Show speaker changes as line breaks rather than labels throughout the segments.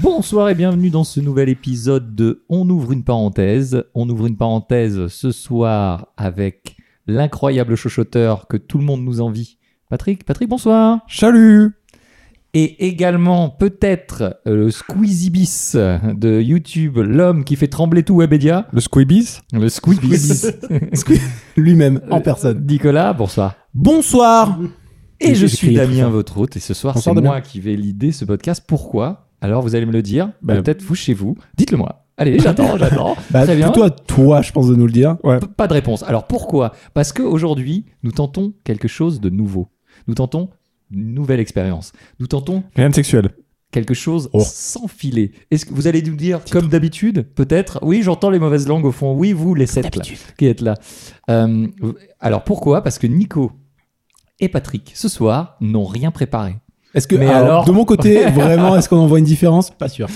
Bonsoir et bienvenue dans ce nouvel épisode de On ouvre une parenthèse. On ouvre une parenthèse ce soir avec l'incroyable chochoteur que tout le monde nous envie. Patrick, Patrick, bonsoir.
Salut
Et également peut-être euh, le Squeezibis de YouTube, l'homme qui fait trembler tout Webedia.
Le Squeebies
Le Squeezibis.
Lui-même,
Euh, Nicolas, bonsoir.
Bonsoir
Et je
J'ai
suis
crié
Damien,
très
votre hôte, et ce soir, c'est
Bonsoir,
moi
Damien.
qui vais l'idée ce podcast. Pourquoi Alors, vous allez me le dire,
Bah,
peut-être vous chez vous. Dites-le moi. Allez, j'attends, j'attends.
Bah,
Très bien.
plutôt à toi, je pense, de nous le dire. Ouais.
P- Pas de réponse. Alors, pourquoi Parce qu'aujourd'hui, nous tentons quelque chose de nouveau. Nous tentons une nouvelle expérience. Nous tentons
Rien de sexuel.
quelque chose
Oh.
sans filet. Est-ce que vous allez nous dire, comme d'habitude, peut-être Oui, j'entends les mauvaises langues au fond. Oui, vous, les sept là, qui êtes là. Euh, alors, pourquoi Parce que Nico et Patrick, ce soir, n'ont rien préparé.
Est-ce que,
Mais
alors,
alors-
de mon côté, vraiment, est-ce qu'on en voit une différence Pas sûr.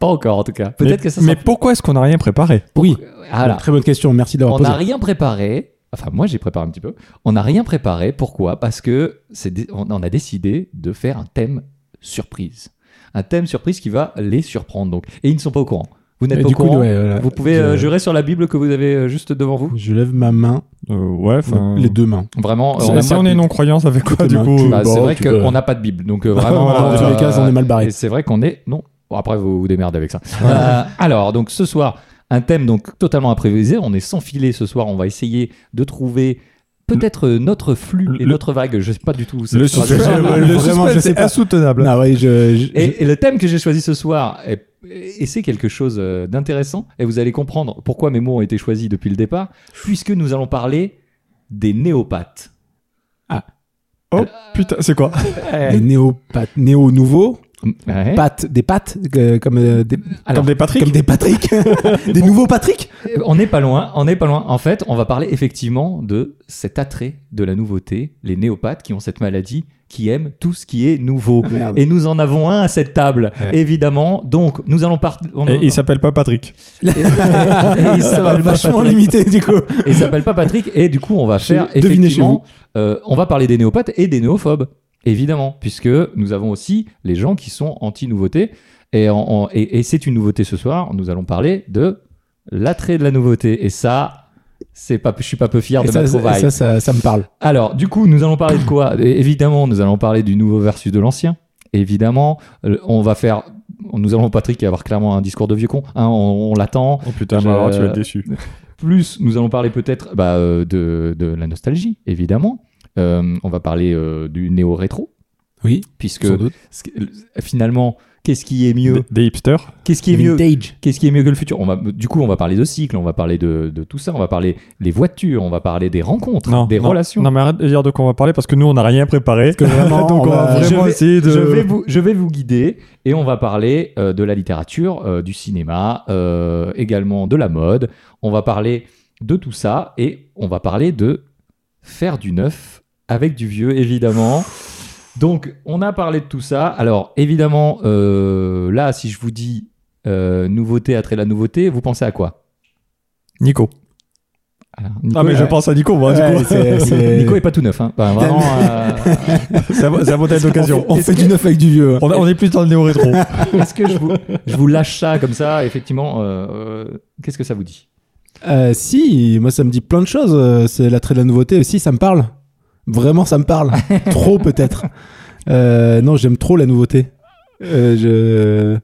Pas encore en tout cas. Peut-être que ça
Mais
sera-
pourquoi est-ce qu'on n'a rien préparé
Oui.
Voilà.
Très bonne question, merci d'avoir
On n'a
posé.
rien préparé. Enfin, moi, j'ai préparé un petit peu. On n'a rien préparé. Pourquoi Parce que c'est dé- on on a décidé de faire un thème surprise. Un thème surprise qui va les surprendre. Donc, et ils ne sont pas au courant. Vous n'êtes
Et
pas au
du coup,
courant.
ouais, voilà.
vous pouvez
Je-
euh, jurer sur la Bible que vous avez euh, juste devant vous.
Je lève ma main,
Euh, Ouais, enfin.
Mmh.
les deux mains.
Vraiment. euh,
Si-
on a
si
pas
on
de
est
Bible.
non-croyant, ça fait quoi
Tout
du
est
coup
inclus.
euh,
Bah, c'est
Bon,
vrai
tu
qu'on
peux-
n'a pas de Bible. Donc euh, vraiment.
Dans tous les
euh,
cas, on est mal barré.
Et c'est vrai qu'on est. Non. Bon, après, vous vous démerdez avec ça. Euh, alors, donc ce soir, un thème donc totalement improvisé. On est sans filet ce soir. On va essayer de trouver peut-être euh, notre flux et
le-
notre vague. Je sais pas du tout. cette
Le
phrase.
suspense,
ouais,
le
vraiment,
suspense
je sais
est
pas.
insoutenable.
Ah ouais, je, je-
Et, et le thème que j'ai choisi ce soir, est- et c'est quelque chose euh, d'intéressant, et vous allez comprendre pourquoi mes mots ont été choisis depuis le départ, puisque nous allons parler des néopathes.
Oh putain, c'est quoi
je- des néo-pattes, néo-nouveaux,
Ouais.
pattes, des pattes, euh, comme, euh, des,
Eh Alors,
Comme des Patrick
comme des Patrick, des nouveaux Patrick
On n'est pas loin, on n'est pas loin. En fait, on va parler effectivement de cet attrait de la nouveauté, les néopathes qui ont cette maladie, qui aiment tout ce qui est nouveau.
Ah, Merde.
Et nous en avons un à cette table,
Ouais.
évidemment. Donc, nous allons partir.
Et il s'appelle pas Patrick.
il
Ça
s'appelle
va
pas
vachement
Patrick.
limité, du coup.
Et il s'appelle pas Patrick. Et du coup, on va faire
Devinez chez
effectivement. euh, on va parler des néopathes et des néophobes, évidemment, puisque nous avons aussi les gens qui sont anti-nouveauté. Et, en- en- et- et c'est une nouveauté ce soir. Nous allons parler de l'attrait de la nouveauté. Et ça, c'est pas, je suis pas peu fier
Et
de
ça,
ma
ça,
trouvaille.
ça, ça, ça me parle.
Alors, du coup, nous allons parler de quoi Et Évidemment, nous allons parler du nouveau versus de l'ancien. Évidemment, euh, on va faire. Nous allons, Patrick, avoir clairement un discours de vieux con. hein, on- on l'attend.
Oh putain,
Je-
mais alors tu vas être déçu.
Plus, nous allons parler peut-être bah, euh, de, de la nostalgie, évidemment. Euh, on va parler euh, du néo-rétro,
Oui,
puisque ce que- euh, finalement, qu'est-ce qui est mieux
Des- Des hipsters.
Qu'est-ce qui est mieux
Vintage.
Qu'est-ce qui est mieux que le futur on va, Du coup, on va parler de cycles, on va parler de, de tout ça, on va parler des voitures, on va parler des rencontres,
Non,
des
non.
relations.
Non, mais arrête de dire de quoi on va parler parce que nous on n'a rien préparé.
que vraiment,
Donc
on
on va
va-
Je
vraiment
vais-
essayer de.
Je, vais vous, je vais vous guider et on va parler euh, de la littérature, euh, du cinéma, euh, également de la mode. On va parler de tout ça et on va parler de faire du neuf avec du vieux, évidemment. Donc, on a parlé de tout ça. Alors, évidemment, euh, là, si je vous dis euh, nouveauté, attrait de la nouveauté, vous pensez à quoi
Nico.
Alors,
Ah,
Nico,
mais
euh,
je pense à Nico, moi,
Ouais,
du coup.
c'est- c'est-
Nico est pas tout neuf. hein. Enfin, vraiment, euh,
C'est un- c'est un modèle d'occasion.
On fait du neuf avec du vieux.
On, on est plus dans le néo-rétro.
Est-ce que je vous, je vous lâche ça comme ça Effectivement, euh, euh, qu'est-ce que ça vous dit
Euh, si, moi ça me dit plein de choses. euh, C'est l'attrait de la nouveauté aussi, ça me parle. Vraiment, ça me parle. trop peut-être. Euh, non, j'aime trop la nouveauté. Euh, je...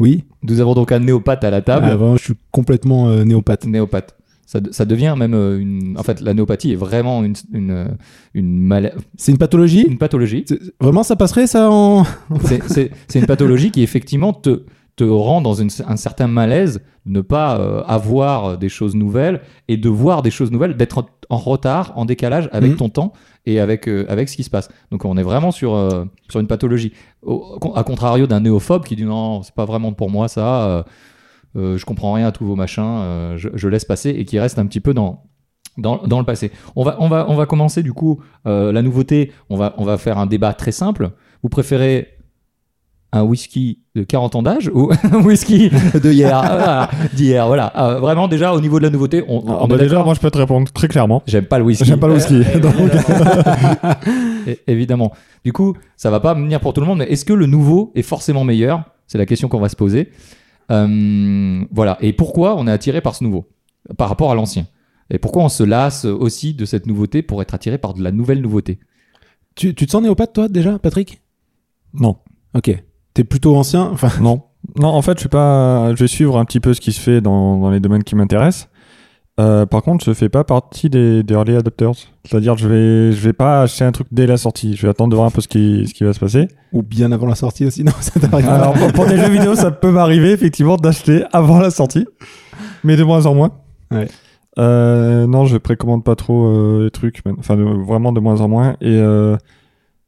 Oui.
Nous avons donc un néopathe à la table.
Ah, vraiment, je suis complètement euh, néopathe.
Néopathe. Ça, de- ça devient même euh, une. En fait, la néopathie est vraiment une, une, euh, une, mala-
C'est une pathologie
une pathologie.
C'est- Vraiment, ça passerait ça en...
C'est- C'est c'est une pathologie qui, effectivement, te, te rend dans une- un certain malaise de ne pas euh, avoir des choses nouvelles et de voir des choses nouvelles, d'être en, en retard, en décalage avec
Mhm.
ton temps et avec, euh, avec ce qui se passe. Donc, on est vraiment sur, euh, sur une pathologie. Au- con- à contrario d'un néophobe qui dit non, c'est pas vraiment pour moi ça, euh, euh, je comprends rien à tous vos machins, euh, je, je laisse passer et qui reste un petit peu dans. Dans, dans le passé. On va, on, va, on va commencer du coup euh, la nouveauté. On va, on va faire un débat très simple. Vous préférez un whisky de 40 ans d'âge ou un whisky de hier Voilà, D'hier, voilà. Euh, vraiment, déjà, au niveau de la nouveauté, on, on
Ah,
est
bah, déjà,
d'accord
moi je peux te répondre très clairement.
J'aime pas le whisky.
J'aime pas le whisky.
Euh, évidemment. É- évidemment. Du coup, ça va pas venir pour tout le monde, mais est-ce que le nouveau est forcément meilleur C'est la question qu'on va se poser. Euh, voilà. Et pourquoi on est attiré par ce nouveau par rapport à l'ancien Et pourquoi on se lasse aussi de cette nouveauté pour être attiré par de la nouvelle nouveauté
Tu, tu te sens néopathe, toi, déjà, Patrick
Non.
Ok. T'es plutôt ancien Enfin,
Non. Non, en fait, je suis pas. Je vais suivre un petit peu ce qui se fait dans, dans les domaines qui m'intéressent. Euh, par contre, je fais pas partie des, des early adopters. C'est-à-dire, je vais, je vais pas acheter un truc dès la sortie. Je vais attendre de voir un peu ce qui, ce qui va se passer.
ou bien avant la sortie aussi. Non, ça t'arrive pas.
Ah, Alors, pour, pour des jeux vidéo, ça peut m'arriver effectivement d'acheter avant la sortie, mais de moins en moins.
Ouais.
Euh, non, je précommande pas trop euh, les trucs, mais- enfin de- vraiment de moins en moins. Et euh,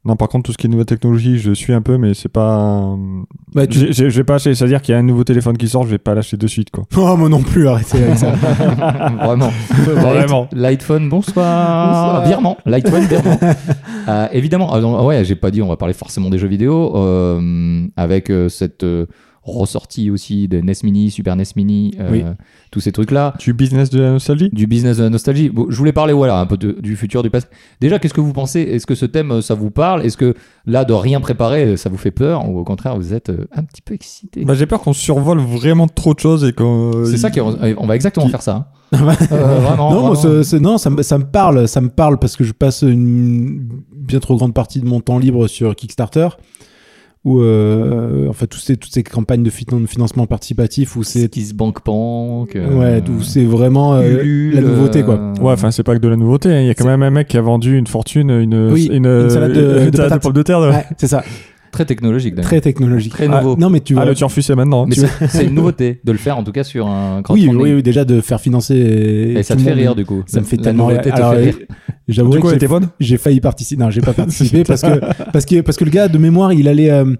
non, par contre, tout ce qui est nouvelle technologie, je suis un peu, mais c'est pas. euh,
Bah, tu-
j'ai- j'ai- Je vais pas acheter, c'est-à-dire qu'il y a un nouveau téléphone qui sort, je vais pas l'acheter de suite, quoi.
Oh, moi non plus, arrêtez avec ça.
Vraiment.
Vraiment.
Light- Lightphone, bonsoir.
Bonsoir.
Virement. Lightphone, virement. Euh, évidemment, euh, non, ah ouais, j'ai pas dit, on va parler forcément des jeux vidéo. euh, avec euh, cette euh, ressortie aussi des NES Mini, Super NES Mini, euh,
Oui.
tous ces trucs-là.
Tu business de la nostalgie
Du business de la nostalgie. Bon, je voulais parler voilà, un peu de- du futur, du passé. Déjà, qu'est-ce que vous pensez Est-ce que ce thème, euh, ça vous parle Est-ce que là, de rien préparer, euh, ça vous fait peur Ou au contraire, vous êtes euh, un petit peu excité
Bah, j'ai peur qu'on survole vraiment trop de choses et qu'on. euh,
C'est ça qui est- on va exactement
qui-
faire ça. hein. Euh, vraiment,
euh, non,
vraiment.
moi, ce- ce- non ça, me, ça me parle, ça me parle parce que je passe une bien trop grande partie de mon temps libre sur Kickstarter ou euh, enfin tous ces, toutes ces campagnes de finan- financement participatif où
C'est
c'est
qui se banque panque.
ouais, où c'est vraiment euh, la nouveauté quoi.
euh,
Ouais, enfin, c'est pas que de la nouveauté. hein. Il y a quand même un mec qui a vendu une fortune, une,
Oui,
une, euh,
une salade de-
une
de
salade
patates.
pommes de terre. euh. là.
Ouais, c'est ça,
très technologique. d'ailleurs.
très technologique.
euh, Très nouveau.
Ah, non mais tu vois.
Ah, le turfu, c'est maintenant. hein.
Mais c'est- c'est une nouveauté de le faire en tout cas sur un
oui,
crowdfunding.
oui, oui, déjà de faire financer.
Et ça te fait rire du coup.
Ça me fait
La
tellement
nouveauté te
Alors, euh,
fait rire.
J'avoue
Du coup,
que
elle
j'ai-
était bonne
j'ai failli participer. Non, j'ai pas participé parce que parce que parce que le gars de mémoire, il allait, euh,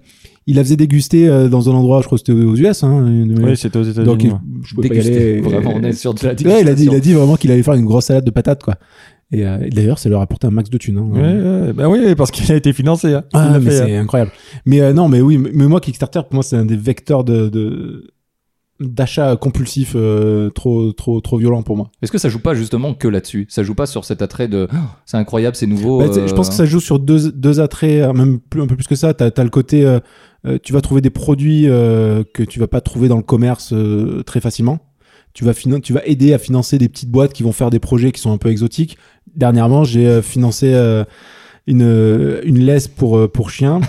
il la faisait déguster euh, dans un endroit, je crois que c'était aux US. Hein, une-
Oui, c'était aux États-Unis.
donc il-
ouais.
je peux pas y
Déguster.
aller.
Vraiment, on est sur de la
Ouais, il a dit, il
dégustation.
a dit vraiment qu'il allait faire une grosse salade de patates quoi. Et euh, et d'ailleurs, ça leur a apporté un max de thunes. hein.
Ouais, ouais, bah oui, parce qu'il a été financé. hein.
Ah,
Il l'a
mais
fait, hein.
c'est incroyable. Mais euh, non, mais oui, mais- mais moi, Kickstarter, pour moi, c'est un des vecteurs de, de- d'achat compulsif euh, trop trop trop violent pour moi.
Est-ce que ça joue pas justement que là-dessus Ça joue pas sur cet attrait de Oh, c'est incroyable, c'est nouveau.
Bah, c'est- Je pense que
euh,
ça joue sur deux, deux attraits, euh, même plus, un peu plus que ça. T'as as le côté, euh, euh, tu vas trouver des produits euh, que tu vas pas trouver dans le commerce euh, très facilement. Tu vas, finan- tu vas aider à financer des petites boîtes qui vont faire des projets qui sont un peu exotiques. Dernièrement, j'ai euh, financé euh, une, euh, une laisse pour, euh, pour chien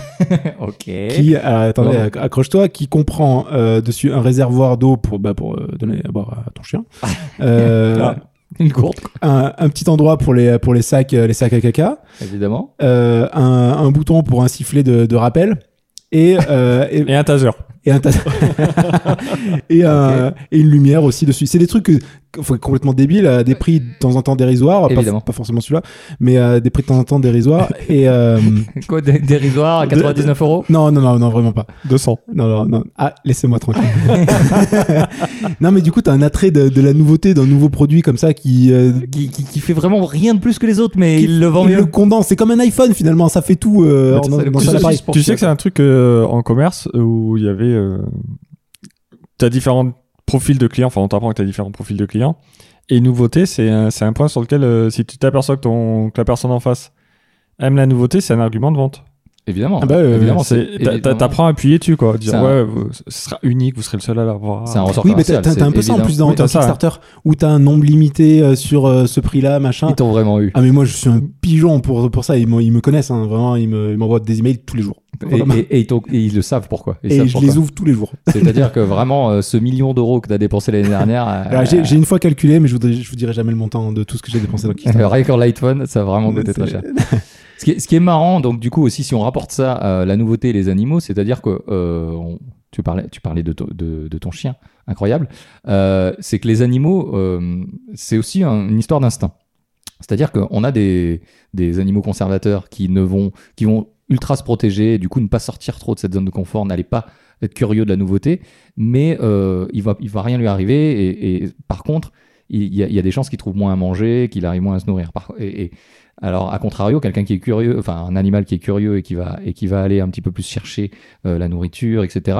ok.
qui, euh, attendez,
Pardon.
acc- accroche-toi, qui comprend euh, dessus un réservoir d'eau pour, bah, pour euh, donner à boire à ton chien. Euh,
Ah. Une gourde, quoi,
un, un petit endroit pour les, pour les sacs, euh, les sacs à caca
évidemment.
euh, un, un bouton pour un sifflet de, de rappel et, euh, et,
hein. Et un taser.
et un tas- et, un- et une lumière aussi dessus. C'est des trucs que- que- faut- complètement débiles, à des prix de temps en temps dérisoires, pas,
Évidemment.
pas forcément celui-là, mais euh, des prix de temps en temps dérisoires. et euh,
Quoi, dé- dérisoire à 99 euros
non, non, non, non, vraiment pas.
200.
Non, non, non. Ah, laissez-moi tranquille. non, mais du coup, t'as un attrait de, de la nouveauté, d'un nouveau produit comme ça qui euh,
qui, qui, qui fait vraiment rien de plus que les autres, mais
Qui-
il le vend
il le
mieux.
condense. C'est comme un iPhone finalement, ça fait tout euh,
Bah,
en-
ça,
dans,
le
dans
coup,
un
ça,
appareil.
c'est- pour
Tu
qui,
sais que c'est un truc euh, en commerce où il y avait. euh, t'as différents profils de clients. Enfin, on t'apprend que t'as différents profils de clients. Et nouveauté, c'est un, c'est un point sur lequel, euh, si tu t'aperçois que, ton- que la personne en face aime la nouveauté, c'est un argument de vente.
Évidemment.
Ah bah, euh,
évidemment,
C'est-
c'est-
t'a- t'a-
évidemment.
T'apprends à appuyer dessus, quoi. Dire,
C'est un-
ouais, vous- ce sera unique, vous serez le seul à l'avoir.
C'est un ressort
Oui, mais t'as
commercial,
t'as-
c'est
t'as un peu ça en
évident.
plus dans,
Oui,
dans
t'as ça.
Kickstarter où t'as un nombre limité euh, sur euh, ce prix-là, machin.
Ils t'ont vraiment eu.
Ah mais moi je suis un pigeon pour, pour ça, ils, m'ont- ils me connaissent, hein, vraiment, ils me- ils m'envoient des emails tous les jours.
Et,
Ah, Vraiment.
et- et ils, t'ont- et ils le savent pourquoi. Ils
Et,
savent
je
pourquoi.
les ouvre tous les jours.
C'est-à-dire que vraiment, euh, ce million d'euros que tu as dépensé l'année dernière, euh,
Alors, J'ai j'ai une fois calculé, mais je, voudrais, je vous dirai jamais le montant de tout ce que j'ai dépensé dans Kickstarter.
euh, rien qu'en Light One, ça a vraiment coûté très cher. Ce qui, est, ce qui est marrant, donc du coup aussi, si on rapporte ça à la nouveauté et les animaux, c'est-à-dire que euh, on- tu parlais, tu parlais de, ton- de- de ton chien, incroyable, euh, c'est que les animaux, euh, c'est aussi un- une histoire d'instinct. C'est-à-dire qu'on a des, des animaux conservateurs qui ne vont, qui vont ultra se protéger, et du coup ne pas sortir trop de cette zone de confort, n'aller pas être curieux de la nouveauté, mais euh, il va, il va rien lui arriver. Et, et par contre, il y, a, il y a des chances qu'il trouve moins à manger, qu'il arrive moins à se nourrir. Par- et- et- alors, à contrario, quelqu'un qui est curieux, enfin un animal qui est curieux et qui va, et qui va aller un petit peu plus chercher euh, la nourriture, etc.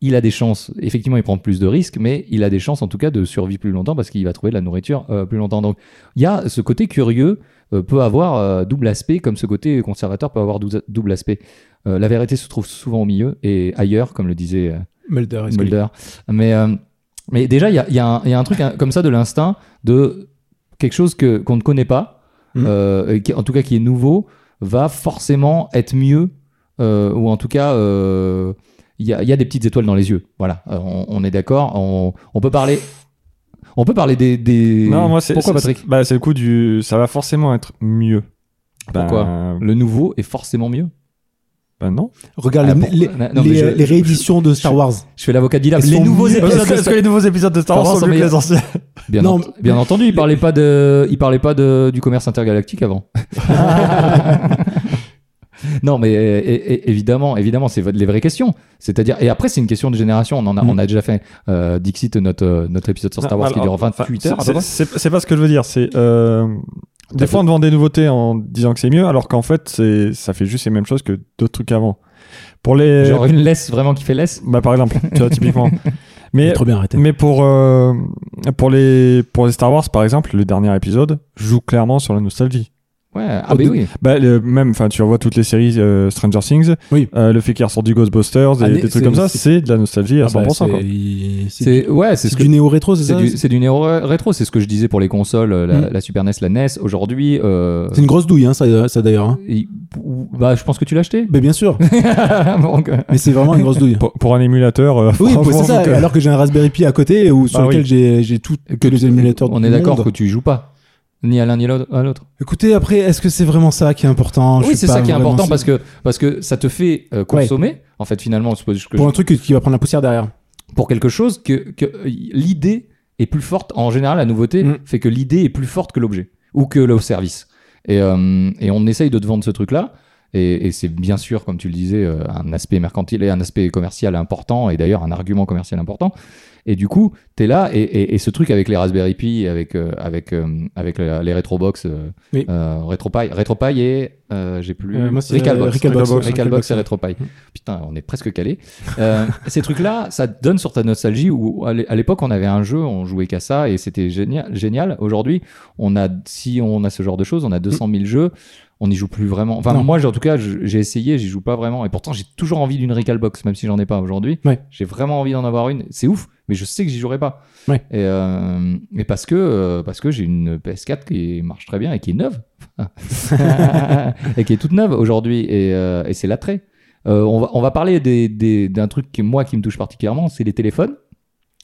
il a des chances, effectivement, il prend plus de risques, mais il a des chances en tout cas de survivre plus longtemps parce qu'il va trouver de la nourriture euh, plus longtemps. Donc il y a ce côté curieux euh, peut avoir euh, double aspect, comme ce côté conservateur peut avoir dou- double aspect. Euh, la vérité se trouve souvent au milieu et ailleurs, comme le disait euh,
Mulder, et Scully.
Mulder. Mais, euh, mais déjà, il y a, il y a un- il y a un truc hein, comme ça de l'instinct, de quelque chose que, qu'on ne connaît pas,
Mhm.
euh, et qui- en tout cas qui est nouveau, va forcément être mieux, euh, ou en tout cas, euh, il y, a, il y a des petites étoiles dans les yeux. Voilà, Euh, on, on est d'accord. On, on peut parler. On peut parler des. des-
Non, moi, c'est.
Pourquoi,
c'est-
Patrick
Bah, c'est le coup du. Ça va forcément être mieux. Ben,
Pourquoi Le nouveau est forcément mieux.
Ben non.
Regarde
Ah,
les,
pour-
les-
non, mais
les- euh,
je-
les
je-
rééditions de Star Wars.
Je fais l'avocat du diable.
Ils
Les
sont
nouveaux
mieux.
épisodes de
Est-ce que les nouveaux épisodes de Star
Star
Wars sont mieux que
Wars
les anciens
Bien,
Non,
ent- bien entendu, il parlait pas de, il parlait pas de, du commerce intergalactique avant. non, mais euh, é- é- évidemment, évidemment, c'est v- les vraies questions. C'est-à-dire, et après, c'est une question de génération. On en a,
Mm.
on a déjà fait euh, Dixit, notre, euh, notre épisode sur Star Wars qui dure 28 heures. à peu
C'est,
près.
c'est- c'est pas ce que je veux dire. C'est euh,
T'as
des fois on vend des nouveautés en disant que c'est mieux, alors qu'en fait c'est ça fait juste les mêmes choses que d'autres trucs avant. Pour les,
Genre une laisse vraiment qui fait laisse.
bah par exemple, tu vois typiquement. Mais
Trop bien arrêté.
Ah, bah,
mais pour euh, pour les pour les Star Wars par exemple, le dernier épisode joue clairement sur la nostalgie.
Ouais, ah
Oh,
Au
ben
dé-
oui.
Bah le- même, enfin tu revois toutes les séries euh, Stranger Things,
Oui.
euh, le fait qu'il ressort du Ghostbusters et
Ah, mais
des trucs
c'est-
comme ça,
c'est-
c'est de la nostalgie à
Ah bah,
100%. quoi.
il- c'est-
C'est ouais, c'est
c'est
ce que
du néo-rétro, c'est
c'est
ça
du, c'est du néo rétro. C'est ce que je disais pour les consoles, euh, la,
Mm.
la Super NES, la NES. Aujourd'hui, euh,
C'est une grosse douille, hein, ça, ça, d'ailleurs. hein.
il- bah, je pense que tu l'as acheté.
Mais bien sûr,
Donc, euh,
mais c'est vraiment une grosse douille.
Pour, pour un émulateur, euh,
Oui, bah,
franchement,
c'est ça.
donc, euh,
Alors que j'ai un Raspberry Pi à côté
Bah
où, sur
Ah
lequel
oui.
j'ai- j'ai tout- tous les émulateurs.
Euh, On
du
est d'accord
monde.
que tu joues pas, ni à l'un ni à l'autre- à l'autre.
Écoutez, après, est-ce que c'est vraiment ça qui est important Je
oui,
suis
c'est
pas
ça qui est
vraiment
important
sûr.
parce que parce que ça te fait euh, consommer. En fait, finalement, c'est ce que
Pour
je-
un truc qui va prendre la poussière derrière.
pour quelque chose que, que euh, l'idée est plus forte. En général, la nouveauté
Mm.
fait que l'idée est plus forte que l'objet ou que le service. Et, euh, et on essaye de te vendre ce truc-là. Et, et c'est bien sûr, comme tu le disais, euh, un aspect mercantile et un aspect commercial important, et d'ailleurs un argument commercial important. Et du coup, t'es là, et, et- et ce truc avec les Raspberry Pi, avec, euh, avec, euh, avec la- les Retrobox, euh,
Oui.
euh, RetroPie, RetroPie et euh, j'ai plus.
Euh, moi, c'est,
Recalbox.
euh, Recalbox, Mm.
Recalbox,
ouais.
Recalbox et
Recalbox,
RetroPie. Putain, on est presque calé. Euh, ces trucs-là, ça te donne sur ta nostalgie où à l'é- à l'époque on avait un jeu, on jouait qu'à ça et c'était génial. génial. Aujourd'hui, on a si on a ce genre de choses, on
Mm.
a 200 000 jeux, on n'y joue plus vraiment. Enfin,
Non.
moi, j'ai- en tout cas, je- j'ai essayé, j'y joue pas vraiment. Et pourtant, j'ai toujours envie d'une Recalbox, même si j'en ai pas aujourd'hui.
Ouais.
J'ai vraiment envie d'en avoir une. C'est ouf, mais je sais que j'y jouerai pas.
Ouais.
Et, euh, et parce que euh, parce que j'ai une PS4 qui marche très bien et qui est neuve et qui est toute neuve aujourd'hui. Et, euh, et c'est l'attrait. Euh, on, va, on va parler des- des- d'un truc qui, moi qui me touche particulièrement, c'est les téléphones,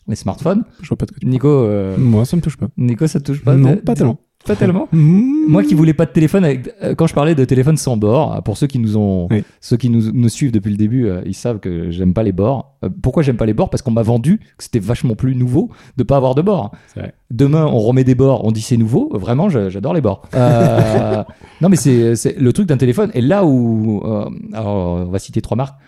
les smartphones.
Je vois pas de quoi tu
Nico, euh,
parles. Moi, ça me touche pas.
Nico, ça te touche pas
non,
t'as-
pas tellement. Hmm.
Pas tellement. Moi
Moi
qui voulais pas de téléphone, avec- euh, quand je parlais de téléphone sans bord, euh, pour ceux qui nous ont,
Oui.
ceux qui nous, nous suivent depuis le début, euh, ils savent que j'aime pas les bords. Euh, pourquoi j'aime pas les bords Parce qu'on m'a vendu que c'était vachement plus nouveau de pas avoir de bord.
C'est vrai.
Demain, on remet des bords, on dit c'est nouveau. Vraiment, je- j'adore les bords. Euh, non, mais c'est c'est le truc d'un téléphone. Et là où, euh, alors, on va citer trois marques.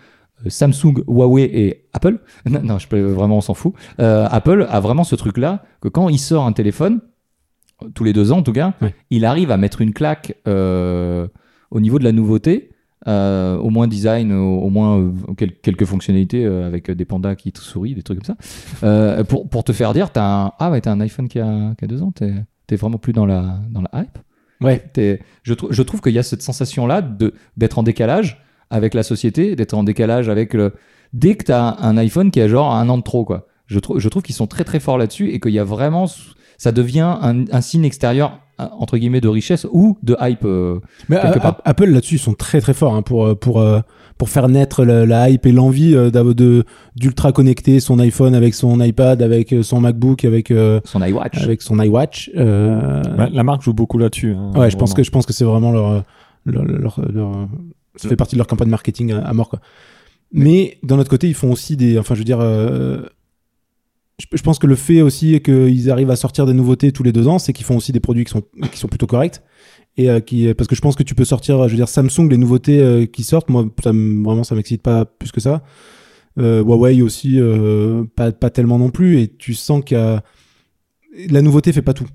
euh, Samsung, Huawei et Apple. Non, non, je peux, vraiment, on s'en fout. Euh, Apple a vraiment ce truc-là que quand il sort un téléphone, tous les deux ans en tout cas,
Ouais.
il arrive à mettre une claque euh, au niveau de la nouveauté, euh, au moins design, au, au moins euh, quel- quelques fonctionnalités euh, avec des pandas qui te sourient, des trucs comme ça, Euh, pour, pour te faire dire, t'as un, ah ouais, t'as un iPhone qui a, qui a deux ans, t'es t'es vraiment plus dans la, dans la hype.
Ouais.
T'es- je, trou- je trouve qu'il y a cette sensation-là de- d'être en décalage avec la société, d'être en décalage avec le... Dès que t'as un iPhone qui a genre un an de trop, quoi. Je, trou- je trouve qu'ils sont très très forts là-dessus et qu'il y a vraiment... Ça devient un, un signe extérieur, euh, entre guillemets, de richesse ou de hype. euh.
Mais
quelque
euh,
part.
A- Apple là-dessus ils sont très très forts hein, pour euh, pour euh, pour faire naître la, la hype et l'envie euh, d'av- de d'ultra connecter son iPhone avec son iPad avec euh, son MacBook avec euh,
son iWatch.
avec son iWatch. euh,
bah, la marque joue beaucoup là-dessus. hein,
ouais, je pense
vraiment.
que je pense que c'est vraiment leur euh, leur, leur- leur- ça fait partie de leur campagne marketing à, à mort quoi. Mais d'un autre côté, ils font aussi des enfin je veux dire euh, je, je pense que le fait aussi qu'ils arrivent à sortir des nouveautés tous les deux ans, c'est qu'ils font aussi des produits qui sont qui sont plutôt corrects et euh, qui parce que je pense que tu peux sortir je veux dire Samsung les nouveautés euh, qui sortent moi ça me- vraiment ça m'excite pas plus que ça Euh, Huawei aussi euh, pas pas tellement non plus et tu sens qu'il y a la nouveauté fait pas tout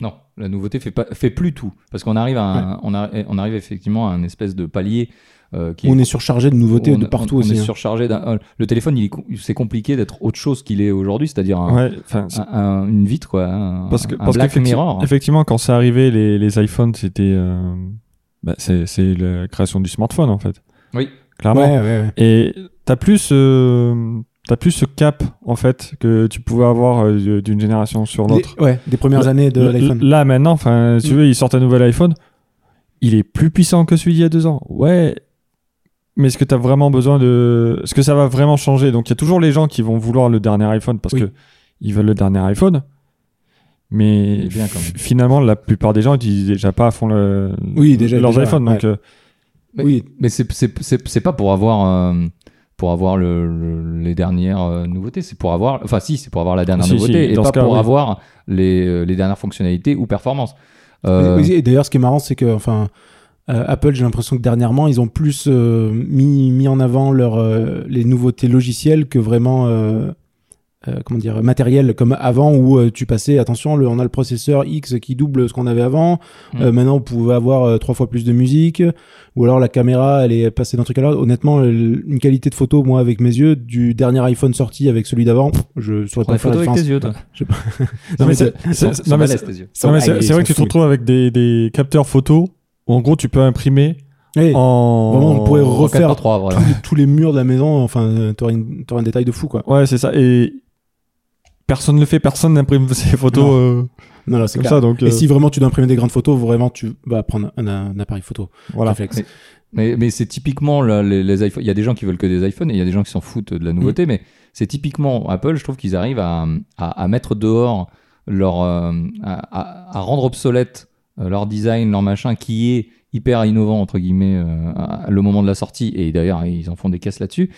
Non. La nouveauté fait, pas, fait plus tout. Parce qu'on arrive, à un- on arri- on arrive effectivement à un espèce de palier euh, qui est
On est surchargé de nouveautés
on-
de partout
on- on
aussi.
est
hein.
surchargé. d'un- euh, Le téléphone, il est com- c'est compliqué d'être autre chose qu'il est aujourd'hui, c'est-à-dire un-
Ouais, enfin, c'est-
un- un- une vitre, quoi. Un,
parce que,
un
parce
Black
qu'effecti-
Mirror.
effectivement, quand c'est arrivé, les, les iPhones, c'était. euh, bah, c'est, c'est la création du smartphone, en fait.
Oui.
Clairement.
Ouais, ouais, ouais.
Et t'as plus, euh, t'as plus ce cap, en fait, que tu pouvais avoir euh, d'une génération sur
Des,
l'autre.
ouais, des premières
Le-
années de
L-
l'iPhone.
Là, maintenant, enfin, si tu
Mm.
veux, ils sortent un nouvel iPhone. Il est plus puissant que celui d'il y a deux ans. Ouais. Mais est-ce que tu as vraiment besoin de. Est-ce que ça va vraiment changer Donc, il y a toujours les gens qui vont vouloir le dernier iPhone parce
Oui.
que ils veulent le dernier iPhone.
Il
Mais
est bien, quand même.
f- finalement, la plupart des gens utilisent déjà pas à fond le...
Oui, déjà,
leurs
déjà,
iPhones.
ouais.
Donc, euh,
Mais-
Oui,
Mais c'est- c'est c'est- c'est pas pour avoir. euh, pour avoir le- le- les dernières euh, nouveautés, c'est pour avoir, enfin si, c'est pour avoir la dernière
Si, si,
nouveauté et
dans
pas
ce cas,
pour
oui.
avoir les, euh, les dernières fonctionnalités ou performances. Euh,
Oui, Et d'ailleurs, ce qui est marrant, c'est que, enfin, euh, Apple, j'ai l'impression que dernièrement, ils ont plus euh, mis, mis en avant leur, euh, les nouveautés logicielles que vraiment, euh, euh, comment dire, matérielles, comme avant où euh, tu passais, attention, le, on a le processeur X qui double ce qu'on avait avant.
Mm.
Euh, maintenant, on pouvait avoir euh, trois fois plus de musique, ou alors la caméra, elle est passée d'un truc à l'autre. Honnêtement, euh, une qualité de photo, moi, avec mes yeux, du dernier iPhone sorti avec celui d'avant, je
prends
saurais pas
des
faire
photos
la
avec
différence.
tes yeux, toi.
non, mais
mais
c'est- c'est-
Ils
c'est-
sont
non, mais
balèzes,
c'est
tes yeux.
non, mais c'est-
Ah, ils
c'est
sont
vrai que tu te
fous,
retrouves avec des, des capteurs photo où, en gros, tu peux imprimer
Ouais.
Eh. en.
Vraiment, on pourrait
En
refaire
4 par 3, voilà.
tous les- tous les murs de la maison, enfin, euh, t'aurais une- t'aurais un détail de fou, quoi.
Ouais, c'est ça. Et personne ne le fait, personne n'imprime ses photos
Non.
euh,
Non, non, c'est
comme
clair.
ça. Donc, euh,
Et si vraiment tu dois imprimer des grandes photos, vraiment tu vas prendre un, un appareil photo.
voilà.
Réflexe.
Mais- Mais, mais c'est typiquement là, les, les iPhones. Il y a des gens qui veulent que des iPhones et il y a des gens qui s'en foutent de la nouveauté. Mais c'est typiquement Apple. Je trouve qu'ils arrivent à, à- à mettre dehors leur, euh, à, à- à rendre obsolète euh, leur design, leur machin, qui est hyper innovant entre guillemets euh, à- à le moment de la sortie. Et d'ailleurs, ils en font des caisses là-dessus.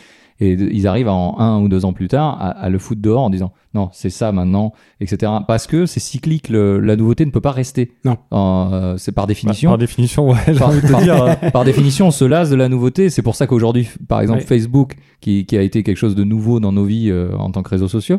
Et de- ils arrivent à, en un ou deux ans plus tard à, à le foutre dehors en disant non, c'est ça maintenant, etc. Parce que c'est cyclique. le- la nouveauté ne peut pas rester.
Non.
Euh, c'est par
Bah,
définition
par définition, ouais. j'ai
par,
envie de te
par-
dire, euh,
par définition, on se lasse de la nouveauté. C'est pour ça qu'aujourd'hui, par exemple,
Ouais.
Facebook, qui, qui a été quelque chose de nouveau dans nos vies euh, en tant que réseaux sociaux,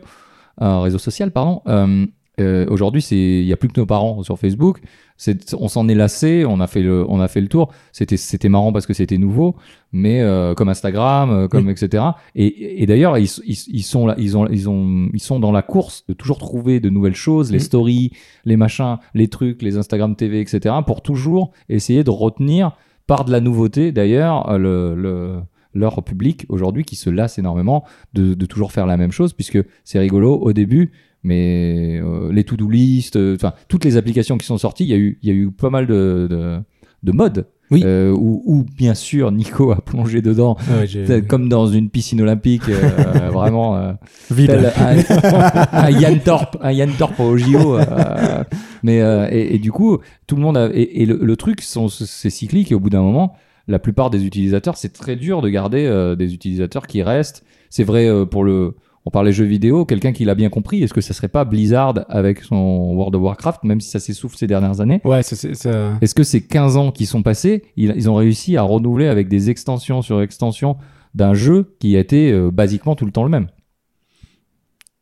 euh, réseau social, pardon. euh, euh, Aujourd'hui, c'est- il n'y a plus que nos parents sur Facebook. C'est- On s'en est lassé, on a fait le, on a fait le tour. C'était, c'était marrant parce que c'était nouveau, mais euh, comme Instagram, euh, comme etc. Et, et d'ailleurs, ils, ils, ils sont là, ils ont, ils ont, ils sont dans la course de toujours trouver de nouvelles choses, les
Mm.
stories, les machins, les trucs, les Instagram TV, etc. Pour toujours essayer de retenir par de la nouveauté d'ailleurs euh, le, le- leur public aujourd'hui qui se lasse énormément de, de toujours faire la même chose puisque c'est rigolo au début mais euh, les to-do list euh, enfin toutes les applications qui sont sorties il y a eu il y a eu pas mal de de, de modes
Oui.
Euh, où, où, bien sûr Nico a plongé dedans peut-être comme dans une piscine olympique euh, vraiment euh,
Vide.
tel un, un Yann Torp, un Yann Torp au JO. euh, mais euh, et, et du coup, tout le monde a- et, et le, le truc, sont- c'est cyclique. Et au bout d'un moment, la plupart des utilisateurs, c'est très dur de garder euh, des utilisateurs qui restent. C'est vrai euh, pour le. On parlait jeux vidéo, quelqu'un qui l'a bien compris, est-ce que ça serait pas Blizzard avec son World of Warcraft, même si ça s'essouffle ces dernières années
Ouais, ça, c'est- ça-
est-ce que ces 15 ans qui sont passés, ils, ils ont réussi à renouveler avec des extensions sur extensions d'un jeu qui a été euh, basiquement tout le temps le même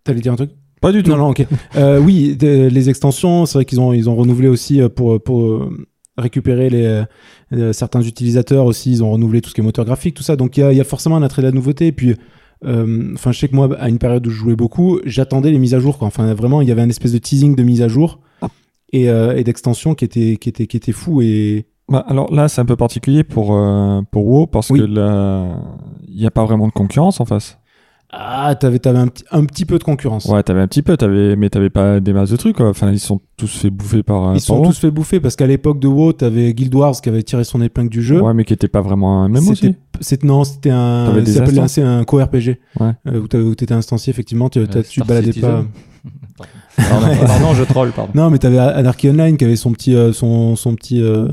T'allais dire un truc
Pas du tout.
Non, non, ok. Euh, oui, de- les extensions, c'est vrai qu'ils ont, ils ont renouvelé aussi euh, pour, pour euh, récupérer les, euh, certains utilisateurs aussi. Ils ont renouvelé tout ce qui est moteur graphique, tout ça. Donc il y a, il y a forcément un attrait de la nouveauté. Et puis, euh, enfin, je sais que moi, à une période où je jouais beaucoup, j'attendais les mises à jour. Quoi. Enfin, vraiment, il y avait un espèce de teasing de mise à jour et, euh, et d'extension qui était, qui était, qui était fou et
Bah, alors là, c'est un peu particulier pour, euh, pour WoW parce
Oui.
que là, il n'y a pas vraiment de concurrence en face.
Ah, t'avais, t'avais un, petit, un petit peu de concurrence.
Ouais, t'avais un petit peu, avais, mais t'avais pas des masses de trucs. Quoi. Enfin, ils sont tous fait bouffer par. euh,
Ils
par
se sont
WoW.
tous fait bouffer parce qu'à l'époque de WoW, t'avais Guild Wars qui avait tiré son épingle du jeu.
Ouais, mais qui n'étaient pas vraiment un même
C'était-
aussi.
c'est- non, c'était
T'avais
un,
des
ça s'appelait un,
instances
c'est un co-RPG
Ouais.
euh, où t'avais- où t'étais instancié effectivement, tu, t'as-
Euh,
tu te
Star
baladais
Citizen.
pas.
Pardon, pardon, je troll, pardon.
Non, mais t'avais Anarchy Online qui avait son petit, euh, son, son petit, euh,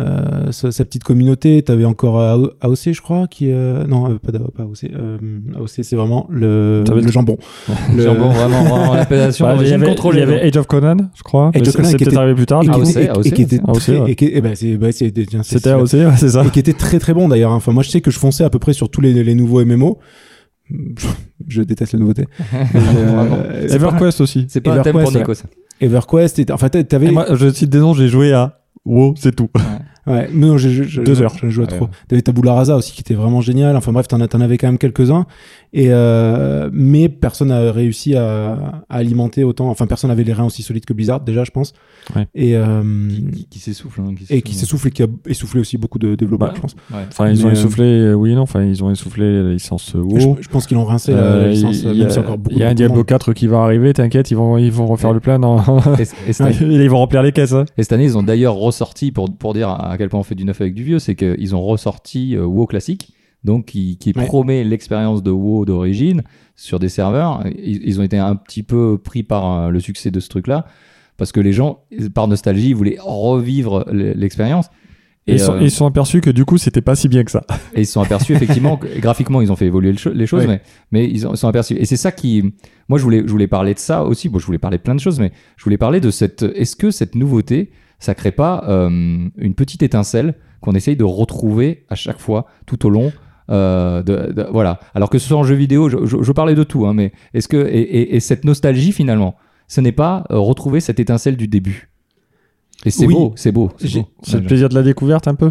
euh, sa, sa petite communauté. T'avais encore euh, AOC, je crois, qui euh, non, euh, pas, d'A- pas AOC. euh, AOC, c'est vraiment le,
T'avais
le
le-
jambon. Le-
Jambon, vraiment, vraiment, l'appellation
Bah, il y
j'aime
avait-
contrôler.
il y avait Age of Conan, je crois.
Age
mais
of
c'est-
Conan
c'est
qui
peut-être
était-
arrivé plus tard.
Et
du
qui
coup.
AOC,
était- et qui était
AOC,
très-
ouais.
et qui- eh ben, c'est- bah, c'est- tiens, c'est-
C'était
c'est-
AOC, ouais, c'est ça.
et qui était très très bon d'ailleurs. hein. Enfin, moi je sais que je fonçais à peu près sur tous les, les nouveaux MMO. Je déteste Euh, la nouveauté.
Vraiment.
Euh,
Everquest aussi.
euh,
ben,
C'est pas un thème pour
EverQuest,
Nico, ça.
EverQuest. Et, enfin, t'a-
Et
t'avais.
moi, je cite des noms, j'ai joué à WoW, c'est tout.
Ouais, mais non, j'ai- j'ai- j'ai-
Deux heures.
Je jouais
Ouais.
trop. T'avais Tabula Rasa aussi qui était vraiment génial. Enfin bref, t'en as- t'en avais quand même quelques-uns. Et euh, mais personne n'a réussi à, à alimenter autant. Enfin, personne n'avait les reins aussi solides que Blizzard déjà, je pense.
Ouais.
Et euh,
Qui, qui s'essouffle. hein,
et qui s'essouffle et qui a essoufflé aussi beaucoup de développeurs,
Bah,
je pense.
Ouais.
Enfin, ils ont
Mais, euh,
essoufflé, euh, oui, non, enfin, ils ont essoufflé la licence euh, WoW.
Je, je pense qu'ils ont rincé la- la
Euh,
licence,
il- il y
même
a-
si encore beaucoup.
Il y a un
beaucoup de
Diablo
monde.
4 qui va arriver, t'inquiète, ils vont, ils vont refaire le plein. en-
Et, et cette année-
ils vont remplir les caisses. hein.
et cette année, ils ont d'ailleurs ressorti, pour, pour dire à quel point on fait du neuf avec du vieux, c'est qu'ils ont ressorti euh, WoW classique, donc qui, qui
Ouais.
promet l'expérience de WoW d'origine sur des serveurs. Ils, ils ont été un petit peu pris par euh, le succès de ce truc-là, parce que les gens, par nostalgie, ils voulaient revivre l- l'expérience.
Et
Et,
ils, sont,
euh,
ils sont aperçus que du coup, c'était pas si bien que ça.
Et ils se sont aperçus effectivement que graphiquement ils ont fait évoluer le cho- les choses,
Ouais.
mais, mais ils en- ils se sont aperçus. Et c'est ça qui, moi je voulais, je voulais parler de ça aussi. Bon, je voulais parler de plein de choses, mais je voulais parler de cette. Est-ce que cette nouveauté, ça crée pas euh, une petite étincelle qu'on essaye de retrouver à chaque fois tout au long? euh, de, de- voilà. Alors que ce soit en jeu vidéo, je, je- je parlais de tout, hein, mais est-ce que et, et- et cette nostalgie finalement, ce n'est pas euh, retrouver cette étincelle du début. Et c'est
Oui.
beau, c'est beau, c'est
J'ai-
beau.
C'est
Ouais,
le plaisir de la découverte, un peu.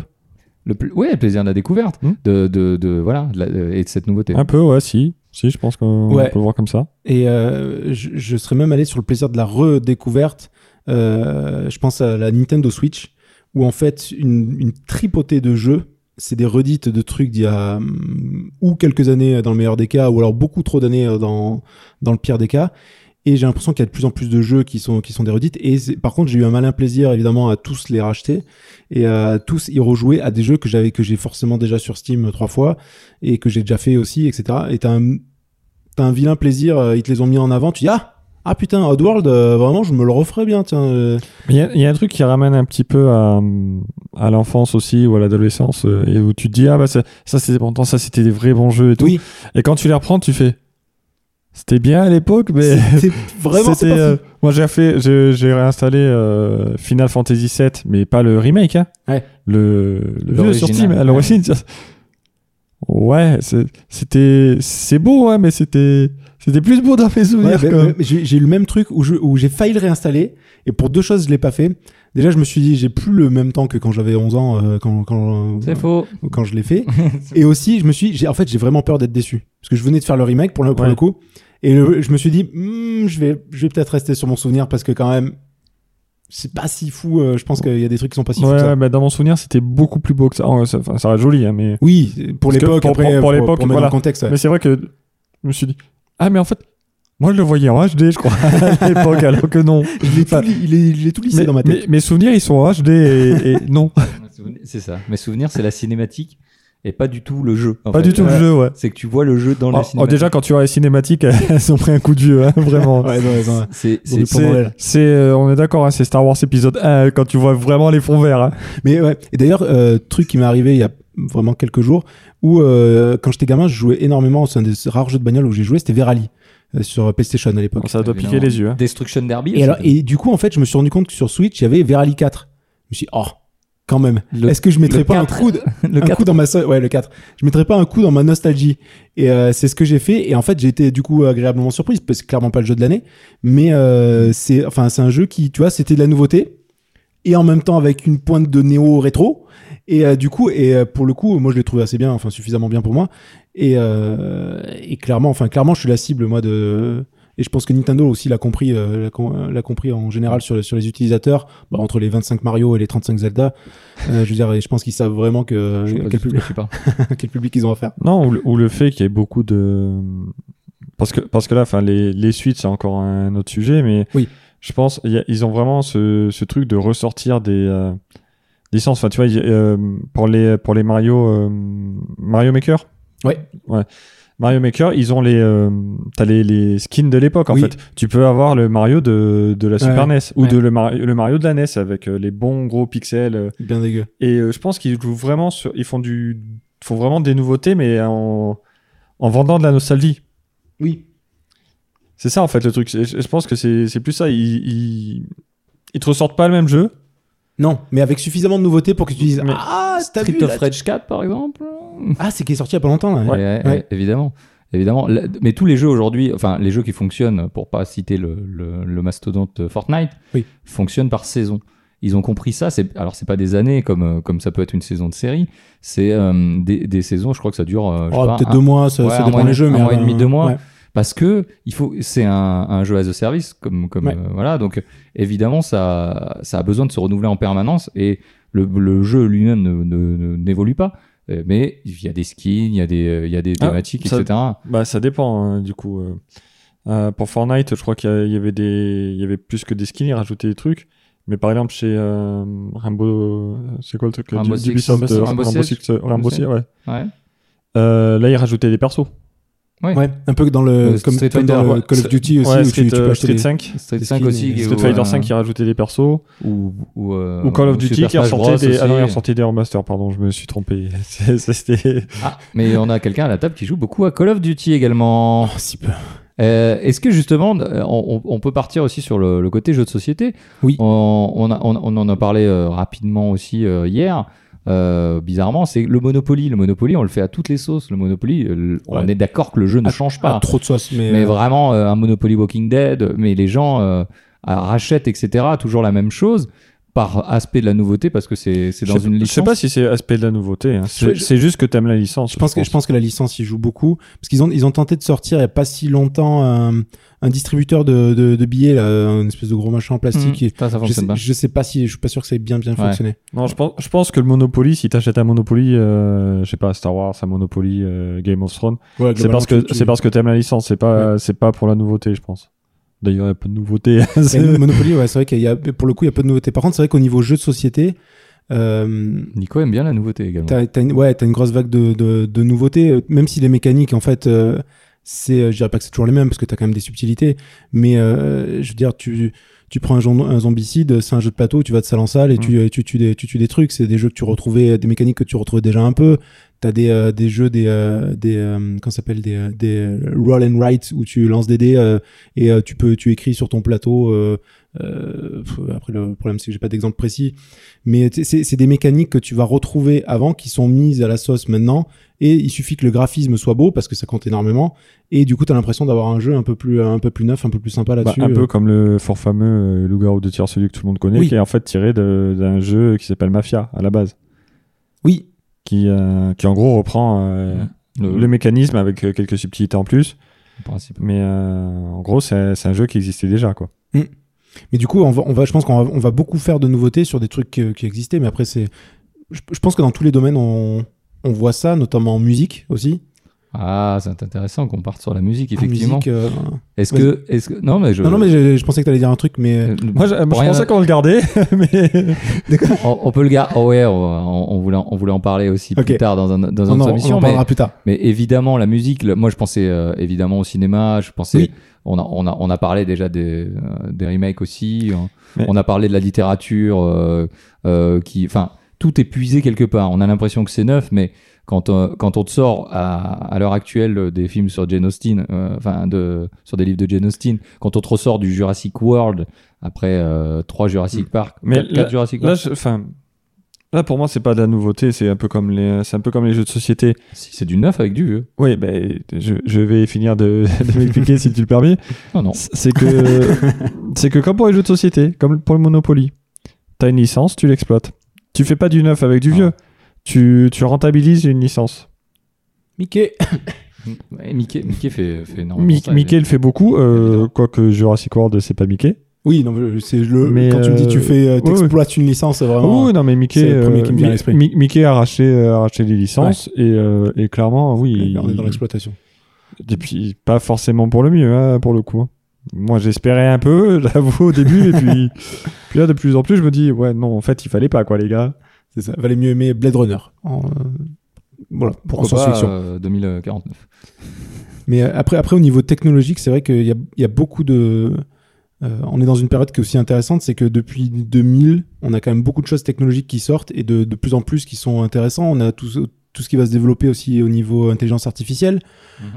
le pl- ouais, le plaisir de la découverte,
Hmm. Ah,
de, de, de- voilà, de la- et de cette nouveauté.
Un peu, ouais, si. Si, je pense qu'on
Ouais.
peut le voir comme ça.
Et euh, je, je serais même allé sur le plaisir de la redécouverte. Euh, je pense à la Nintendo Switch, où en fait, une, une tripotée de jeux, c'est des redites de trucs d'il y a hum, ou quelques années dans le meilleur des cas, ou alors beaucoup trop d'années euh, dans, dans le pire des cas. Et j'ai l'impression qu'il y a de plus en plus de jeux qui sont, qui sont des redites. Et c'est- par contre, j'ai eu un malin plaisir, évidemment, à tous les racheter et à tous y rejouer à des jeux que j'avais, que j'ai forcément déjà sur Steam euh, trois fois et que j'ai déjà fait aussi, etc. Et t'as un, t'as un vilain plaisir, euh, ils te les ont mis en avant, tu dis ah ah putain Oddworld euh, vraiment je me le referais bien tiens euh.
Il y, a- il y a un truc qui ramène un petit peu à, à l'enfance aussi ou à l'adolescence euh, et où tu te dis ah bah ça ça, c'était bon temps ça c'était des vrais bons jeux et tout
Oui.
et quand tu les reprends tu fais c'était bien à l'époque mais euh,
C'était- vraiment c'est
c'était,
pas
euh,
fou.
moi j'ai fait j'ai j'ai réinstallé euh, Final Fantasy VII mais pas le remake hein.
Ouais.
le le vieux sur
L'original,
Steam à
ouais.
l'origine ça- ouais c'est- c'était c'est beau ouais mais c'était c'était plus beau dans mes
Ouais,
souvenirs
ben,
quoi.
ben, j'ai j'ai eu le même truc où je- où j'ai failli le réinstaller et pour deux choses je l'ai pas fait déjà je me suis dit j'ai plus le même temps que quand j'avais 11 ans euh, quand quand euh,
C'est faux.
quand je l'ai fait et aussi je me suis j'ai en fait j'ai vraiment peur d'être déçu parce que je venais de faire le remake pour le, pour
Ouais.
le coup et le- je me suis dit Hmm, je vais je vais peut-être rester sur mon souvenir parce que quand même c'est pas si fou euh, je pense qu'il y a des trucs qui sont pas si fous
Ouais,
que ça.
ouais, bah, dans mon souvenir, c'était beaucoup plus beau que ça. Oh, ça, enfin, ça reste joli, hein, mais.
Oui, pour
Parce que
l'époque,
pour-
après,
pour- pour
pour,
l'époque,
pour mettre
voilà.
dans le contexte. ouais.
Mais c'est vrai que je me suis dit, ah, mais en fait, moi, je le voyais en HD, je crois, à l'époque, alors que non.
Je l'ai tout li- il est- je l'ai tout, lissé
Mais-
dans ma tête.
mais- mes souvenirs, ils sont en HD et, et non,
C'est ça. Mes souvenirs, c'est la cinématique et pas du tout le jeu. en
pas
fait.
du tout le
Ouais.
jeu, ouais.
C'est que tu vois le jeu dans
Oh,
la
oh,
cinématique.
déjà, quand tu vois les cinématiques, elles ont pris un coup de vieux, hein, vraiment.
Ouais, non, non, non.
C'est
Ils ont
c'est-
du
c'est-
Pour Noël.
C'est, c'est, euh, on est d'accord, hein, c'est Star Wars épisode 1, quand tu vois vraiment les fonds verts. hein.
Mais ouais. Et d'ailleurs, euh, truc qui m'est arrivé il y a vraiment quelques jours, où euh, quand j'étais gamin, je jouais énormément. C'est un des rares jeux de bagnole où j'ai joué, c'était Verali euh, sur PlayStation à l'époque.
Ça doit
évidemment.
piquer les yeux. hein.
Destruction Derby.
Et, alors,
c'est-
et du coup, en fait, je me suis rendu compte que sur Switch, il y avait Verali 4. Je me suis dit, oh, quand même.
Le-
Est-ce que je mettrais
le
pas un
4.
coup de,
le
un
4.
coup dans ma so- ouais le 4 je mettrais pas un coup dans ma nostalgie et euh, c'est ce que j'ai fait et en fait j'ai été du coup agréablement surprise parce que c'est clairement pas le jeu de l'année mais euh, c'est enfin c'est un jeu qui tu vois c'était de la nouveauté et en même temps avec une pointe de néo rétro et euh, du coup et euh, pour le coup moi je l'ai trouvé assez bien enfin suffisamment bien pour moi et euh, et clairement enfin clairement je suis la cible moi de et je pense que Nintendo aussi l'a compris, euh, l'a com- l'a compris en général sur, le- sur les utilisateurs, Bah, entre les 25 Mario et les 35 Zelda. Euh, je veux dire, et je pense qu'ils savent vraiment que
Je sais pas
quel,
du tout de
public,
quoi tu parles.
quel public ils ont à faire.
Non, ou le, ou le fait qu'il y ait beaucoup de. Parce que, parce que là, enfin, les, les suites, c'est encore un autre sujet, mais
Oui.
je pense il y a- ils ont vraiment ce, ce truc de ressortir des euh, licences. Enfin, tu vois, il y a, euh, pour, les, pour les Mario, euh, Mario Maker.
Ouais.
ouais. Mario Maker, ils ont les, euh, t'as les, les skins de l'époque en
Oui.
fait. Tu peux avoir le Mario de, de la Super NES ou
ouais.
de le, Mario- le Mario de la NES avec euh, les bons gros pixels. euh,
Bien dégueu.
et euh, je pense qu'ils jouent vraiment sur, ils font du, font vraiment des nouveautés, mais en, en vendant de la nostalgie.
Oui.
C'est ça en fait le truc. C'est- Je, je pense que c'est, c'est plus ça. Ils, ils, ils te ressortent pas le même jeu.
Non, mais avec suffisamment de nouveautés pour que tu dises
Mais-
Ah, t'as vu
Street of
là,
Rage 4, par exemple.
Ah, c'est qui est sorti il y a pas longtemps là.
Ouais, ouais,
ouais.
évidemment. évidemment. La- Mais tous les jeux aujourd'hui, enfin les jeux qui fonctionnent, pour pas citer le, le- le mastodonte euh, Fortnite,
Oui.
fonctionnent par saison. Ils ont compris ça. C'est alors c'est pas des années comme euh, comme ça peut être une saison de série. C'est euh, des, des saisons. Je crois que ça dure. euh, je sais
Oh,
pas,
peut-être
un-
deux mois, ça,
ouais,
ça
un
dépend
mois et-
des jeux.
un
mais
mois et demi, deux mois.
ouais.
parce que il faut c'est un, un jeu as a service comme comme
Ouais.
euh, voilà donc évidemment ça ça a besoin de se renouveler en permanence et le, le jeu lui-même ne- ne- ne- n'évolue pas Euh, mais il y a des skins il y a des euh, il y a des
Ah,
thématiques
ça-
etc
Bah, ça dépend, hein, du coup. euh. Euh, pour Fortnite, je crois qu'il y a- il y avait des, il y avait plus que des skins, ils rajoutaient des trucs. Mais par exemple, chez euh, Rainbow, euh, c'est quoi le truc
Rainbow
du-
Six.
d'Ubisoft,
Rainbow Six.
euh, Rainbow
Rainbow
Six,
Six.
euh, Rainbow Six, ouais.
ouais
Euh, là, ils rajoutaient des persos.
Ouais, un peu que dans le,
Euh,
comme,
Street
comme dans
Fighter,
le
ouais.
Call of Duty aussi,
ouais,
où tu-
Street,
tu, peux
euh,
acheter
Street
des-
5.
Street
Des
5
skins,
aussi
euh,
qui-
Street
ou,
Fighter
euh,
5 qui rajoutait des persos.
ou ou, euh,
ou Call of
ou
Duty
Super
qui
Smash
ressortait
Bros
des. Ah non,
aussi.
ils ressortaient des remasters, pardon, je me suis trompé. C'est- ça, C'était.
Ah, mais on a quelqu'un à la table qui joue beaucoup à Call of Duty également
Oh, si peu.
Euh, Est-ce que justement, euh, on, on- on peut partir aussi sur le, le côté jeu de société
Oui.
On, on a- on- on en a parlé euh, rapidement aussi euh, hier. Euh, bizarrement, c'est le Monopoly. Le Monopoly, on le fait à toutes les sauces. Le Monopoly, euh, le- on
Ouais.
est d'accord que le jeu ne
Ah,
change
Pas
pas.
trop de sauce, mais,
mais
euh,
vraiment, euh, un Monopoly Walking Dead, mais les gens euh, ah, rachètent, etc. Toujours la même chose par aspect de la nouveauté parce que c'est c'est dans
je, sais-
une
je
licence.
sais pas si c'est aspect de la nouveauté. hein. C'est
Je-
c'est juste que t'aimes la licence.
je pense que je pense que la licence y joue beaucoup parce qu'ils ont ils ont tenté de sortir il y a pas si longtemps un, un distributeur de, de, de billets, là, un espèce de gros machin en
Mhm.
plastique. et-
Ça, ça
je,
fonctionne
sais,
pas.
je sais pas si je suis pas sûr que ça ait bien bien fonctionné.
Non, je pense, je pense que le Monopoly, si t'achètes un Monopoly, euh, je sais pas, Star Wars, un Monopoly, euh, Game of Thrones,
Ouais,
c'est
globalement,
parce que
tu- tu-
c'est parce que t'aimes la licence, c'est pas c'est pas pour la nouveauté, je pense. D'ailleurs, il y a peu de nouveauté.
Et le Monopoly, ouais, c'est vrai qu'il y a pour le coup il y a peu de nouveautés. Par contre, c'est vrai qu'au niveau jeu de société, euh,
Nico aime bien la nouveauté également.
T'as, t'as une, ouais, t'as une grosse vague de, de, de nouveautés, euh, même si les mécaniques, en fait, euh, c'est, euh, je dirais pas que c'est toujours les mêmes, parce que t'as quand même des subtilités, mais euh, je veux dire, tu, tu prends un, zom- un zombicide, c'est un jeu de plateau, tu vas de salle en salle et tu, euh, tu, tues des, tu tues des trucs, c'est des jeux que tu retrouvais, des mécaniques que tu retrouvais déjà un peu, t'as des, euh, des jeux, des, euh, des euh, comment ça s'appelle, des, euh, des euh, roll and write, où tu lances des dés euh, et euh, tu peux, tu écris sur ton plateau, euh, euh, pff, après le problème c'est que j'ai pas d'exemple précis, mais t- c'est c'est des mécaniques que tu vas retrouver avant qui sont mises à la sauce maintenant et il suffit que le graphisme soit beau parce que ça compte énormément et du coup tu as l'impression d'avoir un jeu un peu plus un peu plus neuf, un peu plus sympa
Bah,
là-dessus.
un peu comme le fort fameux euh, loup-garou de tir celui que tout le monde connaît,
Oui.
qui est en fait tiré de- d'un jeu qui s'appelle Mafia à la base,
Oui,
qui euh, qui en gros reprend euh,
Le,
le mécanisme avec euh, quelques subtilités en plus,
le principe.
mais euh, en gros c'est c'est un jeu qui existait déjà quoi.
Mais du coup, on va, on va, je pense qu'on va, on va beaucoup faire de nouveautés sur des trucs que- qui existaient. Mais après, c'est, je, je pense que dans tous les domaines, on, on voit ça, notamment en musique aussi.
Ah, c'est intéressant qu'on parte sur la musique,
En
effectivement.
musique, euh,
Est-ce que, est-ce que, non mais je,
Non, non, mais je, je pensais que t'allais dire un truc, mais
Euh,
Moi
Pour je
je,
rien- pensais
pensais qu'on le gardait, mais
on, on peut le garder. ouais, on, on- on voulait, on voulait en parler aussi
Ok.
plus tard dans un, dans
on,
une
en,
autre
on
émission,
en
mais,
parlera plus tard.
mais évidemment la musique. le- moi, je pensais euh, évidemment au cinéma. Je pensais,
Oui.
on a, on a, on a parlé déjà des, euh, des remakes aussi. hein.
Mais-
On a parlé de la littérature, euh, euh, qui, enfin, tout est puisé quelque part. On a l'impression que c'est neuf, mais quand, euh, quand on te sort à, à l'heure actuelle euh, des films sur Jane Austen, euh, enfin de, sur des livres de Jane Austen, quand on te ressort du Jurassic World après euh, trois Jurassic Park,
Hmm. Mais
quatre,
là-
quatre Jurassic
Là,
Park,
je- enfin, là pour moi, c'est pas de la nouveauté. C'est un peu comme les, c'est un peu comme les jeux de société.
si c'est du neuf avec du vieux.
Oui, ben, je, je vais finir de, de m'expliquer si tu le permets.
Non, non.
C'est que, c'est que comme pour les jeux de société, comme pour le Monopoly, t'as une licence, tu l'exploites. Tu fais pas du neuf avec du
Non.
vieux. Tu, tu rentabilises une licence.
Mickey,
Ouais, Mickey, Mickey fait, fait énormément
Mi-
ça,
Mickey le fait beaucoup, euh,
Évidemment.
quoique Jurassic World, c'est pas Mickey.
oui, non, mais c'est le.
Mais,
quand tu me dis tu
euh,
fais, euh,
ouais,
t'exploites une licence, vraiment.
oui, non, mais Mickey,
Oh. c'est le premier
euh,
qui me vient à l'esprit.
Mi- Mickey a arraché, euh, arraché les licences et, euh, et clairement, oui,
on est
il-
dans l'exploitation.
Et puis, pas forcément pour le mieux, hein, pour le coup. Moi, j'espérais un peu, j'avoue, au début, et puis, puis là, de plus en plus, je me dis, ouais, non, en fait, il fallait pas, quoi, les gars.
C'est ça. Valait mieux aimer Blade Runner. En, euh, voilà, en
Pourquoi pas
science-fiction.
euh, 2049
Mais euh, après, après au niveau technologique, c'est vrai qu'il y a, il y a beaucoup de. euh, on est dans une période qui est aussi intéressante, c'est que depuis 2000, on a quand même beaucoup de choses technologiques qui sortent et de, de plus en plus qui sont intéressantes. On a tout, ce- tout ce qui va se développer aussi au niveau intelligence artificielle.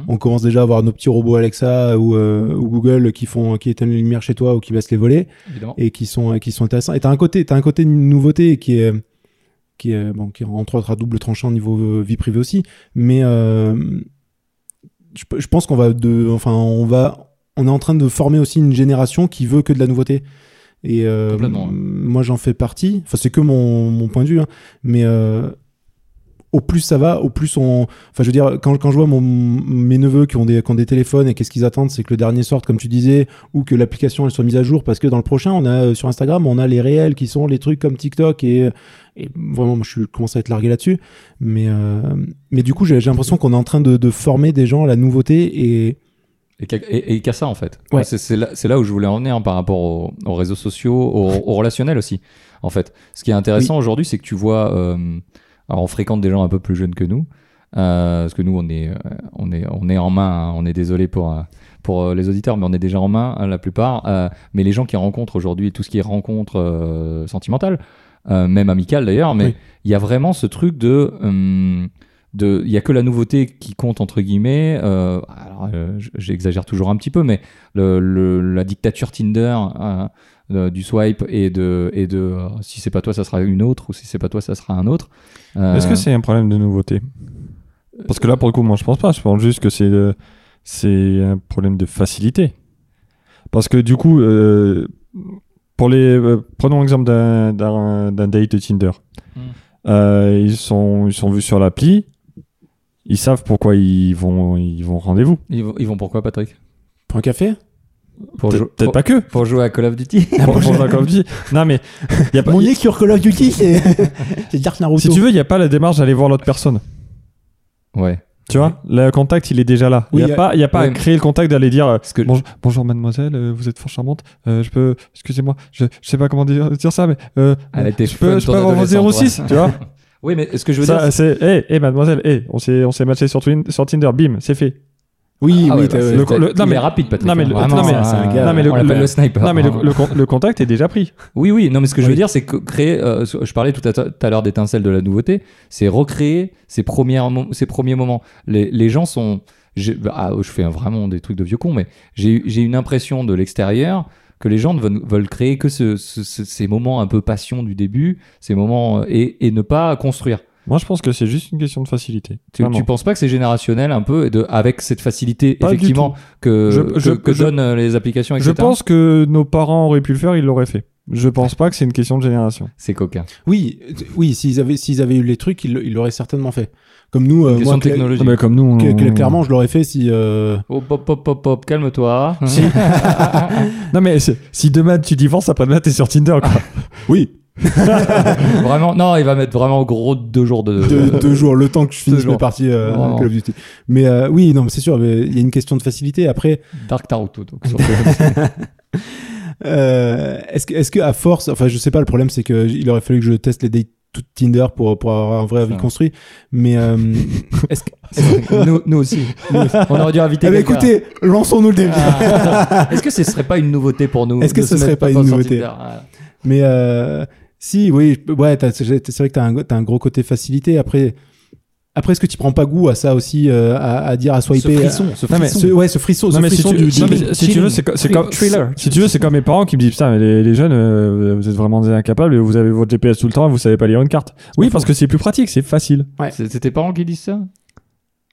On commence déjà à avoir nos petits robots Alexa ou, euh, ou Google qui font qui éteignent les lumières chez toi ou qui baissent les volets
Évidemment.
et qui sont qui sont intéressants. Et t'as un côté t'as un côté nouveauté qui est qui est bon qui est entre autres à double tranchant niveau euh, vie privée aussi, mais euh, je, je pense qu'on va de, enfin, on va, on est en train de former aussi une génération qui veut que de la nouveauté. Et euh,
Complètement, ouais.
moi, j'en fais partie. Enfin, c'est que mon, mon point de vue, hein. mais euh, au plus ça va, au plus on. Enfin, je veux dire, quand, quand je vois mon, mes neveux qui ont des, qui ont des téléphones et qu'est-ce qu'ils attendent, c'est que le dernier sorte, comme tu disais, ou que l'application elle soit mise à jour, parce que dans le prochain, on a euh, sur Instagram, on a les réels qui sont les trucs comme TikTok et, et vraiment, moi, je suis- commence à être largué là-dessus. Mais euh, mais du coup, j'ai j'ai l'impression qu'on est en train de, de former des gens à la nouveauté et
Et qu'à- et- et qu'à ça, en fait.
Ouais.
C'est- C'est là, c'est là où je voulais en venir hein, par rapport au- aux réseaux sociaux, au, au relationnel aussi, en fait. Ce qui est intéressant aujourd'hui, c'est que tu vois, euh, alors on fréquente des gens un peu plus jeunes que nous, euh, parce que nous, on est, euh, on est, on est en main, hein, on est désolé pour, euh, pour euh, les auditeurs, mais on est déjà en main, hein, la plupart. euh, mais les gens qui rencontrent aujourd'hui, tout ce qui est rencontre euh, sentimentale, euh, même amicale d'ailleurs, mais
Oui.
il y a vraiment ce truc de... hum, de- il y a que la nouveauté qui compte entre guillemets. euh, alors, euh, j- j'exagère toujours un petit peu, mais le- le- la dictature Tinder hein, euh, du swipe et de et de euh, si c'est pas toi, ça sera une autre, ou si c'est pas toi, ça sera un autre. Euh,
Est-ce que c'est un problème de nouveauté Parce que là, pour le coup, moi, je pense pas. Je pense juste que c'est euh, c'est un problème de facilité. Parce que du coup, euh, pour les euh, prenons l'exemple d'un- d'un d'un date de Tinder.
Mm.
Euh, ils sont ils sont vus sur l'appli. Ils savent pourquoi ils vont ils vont au rendez-vous.
ils, vont, ils vont pourquoi, Patrick
pour un café.
Pour
Peut-
jou-
Peut-être
pour-
pas que.
pour jouer à Call of Duty.
Pour- pour jouer à Call of Duty. Non mais y a pas-
Mon nez sur Call of Duty, c'est c'est Dark Naruto.
si tu veux, il n'y a pas la démarche d'aller voir l'autre personne.
ouais.
Tu vois, le contact, il est déjà là. Il
Oui,
n'y
y
a,
a-
pas, y a pas à
ouais.
créer le contact d'aller dire euh,
Parce que
Bonjour, bonjour mademoiselle, euh, vous êtes fort charmante. Euh, je peux, excusez-moi, je, je sais pas comment dire, dire ça, mais euh,
Elle était
je peux,
fun,
je peux
ton
avoir
adolescente,
vos 06,
ouais.
tu vois.
oui, mais ce que je veux
Ça,
dire,
c'est, hé, hé, mademoiselle, hé, on s'est, on s'est matché sur, Twin- sur Tinder, bim, c'est fait.
Oui,
Ah
oui,
ouais,
t'as-
bah, c'est-
ouais.
le- le- non,
il
mais-
est rapide, Patrick.
non, mais
hein,
le-
vraiment,
non, mais-
c'est un
non,
gars-
mais le-
on l'appelle
le-
le sniper.
Non, mais le,
hein.
le con- le contact est déjà pris.
Oui, oui, non, mais ce que je
Oui.
veux dire, c'est que créer, euh, ce- je parlais tout à tout à l'heure d'étincelle de la nouveauté, c'est recréer ces, premières, mo- ces premiers moments. Les, les gens sont. j'ai- bah, ah, je fais vraiment des trucs de vieux con, mais j'ai eu- j'ai une impression de l'extérieur que les gens ne veulent, veulent créer que ce- ce- ce- ces moments un peu passion du début, ces moments euh, et, et ne pas construire.
Moi, je pense que c'est juste une question de facilité.
Tu,
Vraiment.
tu penses pas que c'est générationnel un peu et de, avec cette facilité
Pas du
effectivement que,
Je-
que-
je-
que
je-
donnent euh, les applications etc.
je pense que nos parents auraient pu le faire, ils l'auraient fait. Je pense pas que c'est une question de génération.
c'est coquin.
oui, t- oui, s'ils avaient, s'ils avaient eu les trucs, ils, le- ils l'auraient certainement fait. Comme nous, euh,
Question
moi,
de
cla-
technologie.
comme nous,
cla- cla- clairement, je l'aurais fait si. euh,
Hop, hop, hop, hop, hop, calme-toi.
Non, mais c'est- si demain tu divorces, après-demain t'es sur Tinder, quoi.
Ah,
Oui,
Vraiment, non, il va mettre vraiment gros deux jours de.
deux, deux jours, le temps que je finisse
jours.
mes parties euh,
Vraiment.
Call of Duty. Mais euh, oui, non, mais c'est sûr, mais il y a une question de facilité. Après,
Dark Naruto. donc, sur-
Euh, est-ce que, est-ce que à force, enfin je sais pas, le problème c'est que j- il aurait fallu que je teste les dates tout Tinder pour pour avoir un vrai avis
Ça.
construit. Mais euh, est-ce que,
nous, nous aussi. On aurait dû inviter.
Eh ben,
quelqu'un.
écoutez, lançons-nous le défi.
Ah. Est-ce que ce serait pas une nouveauté pour nous
Est-ce que
de
ce
se
serait
mettre
pas une
sur
nouveauté
Tinder Voilà.
Mais euh, si, oui, je peux- ouais, t'as- c'est c'est vrai que t'as un, t'as un gros côté facilité. Après, après est-ce que tu prends pas goût à ça aussi, euh, à, à dire à
Ce
swiper euh,
frisson, ce
Non, mais
frisson.
ce- ouais, ce frisson, ce
Non mais, si
frisson
tu,
du,
non,
du-
mais euh, si tu veux, c'est co- c'est
Thrill-
comme
thriller.
Si tu veux, c'est comme mes parents qui me disent putain, mais les, les jeunes, euh, vous êtes vraiment des incapables. Vous avez votre GPS tout le temps, et vous savez pas lire une carte. Oui, parce que c'est plus pratique, c'est facile.
C'est c'est tes parents qui disent ça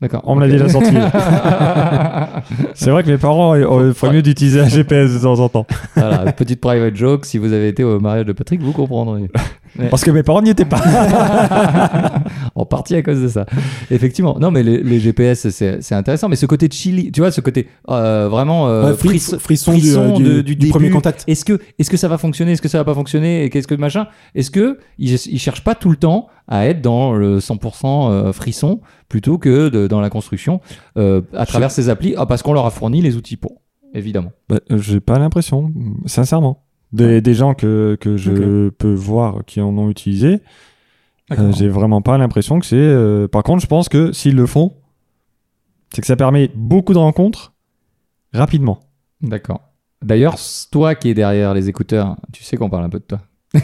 D'accord.
On me l'a
Ok.
déjà sorti. c'est vrai que mes parents, il ferait mieux d'utiliser un GPS de temps en temps,
voilà, petite private joke. Si vous avez été au mariage de Patrick, vous comprendrez.
parce que mes parents n'y étaient pas.
en partie à cause de ça. Effectivement. Non, mais les, les GPS, c'est c'est intéressant. Mais ce côté chili, tu vois, ce côté euh, vraiment euh,
ouais, fris-
friss-
frisson du,
frisson
euh, du-
de- du
du
début.
premier contact.
Est-ce que, est-ce que ça va fonctionner Est-ce que ça va pas fonctionner Et qu'est-ce que machin Est-ce que ils, ils cherchent pas tout le temps à être dans le 100% euh, frisson plutôt que de- dans la construction euh, à travers ces applis Ah, Parce qu'on leur a fourni les outils pour, évidemment.
Bah, euh, J'ai pas l'impression, sincèrement. Des, des gens que, que je peux voir qui en ont utilisé, euh, j'ai vraiment pas l'impression que c'est. euh, Par contre, je pense que s'ils le font, c'est que ça permet beaucoup de rencontres rapidement.
D'accord. D'ailleurs, toi qui es derrière les écouteurs, tu sais qu'on parle un peu de toi.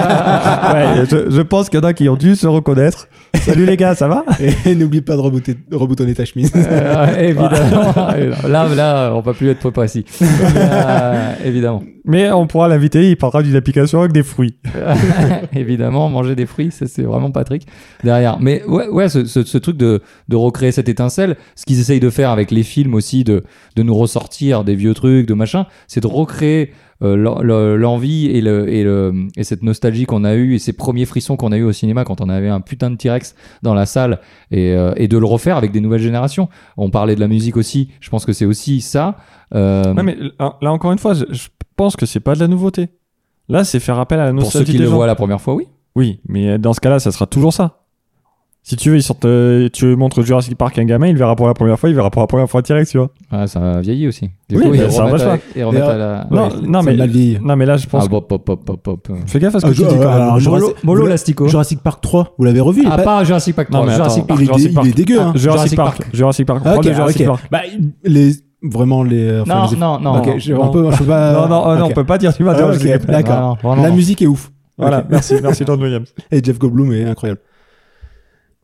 Ouais, je, je pense qu'il y en a qui ont dû se reconnaître. Salut les gars, ça va
Et n'oublie pas de rebouter- de reboutonner ta chemise.
Euh, évidemment. là, là, on va plus être trop précis. Euh, évidemment.
Mais on pourra l'inviter, il parlera d'une application avec des fruits.
évidemment, manger des fruits, ça, c'est vraiment Patrick derrière. Mais ouais, ouais ce, ce- ce truc de, de recréer cette étincelle, ce qu'ils essayent de faire avec les films aussi, de, de nous ressortir des vieux trucs, de machin, c'est de recréer euh, l'en- le- l'envie et, le, et, le, et cette nostalgie qu'on a eue et ces premiers frissons qu'on a eus au cinéma quand on avait un putain de T-Rex dans la salle et, euh, et de le refaire avec des nouvelles générations. On parlait de la musique aussi, je pense que c'est aussi ça. Euh,
Ouais, mais hein, là, là, encore une fois, je, je pense que c'est pas de la nouveauté. Là, c'est faire appel à la
pour ceux
nostalgie
qui
des
le
gens.
voient la première fois, oui.
Oui, mais euh, dans ce cas-là, ça sera toujours ça. Si tu veux, ils sortent, euh, tu montres Jurassic Park à un gamin, il verra pour la première fois, il verra pour la première fois T-Rex, tu vois.
Ah, ça vieillit aussi. Du
Oui,
coup,
mais
ils
ça
remettent
va
à- ils remettent à la...
Non, non,
c'est
mais-
mal vieilli.
Non, mais là, je pense.
Ah, pop, pop, pop, pop, pop.
que- Fais gaffe à ce que
Ah,
tu
je-
dis. quand
alors,
même.
je-
Molo,
Jurassic-
Molo
Jura-
Lastico.
Jurassic Park 3, vous l'avez revu il est
Ah,
pas-
pas Jurassic Park
Non,
3.
mais
Jurassic
attends.
Park.
il, est,
Jurassic
dé-
Park. Ah,
il est dégueu. hein.
Jurassic
Jurassic
Park. Jurassic Park.
Ah,
Parle
ok,
de Jurassic
ok.
Park.
Bah, les, vraiment les. euh, enfin,
Non,
les-
non, non.
Ok,
non.
je,
non.
on peut, je peux pas.
Non, non, euh, non,
ok.
on peut pas dire tu vas
Ah,
dire,
ok,
je sais pas.
d'accord.
Non, non, vraiment,
La
non.
musique est ouf.
Voilà,
Ok.
merci, merci Don Williams.
Et Jeff Goldblum est incroyable.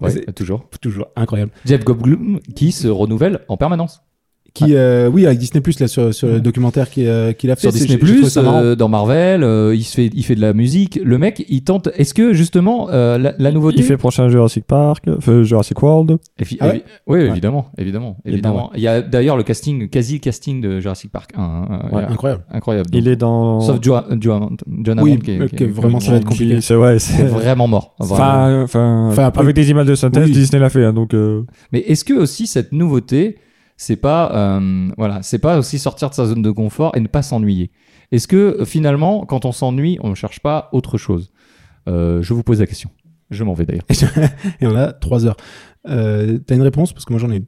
Ouais,
C'est-
toujours.
Toujours incroyable.
Jeff Goldblum qui se renouvelle en permanence.
Qui, euh, oui, avec Disney Plus là sur, sur le documentaire qu'il euh, qu'il a fait
Sur Disney Plus, euh, dans Marvel, euh, il se fait, il fait de la musique. Le mec, il tente. Est-ce que justement euh, la, la nouveauté
Il fait prochain Jurassic Park, euh, Jurassic World.
Et puis-
Ah ouais
évi- oui,
Ouais.
évidemment, évidemment,
Il est pas
évidemment. Il y a d'ailleurs le casting, quasi casting de Jurassic Park 1. hein, hein,
Ouais.
euh,
incroyable.
Incroyable.
Il est dans.
Sauf Joa- Joa- John Hammond
Oui,
qui, est-
ok,
qui est-
vraiment, ça va être compliqué.
C'est ouais, c'est.
qui est vraiment mort. Vraiment.
Enfin, euh, enfin,
Enfin, après-
avec des images de synthèse,
Oui.
Disney l'a fait, hein, donc. euh,
Mais est-ce que aussi cette nouveauté, c'est pas euh, voilà, c'est pas aussi sortir de sa zone de confort et ne pas s'ennuyer. Est-ce que euh, finalement, quand on s'ennuie, on ne cherche pas autre chose Euh, Je vous pose la question. Je m'en vais d'ailleurs.
Et on a 3 heures. Euh, T'as une réponse Parce que moi j'en ai une.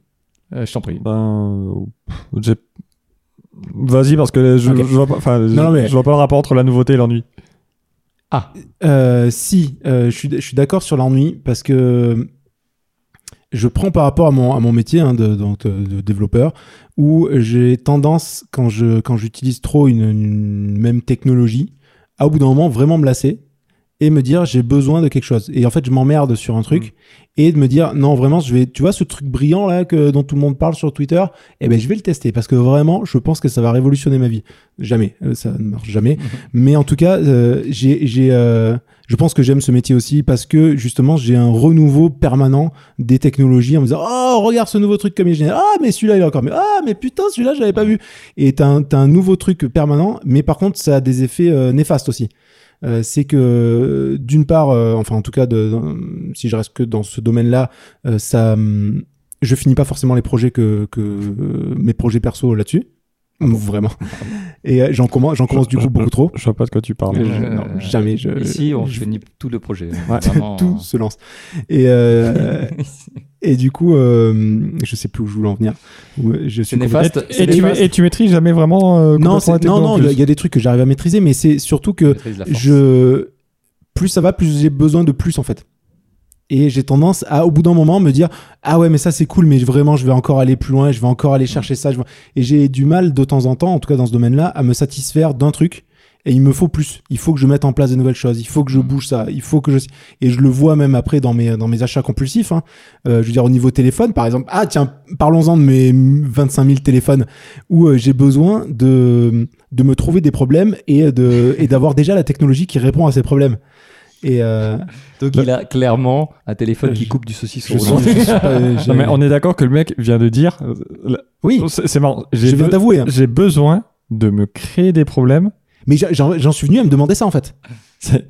Euh, je t'en prie.
Ben, euh, pff, j'ai- Vas-y, parce que je,
Ok.
je vois pas, enfin, je-
non, mais-
je vois pas le rapport entre la nouveauté et l'ennui.
Ah,
Euh, si, euh, je suis d- je suis d'accord sur l'ennui parce que je prends par rapport à mon, à mon métier hein, de, donc, euh, de développeur où j'ai tendance, quand je quand j'utilise trop une, une même technologie, à au bout d'un moment vraiment me lasser et me dire j'ai besoin de quelque chose. Et en fait, je m'emmerde sur un truc et de me dire non, vraiment, je vais, tu vois, ce truc brillant là que, dont tout le monde parle sur Twitter, eh ben, je vais le tester parce que vraiment, je pense que ça va révolutionner ma vie. Jamais, euh, ça ne marche jamais. Mais en tout cas, euh, j'ai, j'ai, euh, je pense que j'aime ce métier aussi parce que justement, j'ai un renouveau permanent des technologies en me disant oh regarde ce nouveau truc comme il est génial, ah mais celui-là il est encore mieux, ah mais putain celui-là j'avais pas vu. Et t'as un, t'as un nouveau truc permanent, mais par contre ça a des effets euh, néfastes aussi. Euh, c'est que euh, d'une part, euh, enfin en tout cas, de, dans- si je reste que dans ce domaine-là, euh, ça, hum, je finis pas forcément les projets que, que euh, mes projets perso là-dessus, vraiment. Et euh, j'en commence, j'en commence du coup beaucoup trop.
Je vois pas de quoi tu parles.
Euh,
Je- non, jamais. Je,
ici, on
je-
finit tout le projet.
Ouais.
Vraiment,
tout se lance. Et euh, et du coup, euh, je sais plus où je voulais en venir. Où, euh, Je suis
C'est
complètement-
néfaste.
Et, tu, et tu maîtrises jamais vraiment. euh,
Non,
complètement la
c'est- non,
techno, en
non,
plus.
il y a des trucs que j'arrive à maîtriser, mais c'est surtout que je plus ça va, plus j'ai besoin de plus en fait. Et j'ai tendance à, au bout d'un moment, me dire ah ouais mais ça c'est cool, mais vraiment je vais encore aller plus loin, je vais encore aller chercher ça. je vais- Et j'ai du mal de temps en temps, en tout cas dans ce domaine-là, à me satisfaire d'un truc. Et il me faut plus. Il faut que je mette en place de nouvelles choses. Il faut que je
Mm.
bouge ça. Il faut que je et je le vois même après dans mes dans mes achats compulsifs. hein. Euh, je veux dire au niveau téléphone par exemple. Ah tiens, parlons-en de mes 25 000 téléphones où euh, j'ai besoin de de me trouver des problèmes et de et d'avoir déjà la technologie qui répond à ces problèmes. Et euh,
Donc il a clairement un téléphone qui coupe du saucisson.
je suis- je suis pas- j'ai-
Non, mais on est d'accord que le mec vient de dire. euh, là-
oui,
C'est c'est marrant. J'ai
je viens
be-
d'avouer. hein.
j'ai besoin de me créer des problèmes.
Mais j'a- j'en j'en suis venu à me demander ça en fait.
C'est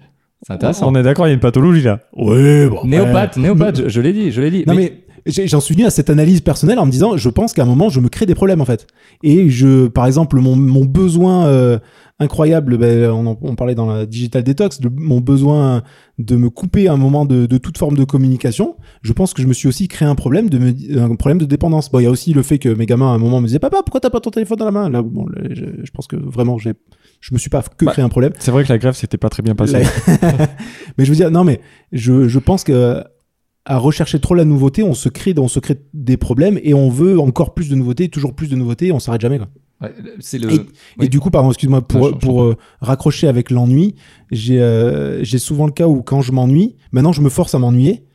C'est intéressant.
On est d'accord, il y a une pathologie là.
Oui,
Néopathe, néopathe. Je, je l'ai dit, je l'ai dit.
Non mais, j'ai- j'en suis venu à cette analyse personnelle en me disant, je pense qu'à un moment je me crée des problèmes en fait. Et je, par exemple, mon, mon besoin euh, incroyable, ben, on, en- on parlait dans la digital detox, de- mon besoin de me couper à un moment de, de toute forme de communication, je pense que je me suis aussi créé un problème de me- un problème de dépendance. Bon, il y a aussi le fait que mes gamins à un moment me disaient, papa, pourquoi t'as pas ton téléphone dans la main Là, bon, là, je, je pense que vraiment, j'ai, je me suis pas que
Bah,
créé un problème.
C'est vrai que la grève, c'était pas très bien passé.
La- mais je veux dire, non, mais je, je pense que à rechercher trop la nouveauté, on se crée, on se crée des problèmes et on veut encore plus de nouveautés, toujours plus de nouveautés, et on s'arrête jamais. Quoi.
Ouais, Ouais, c'est le.
Et
Oui.
du coup, pardon, excuse-moi, pour,
je- je
pour euh, raccrocher avec l'ennui, j'ai euh, j'ai souvent le cas où quand je m'ennuie, maintenant je me force à m'ennuyer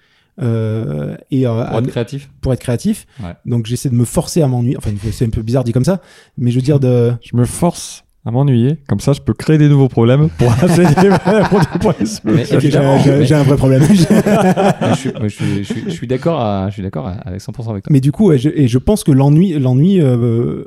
euh, et euh, à-
Pour être créatif.
créatif.
Ouais.
Donc j'essaie de me forcer à m'ennuyer. Enfin, c'est un peu bizarre dit comme ça, mais je veux dire de.
Je me force à m'ennuyer, comme ça je peux créer des nouveaux problèmes pour appeler des
Mais
Ok, j'ai
évidemment,
j'ai-
mais-
j'ai un vrai problème.
mais je suis- mais je suis- je suis- je suis d'accord à- je suis d'accord à- avec 100% avec toi.
mais du coup, ouais, je- et je pense que l'ennui, l'ennui euh,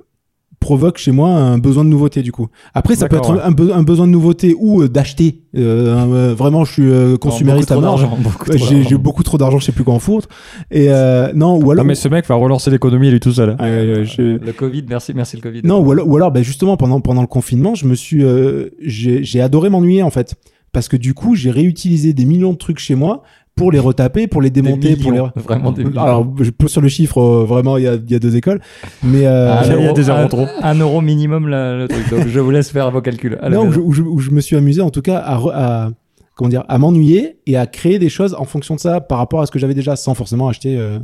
provoque chez moi un besoin de nouveauté. Du coup, après, ça peut être
D'accord,
un, be- un besoin de nouveauté ou euh, d'acheter. Euh, un- euh, vraiment, je suis euh, consumériste à
Beaucoup trop
mort.
d'argent, beaucoup
Ouais,
trop
J'ai
d'argent.
j'ai beaucoup trop d'argent, je sais plus quoi en foutre. Et euh, non, ou
Non
alors.
mais ce mec va relancer l'économie lui tout seul.
Euh, je-
Le Covid, merci, merci le Covid.
Non, ou alors, ou alors, ben, justement, pendant, pendant le confinement, je me suis, euh, j'ai j'ai adoré m'ennuyer en fait. Parce que du coup, j'ai réutilisé des millions de trucs chez moi pour les retaper, pour les
Des
démonter, pour les.
millions, Vraiment des millions.
Alors, je pose sur le chiffre, euh, vraiment, il y a, il y a deux écoles. Mais. euh,
Un
il y a
euro-
des
un,
euros trop.
un euro minimum là, le truc. Donc je vous laisse faire vos calculs. À la
non, où
maison.
je, où je- où je me suis amusé en tout cas à, re- à- comment dire, à m'ennuyer et à créer des choses en fonction de ça par rapport à ce que j'avais déjà sans forcément acheter euh,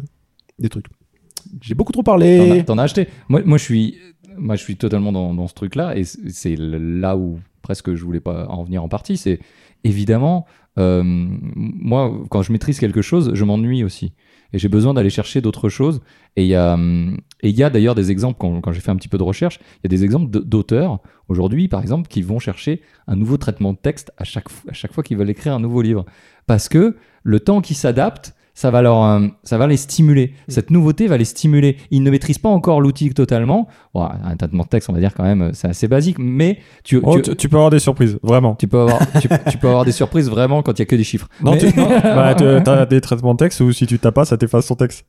des trucs. J'ai beaucoup trop
T'en
parlé.
as- T'en as acheté. Moi, moi, je suis, moi, je suis totalement dans, dans ce truc-là, et c'est c'est là où presque je voulais pas en venir en partie. C'est évidemment, euh, moi, quand je maîtrise quelque chose, je m'ennuie aussi, et j'ai besoin d'aller chercher d'autres choses. Et il y a, hum, et il y a d'ailleurs des exemples quand, quand j'ai fait un petit peu de recherche, il y a des exemples de- d'auteurs aujourd'hui, par exemple, qui vont chercher un nouveau traitement de texte à chaque fo- à chaque fois qu'ils veulent écrire un nouveau livre, parce que le temps qu'ils s'adaptent, ça va leur, euh, ça va les stimuler. Cette nouveauté va les stimuler. Ils ne maîtrisent pas encore l'outil totalement. Bon, un traitement de texte, on va dire quand même, euh, c'est assez basique, mais tu,
Oh,
tu-
tu, tu peux avoir des surprises, vraiment.
tu peux avoir, tu, tu peux avoir des surprises vraiment quand il y a que des chiffres.
Non,
Mais-
tu non, bah, tu- t'as des traitements de texte où si tu tapes pas, ça t'efface ton texte.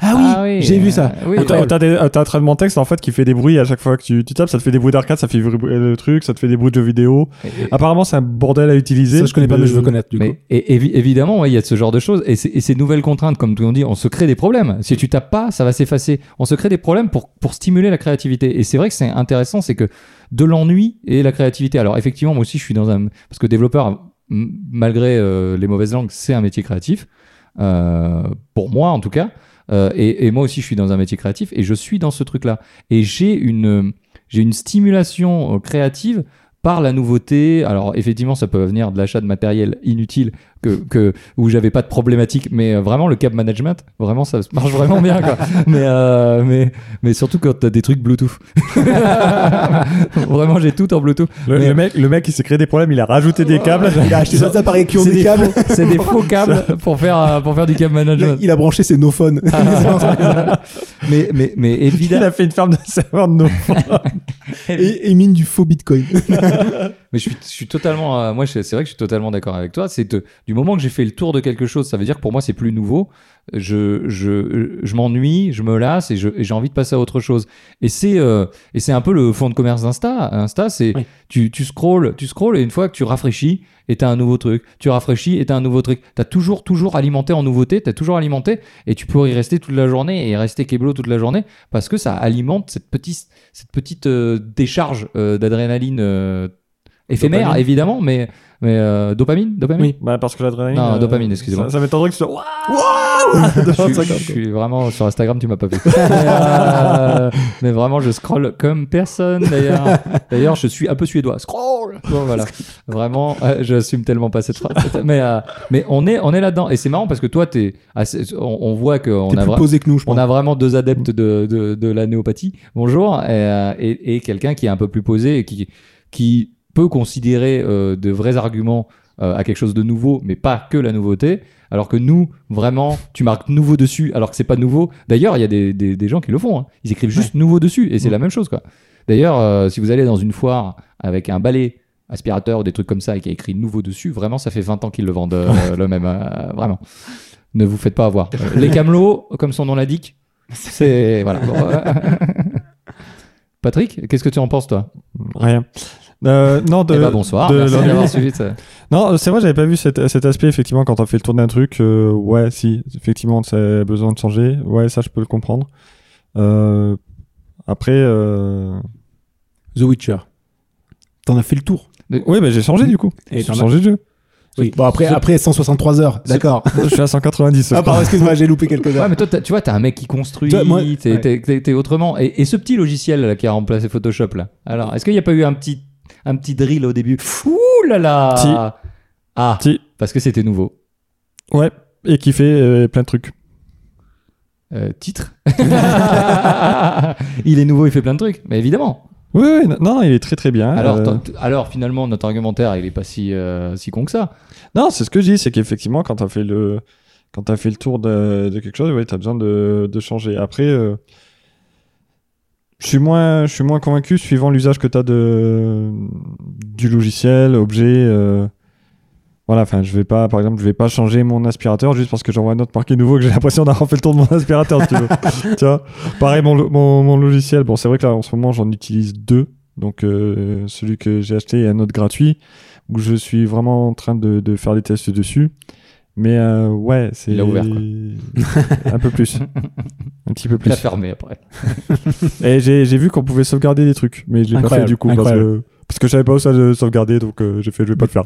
Ah oui, j'ai vu ça.
euh, oui,
Ou T'as
Incroyable.
t'as des- t'as un traitement de texte en fait qui fait des bruits à chaque fois que tu, tu tapes, ça te fait des bruits d'arcade, ça fait vibrer le truc, ça te fait des bruits de jeux vidéo.
et-
Apparemment c'est un bordel à utiliser.
Ça, je connais pas, mais je veux connaître du
mais-
coup.
et- évi- évidemment, ouais, il y a ce genre de choses. Et, c'est- et ces nouvelles contraintes, comme on dit, on se crée des problèmes. Si tu tapes pas, ça va s'effacer. On se crée des problèmes pour, pour stimuler la créativité. Et c'est vrai que c'est intéressant, c'est que de l'ennui et la créativité. Alors effectivement, moi aussi, je suis dans un... Parce que développeur, m- malgré euh, les mauvaises langues, c'est un métier créatif. Euh, pour moi, en tout cas. Euh, et, et moi aussi, je suis dans un métier créatif et je suis dans ce truc-là. Et j'ai une, j'ai une stimulation euh, créative par la nouveauté. Alors, effectivement, ça peut venir de l'achat de matériel inutile que, que, où j'avais pas de problématique, mais euh, vraiment, le cap management, vraiment, ça marche vraiment bien. Quoi. Mais, euh, mais, mais surtout quand t'as des trucs Bluetooth. vraiment, j'ai tout en Bluetooth.
Le,
Mais-
le mec, le mec, il s'est créé des problèmes, il a rajouté
Oh,
des câbles.
Il a acheté
ça-
des appareils qui ont
c'est
des
des
câbles.
C'est des faux câbles pour faire, euh, pour faire du cap
Il a-
management.
Il a branché ses nophones.
mais, mais, mais
Il
évidemment.
a fait une ferme de serveur de nos.
et, et mine du faux bitcoin.
Mais je suis, je suis totalement, euh, moi, je- c'est vrai que je suis totalement d'accord avec toi. C'est de- du moment que j'ai fait le tour de quelque chose, ça veut dire que pour moi, c'est plus nouveau. Je, je, je m'ennuie, je me lasse et je- et j'ai envie de passer à autre chose. Et c'est, euh, et c'est un peu le fond de commerce d'Insta. Insta, c'est
Oui.
tu, tu scrolls, tu scrolls et une fois que tu rafraîchis, et t'as un nouveau truc. Tu rafraîchis et t'as un nouveau truc. T'as toujours, toujours alimenté en nouveauté. T'as toujours alimenté et tu pourrais y rester toute la journée et rester keblo toute la journée parce que ça alimente cette petite, cette petite euh, décharge euh, d'adrénaline euh, éphémère,
Dopamine.
évidemment, mais, mais euh, dopamine, dopamine.
Bah, parce que l'adrénaline.
Non, dopamine, excusez-moi.
Ça, ça m'étonnerait que tu sois. Waouh
Je suis, je suis vraiment sur Instagram, tu m'as pas vu. mais, euh, mais vraiment, je scroll comme personne d'ailleurs. D'ailleurs, je suis un peu suédois. Scroll. Bon, voilà. Vraiment, euh, j'assume tellement pas cette phrase. Mais euh, mais on est on est là-dedans et c'est marrant parce que toi t'es assez- on, on voit que on
T'es
a
plus
vra-
posé que nous, je pense.
on a vraiment deux adeptes de, de, de la néopathie. Bonjour. Et, euh, et, et quelqu'un qui est un peu plus posé et qui, qui peut considérer euh, de vrais arguments euh, à quelque chose de nouveau, mais pas que la nouveauté. Alors que nous, vraiment, tu marques nouveau dessus alors que c'est pas nouveau. D'ailleurs, il y a des, des, des gens qui le font. hein. Ils écrivent juste nouveau dessus et c'est
Ouais. Mm.
la même chose. quoi. D'ailleurs, euh, si vous allez dans une foire avec un balai, aspirateur ou des trucs comme ça et qui a écrit nouveau dessus, vraiment, ça fait 20 ans qu'ils le vendent euh, le même. euh, vraiment. Ne vous faites pas avoir. Euh, Les camelots, comme son nom l'indique, c'est. Voilà. Bon, euh, Patrick, qu'est-ce que tu en penses, toi
Rien. Euh, non, de.
Eh ben, bonsoir.
de
Merci
l'organisme.
d'avoir suivi. ça.
Non, c'est vrai, j'avais pas vu cet, cet aspect, effectivement, quand on fait le tour d'un truc, euh, ouais, si, effectivement, ça a besoin de changer, ouais, ça, je peux le comprendre. Euh, après, euh...
The Witcher. T'en as fait le tour.
ouais, bah, j'ai changé, du coup.
Et
J'ai
t'en as-
changé de jeu.
Oui. Bon, après,
Ce-
après 163 heures, d'accord.
Je suis à 190.
Ah, pardon, excuse-moi, j'ai loupé quelques
Ouais,
heures.
mais toi, t'as- tu vois, t'as un mec qui construit,
Toi, moi-
t'es
ouais.
t'es- t'es- t'es autrement. Et, et ce petit logiciel là, qui a remplacé Photoshop, là. Alors, est-ce qu'il n'y a pas eu un petit, un petit drill au début Ouh là là
Si.
Ah,
Si.
parce que c'était nouveau.
Ouais, et qui fait euh, plein de trucs.
Euh, titre Il est nouveau, il fait plein de trucs. Mais évidemment.
Oui, oui, non, non, il est très très bien.
Alors,
Euh,
t'en- t- alors finalement, notre argumentaire, il est pas si, euh, si con que ça.
non, c'est ce que je dis, c'est qu'effectivement, quand t'as fait le, quand t'as fait le tour de, de quelque chose, ouais, t'as besoin de, de changer. Après, euh, je suis moins, je suis moins convaincu suivant l'usage que t'as de du logiciel, objet. euh, voilà, enfin, je vais pas, par exemple, je vais pas changer mon aspirateur juste parce que j'en vois un autre marqué nouveau que j'ai l'impression d'avoir fait le tour de mon aspirateur, si tu veux. Tu vois Pareil, mon, lo- mon, mon logiciel, bon, c'est vrai que là, en ce moment, j'en utilise deux. Donc, euh, celui que j'ai acheté et un autre gratuit, où je suis vraiment en train de, de faire des tests dessus. Mais euh, ouais, c'est.
Il a ouvert,
Un peu plus. Un petit peu
Il a
plus.
fermé après.
Et j'ai j'ai vu qu'on pouvait sauvegarder des trucs, mais je l'ai pas fait
Incroyable,
du coup. Parce
incroyable.
que, parce que je savais pas où ça de sauvegarder, donc euh, j'ai fait, je vais pas le faire.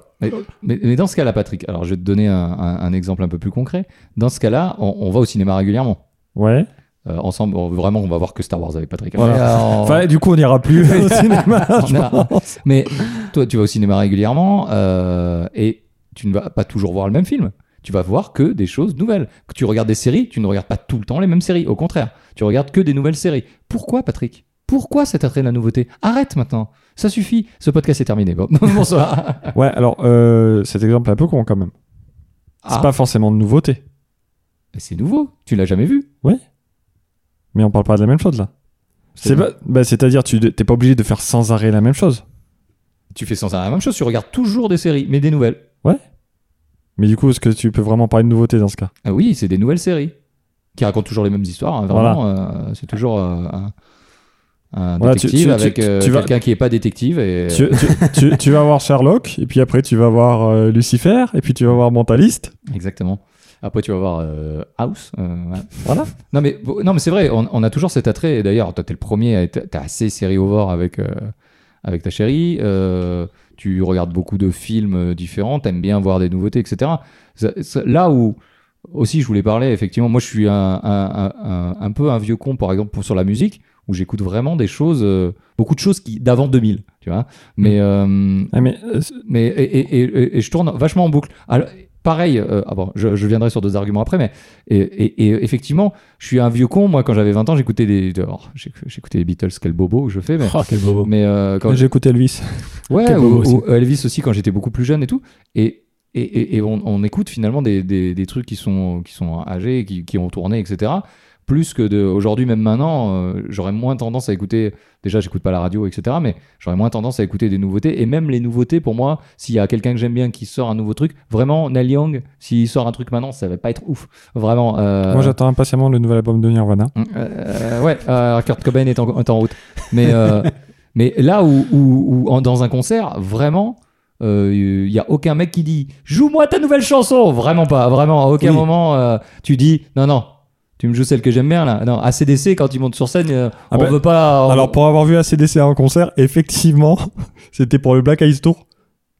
Mais, mais dans ce cas-là, Patrick, alors je vais te donner un, un- un exemple un peu plus concret. Dans ce cas-là, on- on va au cinéma régulièrement.
Ouais.
Euh, ensemble, on- vraiment, on va voir que Star Wars avec Patrick.
Voilà.
Mais, euh, on-
Enfin, du coup, on ira plus au cinéma. je
Non.
pense.
mais toi, tu vas au cinéma régulièrement euh, et tu ne vas pas toujours voir le même film. Tu vas voir que des choses nouvelles. Que tu regardes des séries, tu ne regardes pas tout le temps les mêmes séries. Au contraire, tu regardes que des nouvelles séries. Pourquoi, Patrick Pourquoi cet attrait de la nouveauté Arrête maintenant. Ça suffit. Ce podcast est terminé. Bon, bonsoir.
Ouais, alors euh, cet exemple est un peu con quand même.
Ah.
C'est pas forcément de nouveauté,
Mais C'est nouveau. Tu l'as jamais vu.
mais on parle pas de la même chose là. C'est pas, bah, c'est-à-dire tu de- t'es pas obligé de faire sans arrêt la même chose.
Tu fais sans arrêt la même chose. Tu regardes toujours des séries, mais des nouvelles.
Mais du coup, est-ce que tu peux vraiment parler de nouveauté dans ce cas
Ah oui, c'est des nouvelles séries qui racontent toujours les mêmes histoires. hein, vraiment, euh, c'est toujours euh, un, un
Voilà, tu-
détective
tu- tu-
avec euh,
tu vas-
quelqu'un qui est pas détective et euh,
tu, tu- tu- tu vas voir Sherlock, et puis après tu vas voir euh, Lucifer, et puis tu vas voir Mentaliste.
exactement. Après, tu vas voir euh, House. euh, voilà.
Voilà.
Non mais bon, non mais c'est vrai. On, on a toujours cet attrait. Et d'ailleurs, toi, t'es le premier. à être- T'as assez série over avec euh, avec ta chérie. euh, tu regardes beaucoup de films euh, différents. T'aimes bien voir des nouveautés, etc. Ça- ça- là où aussi je voulais parler, effectivement, moi je suis un, un- un- un- un peu un vieux con, par exemple, pour, sur la musique, où j'écoute vraiment des choses, euh, beaucoup de choses qui d'avant 2000, tu vois. Mais, euh,
Ah, mais euh, c'est-
mais et, et- et- et je tourne vachement en boucle. Alors, pareil, euh, ah bon, je, je viendrai sur deux arguments après, mais et, et- et effectivement, je suis un vieux con. Moi, quand j'avais 20 ans, j'écoutais des, de- oh, j'ai- j'écoutais les Beatles, quel bobo que je fais, mais.
Oh, quel bobo.
Mais euh, quand,
j'ai écouté Elvis.
Ouais,
Quel
ou,
bobo
ou Elvis aussi quand j'étais beaucoup plus jeune et tout. Et, et, et, et on, on écoute finalement des, des, des trucs qui sont, qui sont âgés, qui, qui ont tourné, etc. Plus que de aujourd'hui, même maintenant, euh, j'aurais moins tendance à écouter. Déjà, j'écoute pas la radio, etc. Mais j'aurais moins tendance à écouter des nouveautés. Et même les nouveautés, pour moi, s'il y a quelqu'un que j'aime bien qui sort un nouveau truc, vraiment, Neil Young, s'il sort un truc maintenant, ça va pas être ouf. Vraiment. euh,
Moi j'attends impatiemment le nouvel album de Nirvana.
euh, ouais, euh, Kurt Cobain est en, est en route. Mais, euh, mais là où, où- où en- dans un concert, vraiment, il n'y a aucun mec qui dit Joue-moi ta nouvelle chanson Vraiment pas, vraiment, à aucun
Oui.
moment euh, tu dis Non, non, tu me joues celle que j'aime bien là. Non, ACDC, quand ils montent sur scène, euh,
Ah
on
bah,
veut pas. on-
Alors pour avoir vu ACDC en concert, effectivement, c'était pour le Black Eyes Tour.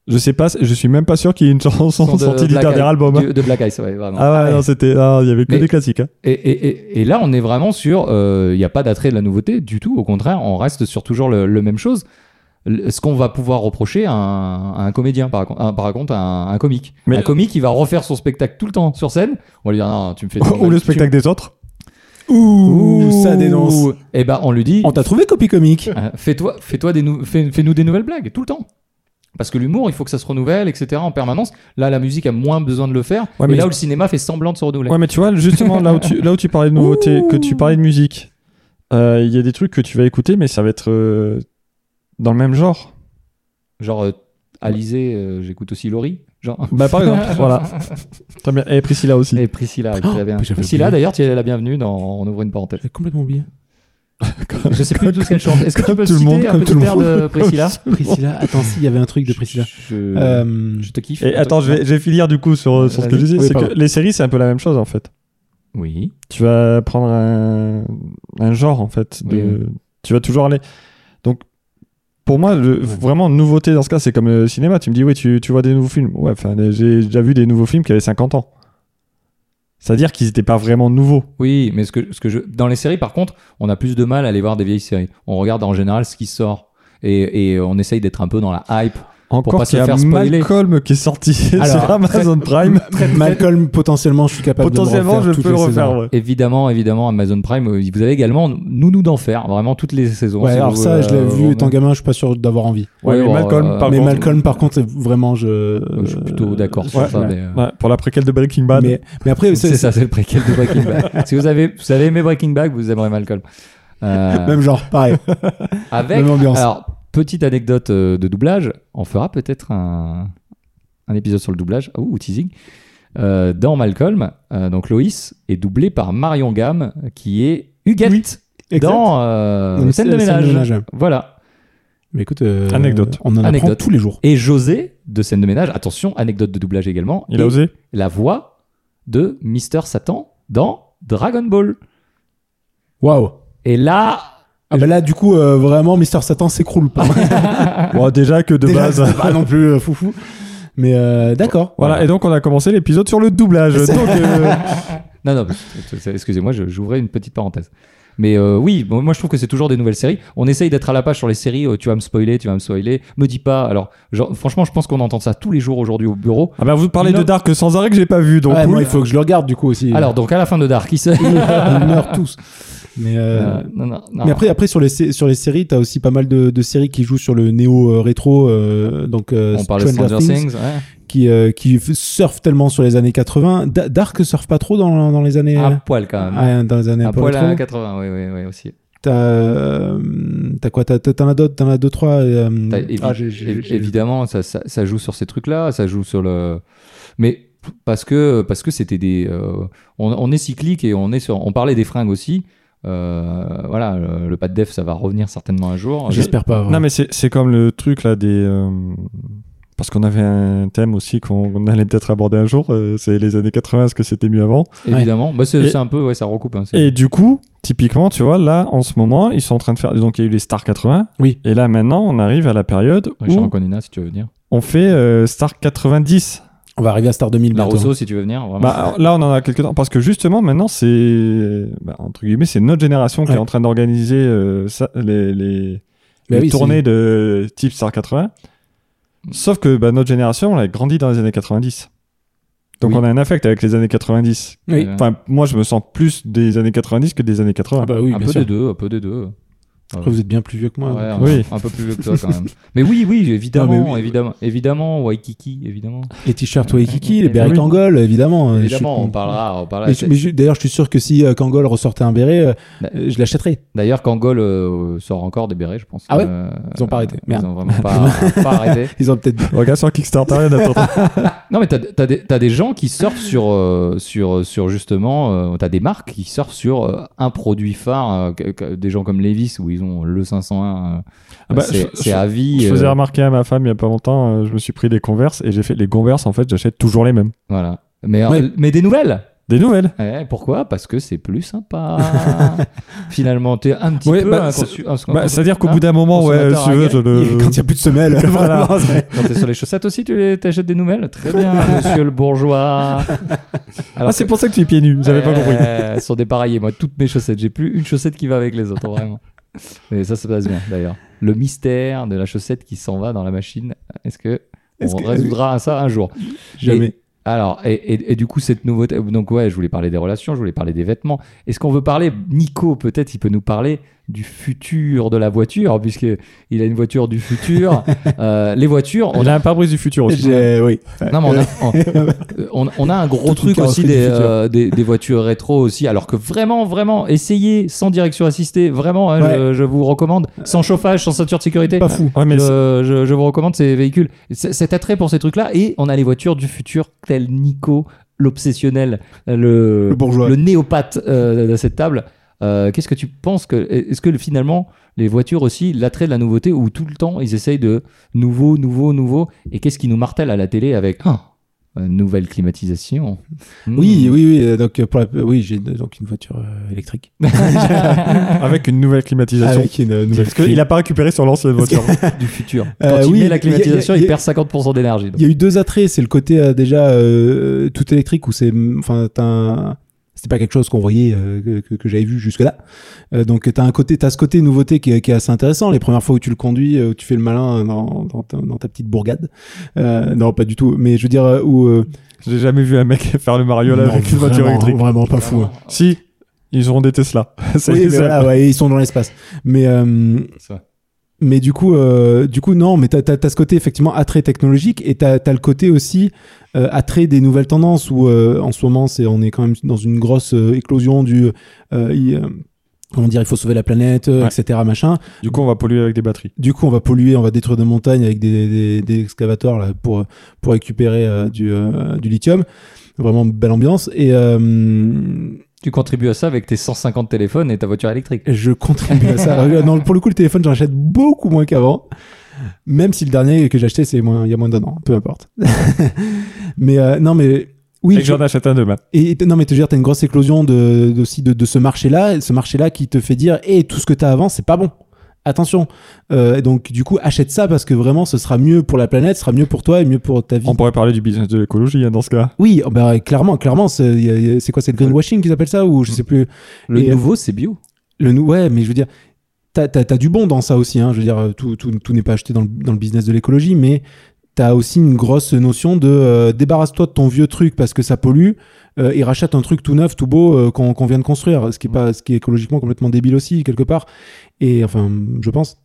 Je sais pas, je suis même pas sûr qu'il y ait une chanson
de
sortie du
Black
dernier
Eyes-
album.
du- de Black Eyes, ouais, vraiment.
Ah ouais, non, c'était, ah, il y avait que
Mais-
des classiques. hein.
Et, et- et- et là, on est vraiment sur. Il n'y a pas d'attrait de la nouveauté du tout. Au contraire, on reste sur toujours le, le même chose. Le- ce qu'on va pouvoir reprocher à un, à un comédien, par, contre- à- par contre, à un, un comique.
Mais-
Un comique, il va refaire son spectacle tout le temps sur scène. On va lui dire Non, tu me fais.
Ou le spectacle des autres.
Ouh, ça dénonce.
Et ben, on lui dit
On t'a trouvé copie comique.
euh, Fais-toi, fais-toi des nou- fais, nous des nouvelles blagues tout le temps. Parce que l'humour, il faut que ça se renouvelle, etc. en permanence. Là, la musique a moins besoin de le faire. mais
Ouais, mais-
là où le cinéma fait semblant de se renouveler.
Ouais, mais tu vois, justement, là où tu, là où tu parlais de nouveautés, que tu parlais de musique, euh, il y a des trucs que tu vas écouter, mais ça va être euh, dans le même genre.
Genre, euh, Alizé, euh, j'écoute aussi Laurie. Genre.
Bah, par exemple, voilà. Très bien. Et Priscilla aussi.
Et Priscilla, oui,
Oh,
très bien.
j'avais
Priscilla,
oublié.
d'ailleurs, tu es la bienvenue dans On ouvre une parenthèse.
J'ai complètement oublié.
Je sais plus tout ce qu'elle chante. Est-ce que tu
Comme
peux
tout le
citer
monde,
un
comme
petit
tout le
air de Priscilla
Priscilla, attends, si, il y avait un truc de Priscilla.
Je,
Euh,
je te kiffe.
Et attends, je vais, je vais finir du coup sur, sur ce que
Vas-y.
je disais.
Oui,
c'est que
pardon.
les séries, c'est un peu la même chose en fait.
Oui.
tu vas prendre un, un genre en fait de-
Oui.
tu vas toujours aller donc pour moi, le- vraiment, nouveauté dans ce cas, c'est comme le cinéma. Tu me dis, oui, tu, tu vois des nouveaux films. Ouais, enfin, j'ai déjà vu des nouveaux films qui avaient 50 ans. C'est-à-dire qu'ils n'étaient pas vraiment nouveaux.
Oui, mais ce que, ce que je... dans les séries, par contre, on a plus de mal à aller voir des vieilles séries. On regarde en général ce qui sort. Et, et on essaye d'être un peu dans la hype.
Encore
pas
qu'il
se
y a
faire spoiler.
Malcolm qui est sorti sur
Alors,
Amazon Prime.
Malcolm, potentiellement, je suis capable de
Potentiellement, je
le refaire toutes
peux le
les
refaire.
saisons.
ouais.
Évidemment, évidemment, Amazon Prime, euh, vous avez également Nounou d'enfer, vraiment toutes les saisons.
Ouais,
si
alors
vous,
ça, je l'ai
euh,
vu
vous-
étant gamin, je suis pas sûr d'avoir envie.
Ouais, mais
bon,
Malcolm,
euh,
par
mais
contre-
Malcolm, par contre, c'est vraiment, je.
euh, je suis plutôt d'accord sur
ouais,
ça. mais, euh,
Ouais, pour la préquelle de Breaking Bad.
Mais, mais après,
c'est ça, c'est le préquel de Breaking Bad. si vous avez, vous avez aimé Breaking Bad, vous aimerez Malcolm. Euh,
Même genre, pareil.
avec,
même ambiance.
alors, petite anecdote euh, de doublage, on fera peut-être un, un épisode sur le doublage, ou teasing. Euh, dans Malcolm, euh, donc Loïs est doublé par Marion Gamme, qui est Huguette
Exact.
dans euh,
Dans
scène de
Scène de
ménage.
ménage.
Voilà.
Mais écoute, euh,
Anecdote.
On en apprend
Anecdote.
tous les jours.
Et José de scène de ménage, attention, anecdote de doublage également,
Il a
est
osé.
la voix de Mister Satan dans Dragon Ball.
Waouh.
Et là,
Ah bah là, du coup, euh, vraiment, Mister Satan s'écroule pas.
Ah,
Ouais, déjà que de
Déjà,
base.
c'est pas non plus euh, foufou. Mais euh, d'accord.
Voilà, et donc on a commencé l'épisode sur le doublage.
C'est-
Donc, euh,
Non, non, c'est- c'est- excusez-moi, je- j'ouvrais une petite parenthèse. Mais euh, oui, bon, moi je trouve que c'est toujours des nouvelles séries. On essaye d'être à la page sur les séries. euh, tu vas me spoiler, tu vas me spoiler. Me dis pas. Alors, genre, franchement, je pense qu'on entend ça tous les jours aujourd'hui au bureau.
Ah bah vous parlez
Non.
de Dark sans arrêt que j'ai pas vu, donc
Ouais,
cool.
moi, il faut que je le regarde, du coup, aussi.
Alors, donc à la fin de Dark, il se.
ils meurent tous. Mais, euh,
Euh, non, non, non.
mais après, après sur, les, sé- sur les séries, t'as aussi pas mal de, de séries qui jouent sur le néo-rétro. donc, euh,
on parle de
Stranger
Stranger
Things,
Things. ouais.
Qui, euh, qui f- surfent tellement sur les années 80. Da- Dark surfe pas trop dans, dans les années.
À poil quand même.
euh, Ouais, dans les années un
À
peu
bah, poil
rétro.
à 80, oui, oui, oui aussi.
T'as euh, t'as quoi T'as t'as- t'en as d'autres T'en as deux trois euh,
T'as évi-
ah, j'ai- j'ai-
évi-
j'ai-
évidemment, ça, ça- ça joue sur ces trucs-là, ça joue sur le. Mais parce que parce que c'était des. euh, on, on est cyclique et on est sur. On parlait des fringues aussi. Euh, voilà, le, le pas de def, ça va revenir certainement un jour. euh,
J'espère pas. hein. ouais.
Non mais c'est c'est comme le truc là des euh, parce qu'on avait un thème aussi qu'on qu'on allait peut-être aborder un jour, euh, c'est les années 80, ce que c'était mieux avant.
Évidemment, Bah, c'est
Et-
c'est un peu, ouais, ça recoupe. hein, c'est-
Et du coup, typiquement, tu vois, là en ce moment, ils sont en train de faire donc il y a eu les Star 80.
Oui.
Et là maintenant, on arrive à la période
Richard
où
Anconina, si tu veux venir.
on fait euh, Star 90.
On va arriver à Star 2000
La
bientôt.
Rousseau, si tu veux venir.
Ah
Vraiment.
Bah, là, on en a quelques temps. Parce que justement, maintenant, c'est. bah, entre guillemets, c'est notre génération qui
Ouais.
est en train d'organiser euh, ça- les, les,
Bah
les
oui,
tournées de type Star 80. Sauf que bah, notre génération, on a grandi dans les années 90. Donc
Oui.
on a un affect avec les années 90.
Oui.
Euh,
Enfin, moi, je me sens plus des années 90 que des années 80.
Ah bah oui,
un
bien
peu
sûr.
des deux, un peu des deux.
Après, vous êtes bien plus vieux que moi.
Ouais,
donc,
un,
euh,
Oui.
un peu plus vieux que toi quand même. mais oui, oui, évidemment,
Non, mais oui.
évidemment, évidemment, Waikiki, évidemment.
Les t-shirts Waikiki, les
Oui.
bérets Kangol, évidemment. euh,
évidemment,
je suis-
on parlera, on parlera.
Mais je- mais je- D'ailleurs, je suis sûr que si euh, Kangol ressortait un béret, euh,
Bah.
euh, je l'achèterais.
D'ailleurs, Kangol euh, sort encore des bérets, je pense.
Ah ouais
Euh,
Ils ont pas arrêté.
Ils
Merde.
ont vraiment pas, pas arrêté.
Ils ont peut-être.
Regarde sur Kickstarter, il y en a pas trop.
Non, mais t'as as des, t'as des gens qui surfent sur, euh, sur, sur justement, euh, t'as des marques qui surfent sur euh, un produit phare, euh, que- que- des gens comme Levis où ils ont le 501. euh,
Ah bah,
c'est
je-
c'est à vie.
Je
euh,
faisais remarquer à ma femme il y a pas longtemps, euh, je me suis pris des Converse et j'ai fait les Converse, en fait, j'achète toujours les mêmes.
voilà. Mais, euh,
Ouais.
mais des nouvelles
Des nouvelles.
Eh, Pourquoi Parce que c'est plus sympa. Finalement, t'es un petit
Ouais,
peu.
bah,
un
c'est-
consu- un-
Bah, C'est-à-dire qu'au
Ah,
bout d'un moment, ouais,
consommateur
si tu veux, je le-
Quand il n'y a plus de semelles,
Voilà.
vraiment, c'est-
Quand t'es sur les chaussettes aussi, tu les- t'achètes des nouvelles Très bien, monsieur le bourgeois. Alors
ah, c'est pour ça que tu es pieds nus, vous avez pas compris.
Euh, Elles sont dépareillées, moi, toutes mes chaussettes. J'ai plus une chaussette qui va avec les autres, vraiment. Mais ça, ça passe bien, d'ailleurs. Le mystère de la chaussette qui s'en va dans la machine. Est-ce que
Est-ce
on
que-
résoudra ça un jour
Jamais.
Alors, et, et- et du coup, cette nouveauté. Donc, ouais, je voulais parler des relations, je voulais parler des vêtements. Est-ce qu'on veut parler Nico, peut-être, il peut nous parler du futur de la voiture, puisque il a une voiture du futur. Euh, les voitures, on
On a un pare-brise du futur aussi.
J'ai- Oui.
non, mais on a, Euh, on, on- on a un gros
Toute une
truc aussi
carrosserie
des,
du futur.
euh, des, des voitures rétro aussi, alors que vraiment, vraiment, essayez sans direction assistée, vraiment, hein, je, je vous recommande, sans chauffage, sans ceinture de sécurité.
Pas fou.
Ouais, mais c'est-
Je, je- je vous recommande ces véhicules. C- Cet attrait pour ces trucs-là, et on a les voitures du futur, tel Nico, l'obsessionnel, le,
Le bourgeois.
le néopathe euh, de cette table. Euh, Qu'est-ce que tu penses que Est-ce que finalement les voitures aussi l'attrait de la nouveauté où tout le temps ils essayent de nouveau, nouveau, nouveau Et qu'est-ce qui nous martèle à la télé avec Ah, euh, nouvelle climatisation. Hmm.
Hmm.
Oui, oui, oui. euh, Donc, euh, pour la... oui, j'ai euh, donc une voiture euh, électrique.
Avec une nouvelle climatisation.
Avec une euh, nouvelle.
Parce qu'il n'a pas récupéré sur l'ancienne voiture.
Ah, du futur. Quand
Euh,
il
oui,
met la
il y a- il y a-
climatisation,
il y
il
a-
perd 50% d'énergie. donc.
Il y a eu deux attraits. C'est le côté euh, déjà euh, tout électrique où c'est, mm, enfin, t'as un- c'était pas quelque chose qu'on voyait, euh, que- que, que j'avais vu jusque-là. Euh, donc t'as un côté, t'as ce côté nouveauté qui, est- qui est assez intéressant. Les premières fois où tu le conduis, euh, où tu fais le malin dans, dans ta, dans ta petite bourgade. Euh, non, pas du tout. Mais je veux dire euh, où. euh,
J'ai jamais vu un mec faire le mariola
non,
avec une voiture
vraiment,
électrique.
Vraiment pas fou. hein.
Si, ils auront des Tesla. C'est-
Oui, mais
c'est-
voilà, ouais, ils sont dans l'espace. Mais euh,
C'est vrai.
Mais du coup, euh, du coup, non, mais t'as as, ce côté effectivement attrait technologique et t'as as le côté aussi euh, attrait des nouvelles tendances où euh, en ce moment, c'est on est quand même dans une grosse euh, éclosion du, euh, il, euh, comment dire, il faut sauver la planète, euh,
Ouais.
etc. Machin.
Du coup, on va polluer avec des batteries.
Du coup, on va polluer, on va détruire des montagnes avec des, des, des excavateurs là, pour, pour récupérer euh, du, euh, du lithium. Vraiment belle ambiance. Et euh,
Tu contribues à ça avec tes 150 téléphones et ta voiture électrique.
Je contribue à ça. Euh, non, pour le coup, le téléphone, j'en achète beaucoup moins qu'avant. Même si le dernier que j'ai acheté, c'est moins, il y a moins d'un an. Peu importe. mais euh, non, mais oui.
Et que
je-
j'en achète un demain.
et, et- non, mais te dire, t'as une grosse éclosion de, de- aussi de, de ce marché-là, ce marché-là qui te fait dire, et tout ce que t'as avant, c'est pas bon. Attention. Euh, et donc, du coup, achète ça parce que vraiment, ce sera mieux pour la planète, ce sera mieux pour toi et mieux pour ta vie.
On pourrait parler du business de l'écologie hein, dans ce cas.
Oui, oh, bah, clairement, clairement, c'est il y a- il y a- c'est quoi, c'est le greenwashing qu'ils appellent ça ou je sais plus.
Le
Et- euh,
nouveau, c'est bio.
Le nou- ouais, mais je veux dire, t'as as, du bon dans ça aussi. hein. Je veux dire, euh, tout, tout, tout n'est pas acheté dans le, dans le business de l'écologie, mais t'as aussi une grosse notion de euh, débarrasse-toi de ton vieux truc parce que ça pollue euh, et rachète un truc tout neuf, tout beau euh, qu'on qu'on vient de construire, ce qui est pas, ce qui est écologiquement complètement débile aussi quelque part. Et enfin, je pense.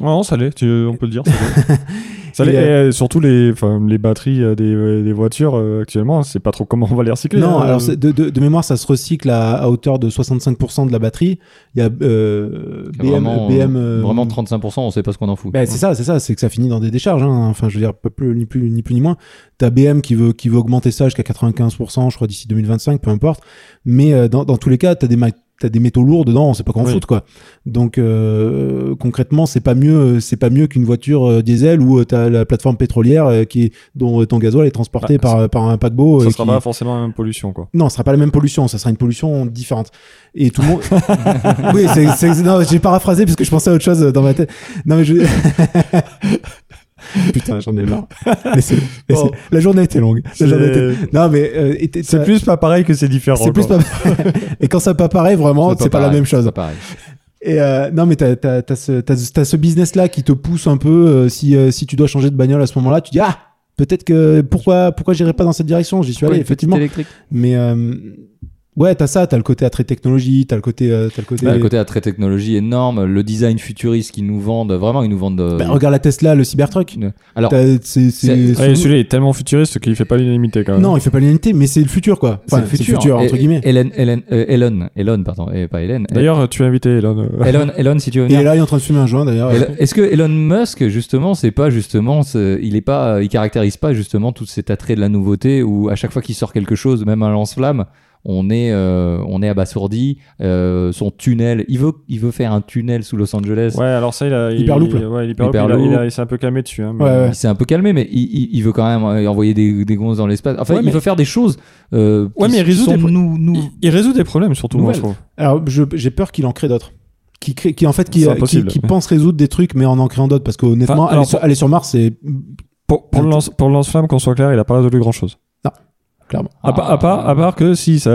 Ouais, non, ça l'est, tu- on peut le dire. Ça l'est. Ça
Et,
l'est, et, euh, surtout les, enfin, les batteries euh, des, euh, des voitures euh, actuellement, c'est pas trop comment on va les recycler.
Non,
hein.
euh,
alors c'est- de, de- de mémoire, ça se recycle à, à hauteur de 65% de la batterie. Il y a euh, BM,
Vraiment,
BM, euh,
Vraiment 35%, on sait pas ce qu'on en fout.
Ben, c'est ça, c'est ça, c'est que ça finit dans des décharges. hein. Enfin, je veux dire, pas plus, ni plus ni plus ni moins. T'as BM qui veut qui veut augmenter ça jusqu'à 95%, je crois d'ici 2025, peu importe. Mais euh, dans, dans tous les cas, t'as des ma- t'as des métaux lourds dedans, on sait pas qu'on
Oui.
fout quoi. Donc euh, concrètement, c'est pas mieux, euh, c'est pas mieux qu'une voiture euh, diesel où euh, t'as la plateforme pétrolière euh, qui dont euh, ton gasoil est transporté
Ah,
par euh, par un paquebot.
ça
euh,
sera
qui-
pas forcément la même pollution, quoi.
non, ce sera pas la même pollution, ça sera une pollution différente. Et tout le monde. oui, c'est, c'est- non, j'ai paraphrasé parce que je pensais à autre chose dans ma tête. Non, mais je. Putain, j'en ai marre. Laissez- laissez-
Bon.
La journée était longue. La
C'est
journée était- Non, mais. euh, et- et-
c'est
ça-
plus pas pareil que c'est différent.
C'est plus
quoi.
pas. et quand ça pas pareil, vraiment, c'est pas, la
pareil,
même chose.
c'est pas pareil.
Et euh, non, mais t'as, t'as, t'as ce, t'as ce- t'as ce business-là qui te pousse un peu. euh, si, euh, si tu dois changer de bagnole à ce moment-là, tu dis Ah Peut-être que. Pourquoi, pourquoi j'irai pas dans cette direction J'y suis allé,
Une petite
effectivement.
électrique.
Mais euh, ouais, t'as ça, t'as le côté attrait technologie, t'as le côté, euh, t'as le côté.
Bah, le côté attrait technologie énorme, le design futuriste qu'ils nous vendent, vraiment, ils nous vendent. euh,
Bah, regarde la Tesla, le Cybertruck.
une- Alors,
T'as- C'est, c'est-
C'est-
Ouais, celui-là est tellement futuriste qu'il fait pas l'unanimité quand même.
Non, il fait pas l'unanimité, mais c'est le futur quoi.
c'est
Enfin,
le futur.
entre
Et-
guillemets.
Hélène, Hélène, euh, Elon, Elon, pardon, et pas Hélène.
D'ailleurs, tu as invité Elon. euh,
Elon, Elon, si tu veux
Et,
venir.
là, il est en train de fumer un joint d'ailleurs.
Elon- Est-ce que Elon Musk, justement, c'est pas justement, ce- il est pas, il caractérise pas justement tout cet attrait de la nouveauté où à chaque fois qu'il sort quelque chose, même un lance-flamme, on est, euh, on est abasourdi. euh, son tunnel, il veut, il veut faire un tunnel sous Los Angeles.
Ouais, alors ça, il a. il-
Hyperloop, là.
Ouais, l'Hyperloop, il, a-
Hyperloop.
il a- il s'est un peu calmé dessus. hein, mais-
Ouais, ouais.
Il s'est un peu calmé, mais il, il- il veut quand même euh, envoyer des, des gonzes dans l'espace. Enfin,
Ouais,
il
mais-
veut faire des choses. Euh,
Ouais,
qui
mais il résout
sont
des pro-
nous, nous-
Il, il résout des problèmes surtout, Mm. moi, je trouve.
Alors, je- j'ai peur qu'il en crée d'autres. Qui, crée, qui en fait qui,
C'est
euh, qui,
impossible.
qui pense résoudre des trucs mais en en créant d'autres parce qu'honnêtement
Enfin, alors,
aller, sur, aller sur Mars c'est
Pour, pour le lance- pour le lance-flamme, qu'on soit clair, il a pas résolu grand-chose.
clairement
À, part- à, part,
Ah.
à part que si, ça.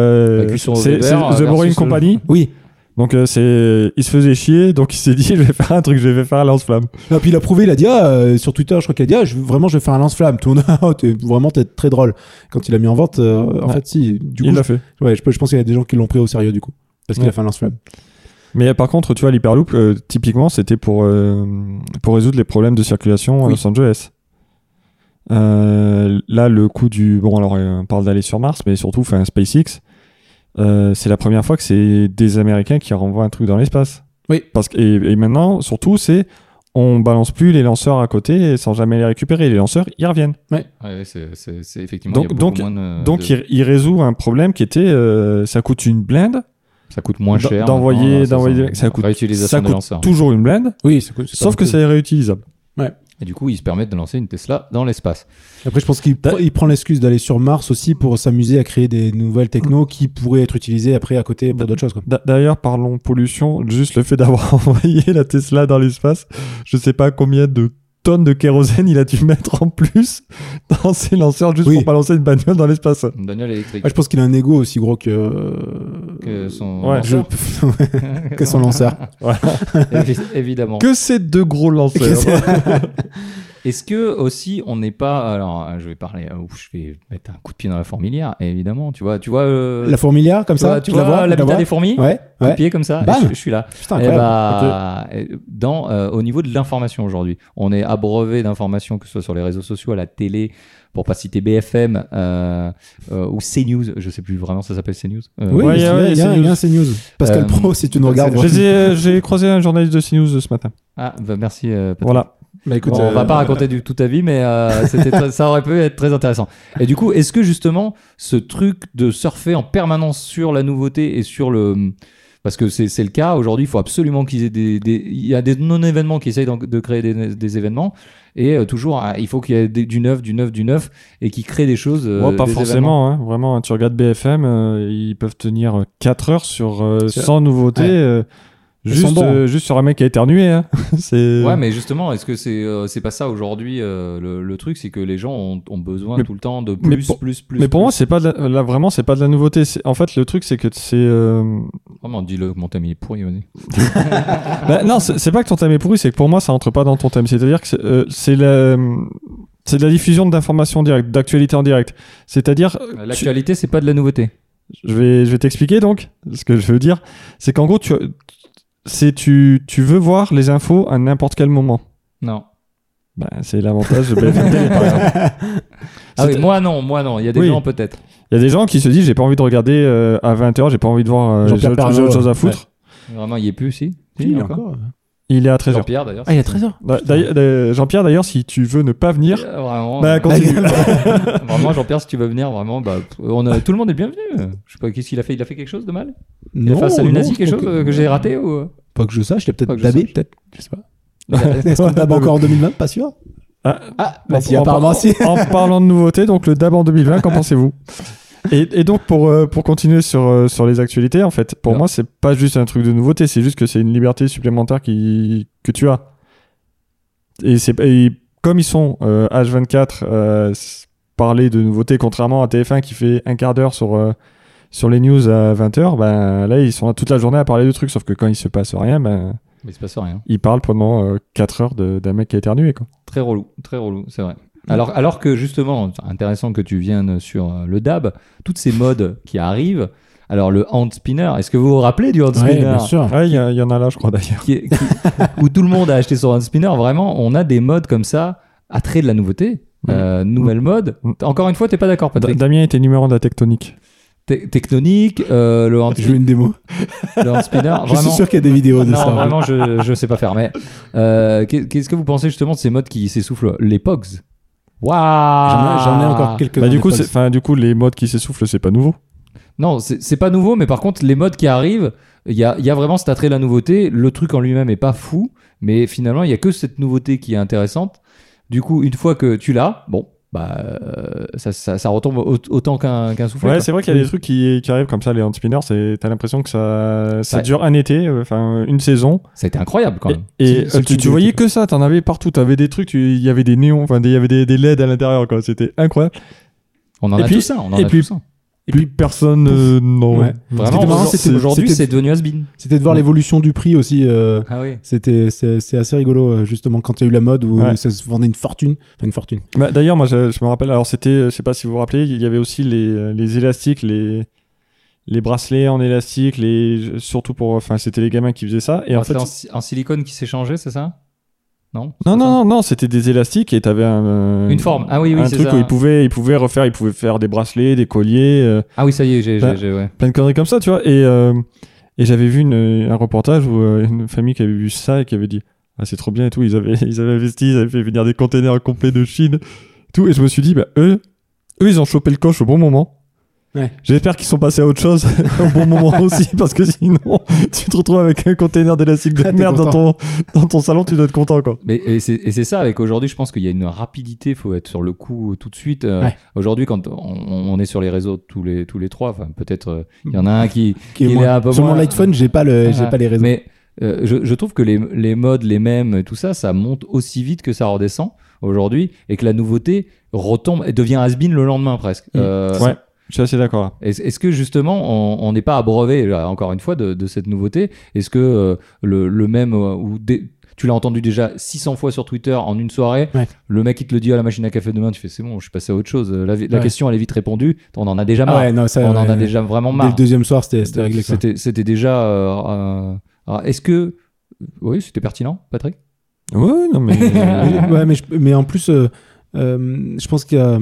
cuisson Bah, au
C'est
Weber
c'est The
versus
Boring
le-
Company.
oui
Donc euh, c'est, il se faisait chier, donc il s'est dit, je vais faire un truc, je vais faire un lance-flamme.
et puis il a prouvé il a dit ah, euh, sur Twitter je crois qu'il a dit ah, je, vraiment je vais faire un lance-flamme tout le monde ah, t'es- vraiment t'es très drôle quand il a mis en vente euh, en
Ouais.
fait si du coup
Il l'a fait.
Ouais, je, peux- je pense qu'il y a des gens qui l'ont pris au sérieux du coup. Parce qu'il
Ouais.
a fait un lance-flamme.
Mais euh, par contre, tu vois, l'hyperloop, euh, typiquement, c'était pour euh, pour résoudre les problèmes de circulation à
Oui.
Los Angeles. Euh, là, le coup du bon, alors euh, on parle d'aller sur Mars, mais surtout, enfin, SpaceX, euh, c'est la première fois que c'est des Américains qui renvoient un truc dans l'espace.
Oui.
Parce que et, et maintenant, surtout, c'est on balance plus les lanceurs à côté sans jamais les récupérer. Les lanceurs, ils reviennent.
Ouais, ouais, c'est- c'est c'est effectivement.
Donc-
il y a beaucoup
donc-
moins de-
Donc,
Euh, de-
il, il résout un problème qui était, euh, ça coûte une blinde.
ça coûte moins
d'en-
cher.
d'envoyer-
maintenant, là, c'est
d'envoyer- ça coûte-
Réutilisation
ça
des
coûte
lanceurs.
Toujours une blinde.
Oui, c'est cool.
Sauf que c'est réutilisable.
Ouais.
Et du coup, ils se permettent de lancer une Tesla dans l'espace.
Après, je pense qu'il pr- il prend l'excuse d'aller sur Mars aussi pour s'amuser à créer des nouvelles technos qui pourraient être utilisées après à côté pour d'autres choses. quoi.
D'a- D'ailleurs, parlons pollution, juste le fait d'avoir envoyé la Tesla dans l'espace, je sais pas combien de tonnes de kérosène il a dû mettre en plus dans ses lanceurs juste
Oui.
pour pas lancer une bagnole dans l'espace.
Une bagnole électrique.
Ah, je pense qu'il a un ego aussi gros que, euh,
que son
Ouais.
je-
lanceur.
que son lanceur.
Évi- évidemment.
Que ces deux gros lanceurs.
Est-ce que aussi on n'est pas alors euh, je vais parler euh, ouf, je vais mettre un coup de pied dans la fourmilière évidemment tu vois tu vois euh,
La fourmilière, comme
tu
ça
vois, tu vois
la vois, tu la
l'habitat
vois
des fourmis
Ouais,
Coup de
ouais.
pied comme ça
Bam.
et je, je suis là
Putain,
Eh
incroyable.
bah, euh, dans, euh, au niveau de l'information aujourd'hui, on est abreuvé d'informations, que ce soit sur les réseaux sociaux, à la télé, pour pas citer BFM euh, euh, ou CNews, je sais plus vraiment ça s'appelle CNews. Euh,
Oui,
Ouais,
il y a-
ouais,
il y a-
c'est
il y
news.
a un CNews. Pascal
Euh,
Pro, si tu nous regardes.
J'ai- J'ai croisé un journaliste de CNews ce matin.
Ah, bah, merci. euh, Patrick.
Voilà.
Bah, écoute,
Bon, on
euh,
va pas raconter du tout ta vie, mais euh, c'était très- ça aurait pu être très intéressant. Et du coup, est-ce que justement ce truc de surfer en permanence sur la nouveauté et sur le parce que c'est c'est le cas aujourd'hui, il faut absolument qu'ils aient des, des- il y a des non-événements qui essayent d'en- de créer des, des événements et euh, toujours ah, il faut qu'il y ait des- du neuf, du neuf, du neuf et qui créent des choses. euh,
Ouais, pas
des
forcément, hein. vraiment. hein, Tu regardes BFM, euh, ils peuvent tenir 4 heures sur euh,
C'est-
100 nouveautés,
Ouais.
euh,
Ils sont
juste,
bons, hein.
euh, juste sur un mec qui a éternué. hein. C'est-
Ouais, mais justement, est-ce que c'est euh, c'est pas ça aujourd'hui euh, le, le truc, c'est que les gens ont, ont besoin
Mais-
tout le temps de
mais
plus,
pour-
plus, plus.
Mais pour moi, c'est pas de la- là vraiment, c'est pas de la nouveauté. C'est- En fait, le truc, c'est que c'est euh,
vraiment, dis-le, mon ami est pourri, vas-y.
Bah, non, c'est c'est pas que ton thème est pourri, c'est que pour moi, ça rentre pas dans ton thème. C'est-à-dire que c'est euh, c'est la, c'est de la diffusion d'informations directes, d'actualités en direct. C'est-à-dire, euh, tu-
L'actualité, c'est pas de la nouveauté.
je vais, je vais t'expliquer donc ce que je veux dire. C'est qu'en gros, tu, c'est tu, tu veux voir les infos à n'importe quel moment.
Non.
Bah, c'est l'avantage de BFM TV, par exemple.
Ah oui,
C'est-
moi non, moi non. Il y a des
Oui.
gens peut-être.
Il y a des gens qui se disent, j'ai pas envie de regarder euh, à 20h, j'ai pas envie de voir, euh, j'ai
Jean-Pierre
autre- j'ai
Pernaut,
autre chose à
ouais.
foutre.
Vraiment, il y est plus aussi.
Si,
Si,
il y a
encore.
encore.
Il est à 13h.
Jean-Pierre d'ailleurs.
Ah, il y a 13 heures.
D'ailleurs, euh, Jean-Pierre, d'ailleurs, si tu veux ne pas venir,
Euh, Vraiment,
bah,
euh,
continue.
vraiment Jean-Pierre, si tu veux venir, vraiment, bah, on a, tout le monde est bienvenu. Je sais pas, qu'est-ce qu'il a fait Il a fait quelque chose de mal Il a fait un salut nazi, quelque chose euh, que j'ai raté ou... euh
Pas que je sache, il a
Pas
peut-être
que je
dabé,
sache.
peut-être. Je sais pas.
Il a-
Est-ce qu'on tape encore en 2020 Pas sûr.
Ah.
bah
En-
si,
en-
apparemment si.
en parlant de nouveautés, donc le DAB en 2020, qu'en pensez-vous et, et donc pour, euh, pour continuer sur, euh, sur les actualités, en fait, pour
Non.
moi, c'est pas juste un truc de nouveauté, c'est juste que c'est une liberté supplémentaire qui, que tu as. Et, c'est, et comme ils sont euh, H24 euh, s- parler de nouveautés, contrairement à TF1 qui fait un quart d'heure sur, euh, sur les news à 20h, ben, là, ils sont là toute la journée à parler de trucs, sauf que quand il se passe rien, ben,
Mais il se passe rien.
ils parlent pendant 4 heures de- d'un mec qui a éternué. Quoi.
Très relou, très relou, c'est vrai. Alors, alors que justement, c'est intéressant que tu viennes sur euh, le dab, toutes ces modes qui arrivent. Alors le hand spinner, est-ce que vous vous rappelez du hand
Ouais,
spinner
bien sûr.
Ouais, il y, a- il y en a là, je crois, d'ailleurs.
qui est- qui- où tout le monde a acheté son hand spinner. Vraiment, on a des modes comme ça, à trait de la nouveauté. Euh, nouvelle mode.
Mm.
Encore une fois, t'es pas d'accord,
Da-
Patrick.
Bah,
Damien était numéro un de la tectonique.
Te- Technonique, euh, le, hand
Je veux une démo.
le hand spinner,
Je suis
vraiment.
sûr qu'il y a des vidéos de
Non,
ça.
vraiment, je, je sais pas faire. Mais euh, qu'est- qu'est-ce que vous pensez justement de ces modes qui s'essoufflent Les Pogs. Waouh
J'en ai- j'en ai
Ah.
encore quelques-uns.
Bah, du, coup,
des
c'est-
fois.
enfin, du coup, les modes qui s'essoufflent, c'est pas nouveau.
Non, c'est c'est pas nouveau, mais par contre, les modes qui arrivent, il y a, il y a vraiment cet attrait de la nouveauté. Le truc en lui-même est pas fou, mais finalement, il y a que cette nouveauté qui est intéressante. Du coup, une fois que tu l'as, bon, bah, euh, ça, ça, ça retombe au- autant qu'un qu'un soufflet.
Ouais,
quoi.
c'est vrai qu'il y a des trucs qui, qui arrivent comme ça, les hand spinners. c'est- T'as l'impression que ça, ça
Ouais.
dure un été, euh, enfin une saison.
Ça a été incroyable quand même.
Et,
C'est-
euh,
c'est le
tu,
truc
tu
de
voyais
l'été.
que ça, t'en avais partout. T'avais des trucs, tu- il y avait des néons, enfin des- il y avait des, des LED à l'intérieur, quoi. C'était incroyable.
On en
Et
a
puis-
tout ça. On en
et
a
puis-
tout ça.
Et puis personne, euh, non.
Ouais.
Vraiment,
c'était marrant,
aujourd'hui,
c'était-
aujourd'hui,
c'était-
c'est devenu has-been.
C'était de voir l'évolution du prix aussi. euh,
Ah oui.
C'était c'est c'est assez rigolo euh, justement quand il y a eu la mode où
Ouais.
ça se vendait une fortune, enfin une fortune.
Bah, D'ailleurs, moi, je, je me rappelle. Alors, c'était, euh, je sais pas si vous vous rappelez, il y avait aussi les, euh, les élastiques, les les bracelets en élastique, les surtout pour, enfin, c'était les gamins qui faisaient ça. Et en fait,
en, si- en silicone qui s'est changé, c'est ça Non
Non, non, non, non, c'était des élastiques et t'avais un, euh,
Une forme. Ah oui, oui,
un
c'est
truc
ça.
où ils pouvaient, ils pouvaient refaire, ils pouvaient faire des bracelets, des colliers, euh,
Ah oui, ça y est, j'ai.
Bah,
j'ai- j'ai- ouais.
plein de conneries comme ça, tu vois. Et, euh, et j'avais vu une- un reportage où euh, une famille qui avait vu ça et qui avait dit Ah, c'est trop bien et tout. Ils avaient, ils avaient investi, ils avaient fait venir des containers complets de Chine, tout. Et je me suis dit Bah, eux, eux, ils ont chopé le coche au bon moment.
Ouais.
J'espère qu'ils sont passés à autre chose au bon moment aussi, parce que sinon, tu te retrouves avec un container d'élastique de
Ah, t'es
merde dans ton, dans ton salon, tu dois être content, quoi.
Mais, et c'est et c'est ça, avec aujourd'hui, je pense qu'il y a une rapidité, il faut être sur le coup tout de suite. Euh,
Ouais.
Aujourd'hui, quand on, on est sur les réseaux tous les, tous les trois, enfin, peut-être euh, il y en a un qui,
Qui est
Il est
moins-
un peu
sur mon
moins-
iPhone, j'ai pas le, j'ai
Ah,
pas les raisons.
Mais euh, je, je trouve que les, les modes, les mêmes, tout ça, ça monte aussi vite que ça redescend aujourd'hui et que la nouveauté retombe et devient has-been le lendemain presque.
Mm.
Euh,
Ouais. Je suis assez d'accord. là.
est-ce est-ce que justement on on n'est pas abreuvé, là, encore une fois, de, de cette nouveauté Est-ce que euh, le, le même, euh, ou des- tu l'as entendu déjà 600 fois sur Twitter en une soirée,
Ouais.
le mec il te le dit à la machine à café demain, tu fais c'est bon, je suis passé à autre chose. La, vi- la
Ouais.
question elle est vite répondue, on en a déjà
Ah
marre.
ouais, non, ça,
on en
ouais,
a
ouais.
déjà vraiment
Dès
marre.
le deuxième soir, c'était c'était réglé. quoi.
C'était c'était déjà. euh, euh, alors, Est-ce que. Oui, c'était pertinent, Patrick Euh,
Ouais, non, mais.
Mais- ouais, mais, je- mais en plus, euh, euh, je pense que euh,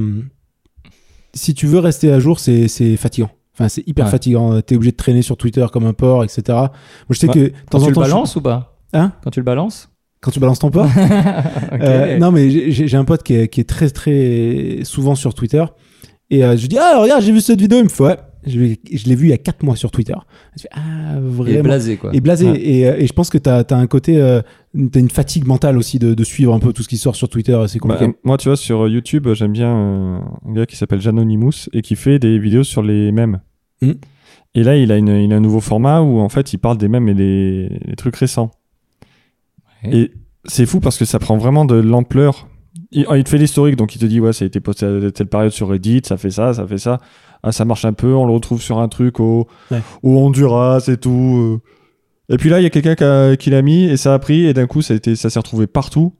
si tu veux rester à jour, c'est c'est fatigant. Enfin, c'est hyper
Ouais.
fatigant. Euh, T'es obligé de traîner sur Twitter comme un porc, etc. Moi, je sais
Ouais.
que de temps
Quand
en
tu le
temps, je-
balances ou pas
Hein
Quand tu le balances
quand tu balances ton porc,
Ok.
Euh, non, mais j'ai- j'ai j'ai un pote qui est, qui est très très souvent sur Twitter. Et euh, je lui dis, ah, regarde, j'ai vu cette vidéo. Il me fait, ouais, je, l'ai- je l'ai vu il y a 4 mois sur Twitter. Je fais, ah,
Il est
vraiment.
blasé, quoi.
Et blasé.
Ouais.
Et, euh, et je pense que t'as as un côté, euh, t'as une fatigue mentale aussi de, de suivre un peu tout ce qui sort sur Twitter. C'est
Bah,
compliqué.
euh, moi, tu vois, sur euh, YouTube, euh, j'aime bien euh, un gars qui s'appelle Janonymous et qui fait des vidéos sur les mèmes.
Mm.
Et là, il a, une, il a un nouveau format où, en fait, il parle des mèmes et des, des trucs récents.
Ouais.
Et c'est fou parce que ça prend vraiment de l'ampleur. Il, ah, il te fait l'historique, donc il te dit, ouais, ça a été posté à telle période sur Reddit, ça fait ça, ça fait ça. Ah, ça marche un peu, on le retrouve sur un truc au,
Ouais.
au Honduras et tout. euh. Et puis là, il y a quelqu'un qui, a- qui l'a mis et ça a pris, et d'un coup, ça, a été- ça s'est retrouvé partout.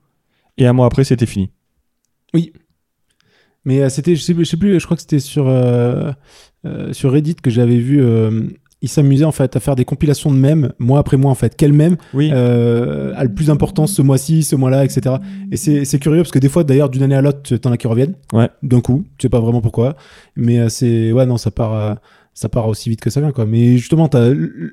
Et un mois après, c'était fini.
Mais euh, c'était, je sais, plus- je sais plus, je crois que c'était sur, euh, euh, sur Reddit que j'avais vu. euh, il s'amusait en fait à faire des compilations de mèmes, mois après mois en fait. Quel mème
Oui.
euh, a le plus d'importance ce mois-ci, ce mois-là, etc. Et c'est c'est curieux parce que des fois, d'ailleurs, d'une année à l'autre, t'en as qui reviennent.
Ouais.
D'un coup, tu sais pas vraiment pourquoi. Mais euh, c'est. Ouais, non, ça part, euh, ça part aussi vite que ça vient, quoi. Mais justement, t'as l-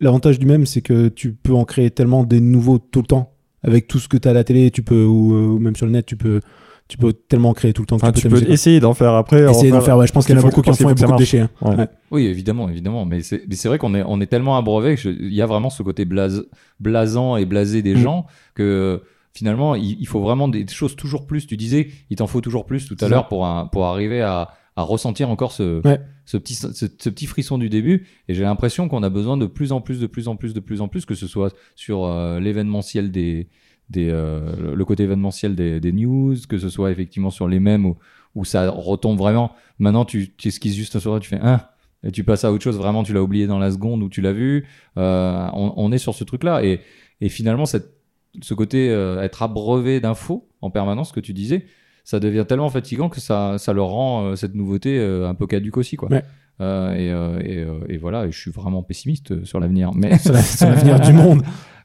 l'avantage du même, c'est que tu peux en créer tellement des nouveaux tout le temps. Avec tout ce que t'as à la télé, tu peux, ou, euh, ou même sur le net, tu peux, tu peux tellement en créer tout le temps. que
Enfin, Ah, tu peux
t'amuser, quoi.
essayer d'en faire après.
essayer
en
d'en faire. Ouais, je pense qu'il y en a
faut-
beaucoup qui en
parce qu'il
font et
faut que
beaucoup de
ça marche.
déchets. hein.
Ouais.
Ouais.
Oui, évidemment, évidemment. Mais c'est mais c'est vrai qu'on est, on est tellement abreuvé qu'il y a vraiment ce côté blase- blasant et blasé des
Mm.
gens que finalement, il, il faut vraiment des choses toujours plus. Tu disais, il t'en faut toujours plus tout à
C'est
l'heure pour, un- pour arriver à, à ressentir encore ce,
Ouais.
ce, petit, ce, ce petit frisson du début. Et j'ai l'impression qu'on a besoin de plus en plus, de plus en plus, de plus en plus, que ce soit sur euh, l'événementiel des. Des, euh, le- le côté événementiel des, des news, que ce soit effectivement sur les mêmes où, où ça retombe vraiment. Maintenant, tu, tu esquisses juste un soir, tu fais un, et tu passes à autre chose, vraiment tu l'as oublié dans la seconde où tu l'as vu. Euh, on, on est sur ce truc-là. Et, et finalement, cette- ce côté euh, être abreuvé d'infos en permanence, ce que tu disais, ça devient tellement fatigant que ça, ça le rend, euh, cette nouveauté, euh, un peu caduque aussi. Quoi.
Ouais.
Euh, et, euh, et, euh, et voilà, et je suis vraiment pessimiste euh, sur l'avenir. Mais,
Sur la- sur l'avenir du monde.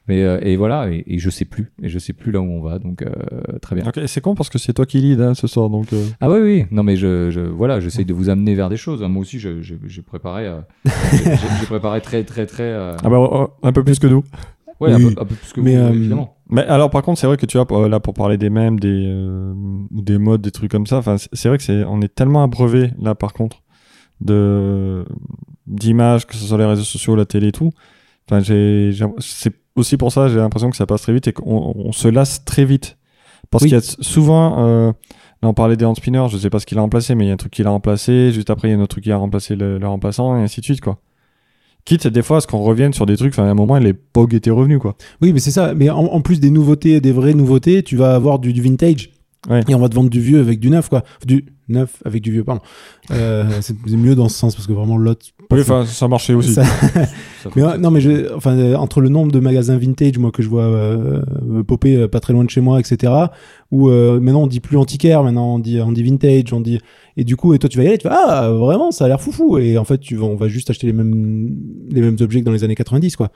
mais euh, et voilà, et, et je sais plus. Et je sais plus là où on va, donc euh, très bien.
Ok, c'est con parce que c'est toi qui lead hein, ce soir, donc. euh,
Ah oui, oui, non mais je, je- voilà, j'essaye de vous amener vers des choses. hein. Moi aussi, je- je- j'ai préparé, euh, j'ai j'ai préparé très, très, très. euh,
Ah bah oh, un peu plus que nous.
Ouais,
Oui.
un, peu, un peu plus que
Mais,
vous,
euh,
évidemment.
Mais alors par contre, c'est vrai que tu vois pour- euh, là pour parler des mèmes, des euh, ou des modes, des trucs comme ça. Enfin, c'est- c'est vrai que c'est on est tellement abreuvé là par contre de d'images que ce soit les réseaux sociaux, la télé et tout. Enfin, j'ai j'ai- c'est aussi pour ça j'ai l'impression que ça passe très vite et qu'on on se lasse très vite parce
Oui.
qu'il y a s- souvent euh, là on parlait des hand spinners, je sais pas ce qu'il a remplacé, mais il y a un truc qu'il a remplacé. Juste après, il y a un autre truc qui a remplacé le, le remplaçant et ainsi de suite quoi. Quitte des fois à ce qu'on revienne sur des trucs. Enfin, à un moment, les POG étaient revenus quoi.
Oui, mais c'est ça. Mais en, en plus des nouveautés, des vraies nouveautés, tu vas avoir du, du vintage.
Ouais.
Et on va te vendre du vieux avec du neuf, quoi. Du neuf avec du vieux, pardon. Euh, c'est c'est mieux dans ce sens parce que vraiment l'autre.
Oui, enfin, ça marchait aussi.
ça-
Ça fait-
mais, euh, non, mais je, enfin, euh, entre le nombre de magasins vintage, moi, que je vois euh, euh, popper euh, pas très loin de chez moi, etc. Où euh, maintenant on dit plus antiquaire, maintenant on dit, on dit vintage, on dit. Et du coup, et toi tu vas y aller, tu vas, ah, vraiment, ça a l'air foufou. Et en fait, tu vas, on va juste acheter les mêmes, les mêmes objets que dans les années 90, quoi.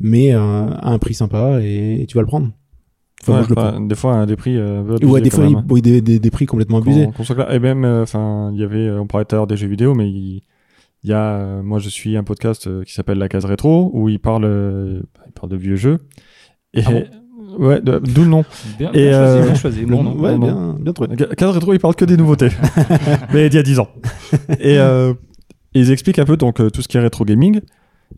Mais euh, à un prix sympa et, et tu vas le prendre. Enfin, moi,
Ouais,
je le prends.
enfin, des fois, à des prix. euh, un peu
Ou à
abusés
des
quand
fois,
même,
il-
hein.
oui, des, des- des prix complètement
Qu'on-
abusés.
qu'on soit clair. Et même, euh, enfin, il y avait, euh, on parlait tout à l'heure des jeux vidéo, mais il il y a, euh, moi, je suis un podcast euh, qui s'appelle La Case Rétro, où il parle, euh, il parle de vieux jeux. Et,
Ah
ouais, de- d'où le nom.
Bien,
Et,
bien choisi,
euh,
bien choisi.
le-
Bon, non.
ouais,
non,
bien, bien trouvé.
Ca- Case Rétro, il parle que des nouveautés. mais d'il y a 10 ans. Et, euh, Et ils expliquent un peu donc euh, tout ce qui est rétro gaming.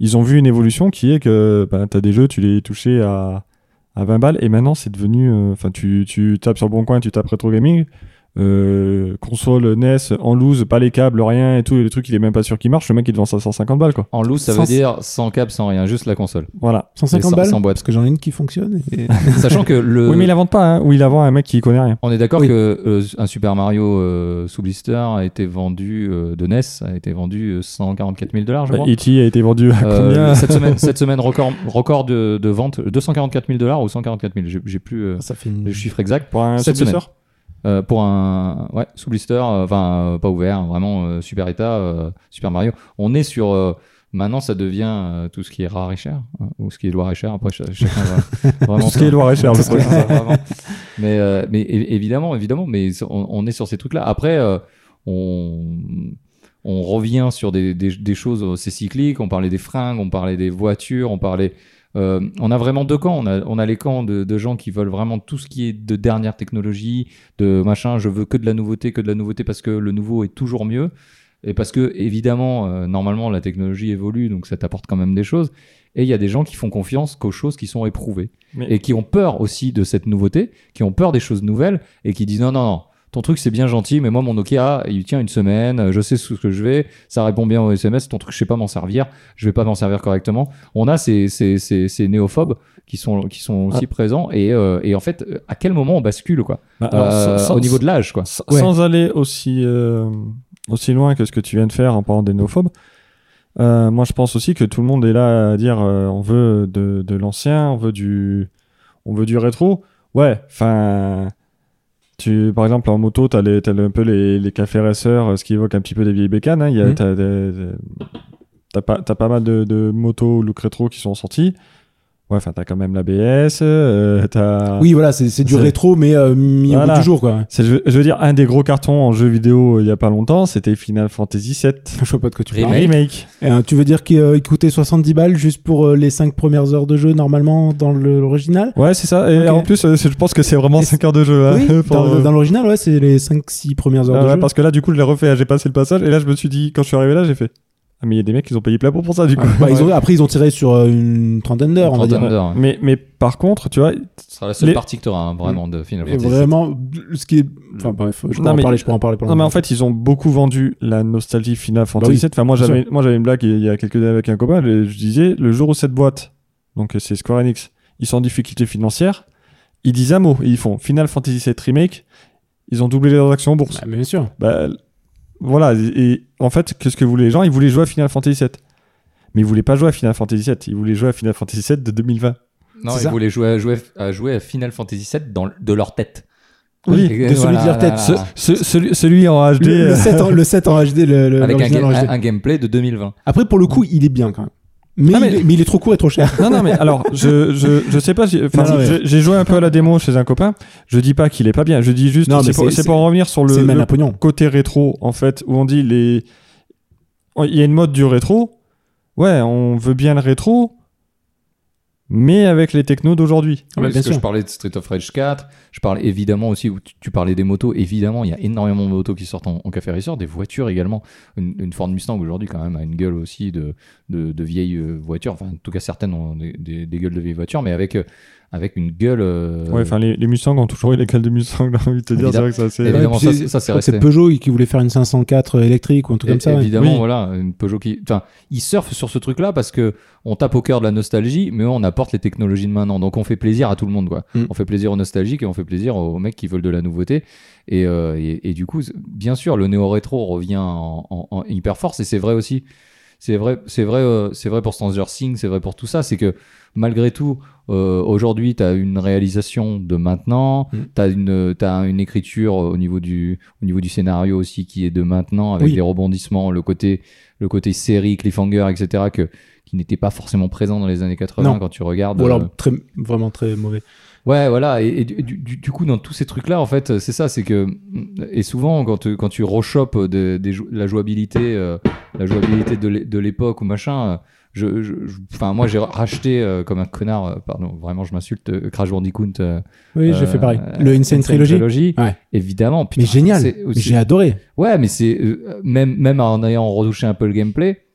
Ils ont vu une évolution qui est que ben, tu as des jeux, tu les touchais à, à 20 balles et maintenant c'est devenu. euh, Enfin, tu, tu tapes sur le bon coin, tu tapes rétro gaming. euh, console NES en loose, pas les câbles, rien et tout. Et le truc, il est même pas sûr qu'il marche. Le mec, il te vend ça à 150 balles quoi.
En loose, ça
Sans-
veut dire sans câble, sans rien, juste la console.
Voilà.
Et
150
sans,
balles
sans boîte.
Parce que j'en ai une qui fonctionne. et-
Sachant que le.
Oui, mais il la vend pas, hein. Ou il la vend à un mec qui connaît rien.
On est d'accord
Oui.
que euh, un Super Mario euh, sous blister a été vendu euh, de NES a été vendu euh, 144 000 dollars, je
Bah,
crois.
E.T. a été vendu à
Euh,
combien
cette semaine, cette semaine record, record de, de vente euh, 244 000 dollars ou 144 000, j'ai- j'ai plus euh,
Ça fait
Hmm.
une-
le chiffre exact
Pour un
Cette semaine.
successeur
Euh, pour un ouais sous blister, euh, enfin euh, pas ouvert, vraiment euh, super état, euh, Super Mario. On est sur euh, maintenant ça devient euh, tout ce qui est rare et cher hein, ou ce qui est loire et cher. Après ch- chacun va vraiment
Tout ce qui est loire et cher.
Ouais,
le
c'est
problème.
ça, vraiment. mais, euh, mais é- évidemment, évidemment, mais so- on, on est sur ces trucs-là. Après, euh, on, on revient sur des, des- des choses, euh, c'est cyclique. On parlait des fringues, on parlait des voitures, on parlait. euh, on a vraiment deux camps. On a, on a les camps de, de gens qui veulent vraiment tout ce qui est de dernière technologie, de machin. Je veux que de la nouveauté, que de la nouveauté parce que le nouveau est toujours mieux. Et parce que, évidemment, euh, normalement, la technologie évolue, donc ça t'apporte quand même des choses. Et il y a des gens qui font confiance qu'aux choses qui sont éprouvées et qui ont peur aussi de cette nouveauté, qui ont peur des choses nouvelles et qui disent non, non, non. Ton truc c'est bien gentil, mais moi mon Nokia il tient une semaine, euh, je sais ce que je vais, ça répond bien aux SMS, ton truc je sais pas m'en servir, je vais pas m'en servir correctement. On a ces, ces, ces, ces néophobes qui sont, qui sont aussi présents et, euh, et en fait euh, à quel moment on bascule quoi
Bah, alors,
Euh,
sans-
Au niveau de l'âge quoi.
sans-
Ouais.
Sans aller aussi, euh, aussi loin que ce que tu viens de faire en parlant des nophobes, euh, moi je pense aussi que tout le monde est là à dire euh, on veut de, de l'ancien, on veut du, on veut du rétro. Ouais, enfin. Tu, par exemple, en moto, t'as les- t'as un peu les, les cafés racers, euh, ce qui évoque un petit peu des vieilles bécanes. hein. Il y a-
Mhm.
T'as des- des- t'as pas, t'as pas mal de, de motos look rétro qui sont sorties. Ouais, enfin, t'as quand même la BS, euh, t'as.
Oui, voilà, c'est c'est du
C'est-
rétro, mais euh, mis au
Voilà.
bout du jour, quoi.
C'est, je, veux- je veux dire, un des gros cartons en jeu vidéo euh, il y a pas longtemps, c'était Final Fantasy VII.
Je vois pas de quoi tu
Remake.
parles.
Un remake.
Euh, tu veux dire qu'il euh, il coûtait 70 balles juste pour euh, les 5 premières heures de jeu normalement dans le- l'original
Ouais, c'est ça. Et
Ok.
en plus, euh, c'est- je pense que c'est vraiment
Et
5 heures de jeu. hein,
Oui,
pour,
dans,
euh,
dans l'original, ouais, c'est les 5-6 premières heures
ah
de
ouais,
jeu.
parce que là, du coup, je l'ai refait. J'ai passé le passage. Et là, je me suis dit, quand je suis arrivé là, j'ai fait. Ah, mais il y a des mecs qui ont payé plein pot pour ça, du coup.
Bah, ils ont- après, ils ont tiré sur euh, une trentaine d'heures, on va dire.
Trentaine d'heures, ouais.
Mais, mais par contre, tu vois,
Ce sera la seule
Les-
partie que tu auras vraiment de Final
Et
Fantasy.
vraiment, ce qui est. Enfin, bref, je peux
Non,
en
mais-
parler, je peux en parler pendant.
Non, mais en fait, ils ont beaucoup vendu la nostalgie Final Fantasy
Bah oui,
VII. Enfin, moi,
bien
j'avais, moi, j'avais une blague il y a quelques années avec un copain. Je, je disais, le jour où cette boîte, donc euh, c'est Square Enix, ils sont en difficulté financière, ils disent un mot. et ils font Final Fantasy VII Remake. Ils ont doublé leurs actions en bourse.
Ah, mais bien sûr.
Bah, voilà. Et, et en fait, qu'est-ce que voulaient les gens Ils voulaient jouer à Final Fantasy VII. Mais ils voulaient pas jouer à Final Fantasy VII. Ils voulaient jouer à Final Fantasy VII de 2020.
Non,
C'est
ils
ça.
voulaient jouer à, jouer à jouer à Final Fantasy VII dans, de leur tête.
Oui,
Et
de celui de leur tête.
Ce- ce- celui, celui en HD.
Le,
euh,
le 7 en, le 7 en HD, le, le-
Avec un,
l'original en
ga-
HD.
un- un gameplay de 2020.
Après, pour le coup, il est bien quand même. Mais,
Ah,
il
mais-
est- mais il est trop court et trop cher.
Non, non, mais alors, je, je, je sais pas, j'ai enfin,
Non, non, mais-
j'ai- j'ai joué un peu à la démo chez un copain. Je dis pas qu'il est pas bien, je dis juste,
Non, mais
c'est pour,
c'est-
c'est pour en revenir sur le,
c'est
le
même un pognon.
côté rétro, en fait, où on dit les. Il y a une mode du rétro. Ouais, on veut bien le rétro, mais avec les technos d'aujourd'hui.
Ah bah,
Oui,
bien
parce que
sûr.
je parlais de Street of Rage 4, je parle évidemment aussi, où tu, tu parlais des motos, évidemment, il y a énormément de motos qui sortent en, en café racer, des voitures également. Une, une Ford Mustang aujourd'hui, quand même, a une gueule aussi de, de, de vieilles euh, voitures, enfin, en tout cas, certaines ont des, des- des gueules de vieilles voitures, mais avec, euh, avec une gueule. euh,
Ouais, enfin, les, les Mustangs ont toujours eu les cales de Mustang, j'ai envie de te dire, c'est vrai que ça, c'est.
Évidemment,
Ouais, puis
ça- ça, c'est
je crois que
resté.
Ah, C'est Peugeot qui voulait faire une 504 électrique ou un truc comme ça. ouais.
Évidemment,
Oui.
voilà, une Peugeot qui. Enfin, ils surfent sur ce truc-là parce que on tape au cœur de la nostalgie, mais on apporte les technologies de maintenant. Donc on fait plaisir à tout le monde, quoi.
Mm.
On fait plaisir aux nostalgiques et on fait plaisir aux mecs qui veulent de la nouveauté. Et, euh, et, et du coup, c'est- bien sûr, le néo-rétro revient en, en- en hyper force et c'est vrai aussi. C'est vrai, c'est vrai, euh, c'est vrai pour Stranger Things, c'est vrai pour tout ça. C'est que malgré tout, euh, aujourd'hui, tu as une réalisation de maintenant,
Mm.
tu as une, t'as une écriture euh, au niveau, du, au niveau du scénario aussi qui est de maintenant, avec
Oui.
les rebondissements, le côté, le côté série, cliffhanger, etc., que, qui n'était pas forcément présent dans les années 80
Non.
quand tu regardes.
Ou
euh,
alors très, vraiment très mauvais.
Ouais, voilà. Et, et du, du- du coup, dans tous ces trucs-là, en fait, c'est ça, c'est que et souvent quand tu- quand tu rechopes de, des jou- la jouabilité, euh, la jouabilité de l'é- de l'époque ou machin, euh, je, je- je- enfin, moi, j'ai racheté euh, comme un connard, euh, pardon, vraiment, je m'insulte, euh, Crash Bandicoot. euh,
Oui, j'ai
euh,
fait pareil.
euh,
Le Insane Trilogy. Ouais.
Évidemment. putain,
mais génial.
c'est aussi-
J'ai adoré.
Ouais, mais c'est euh, même même en ayant retouché un peu le gameplay,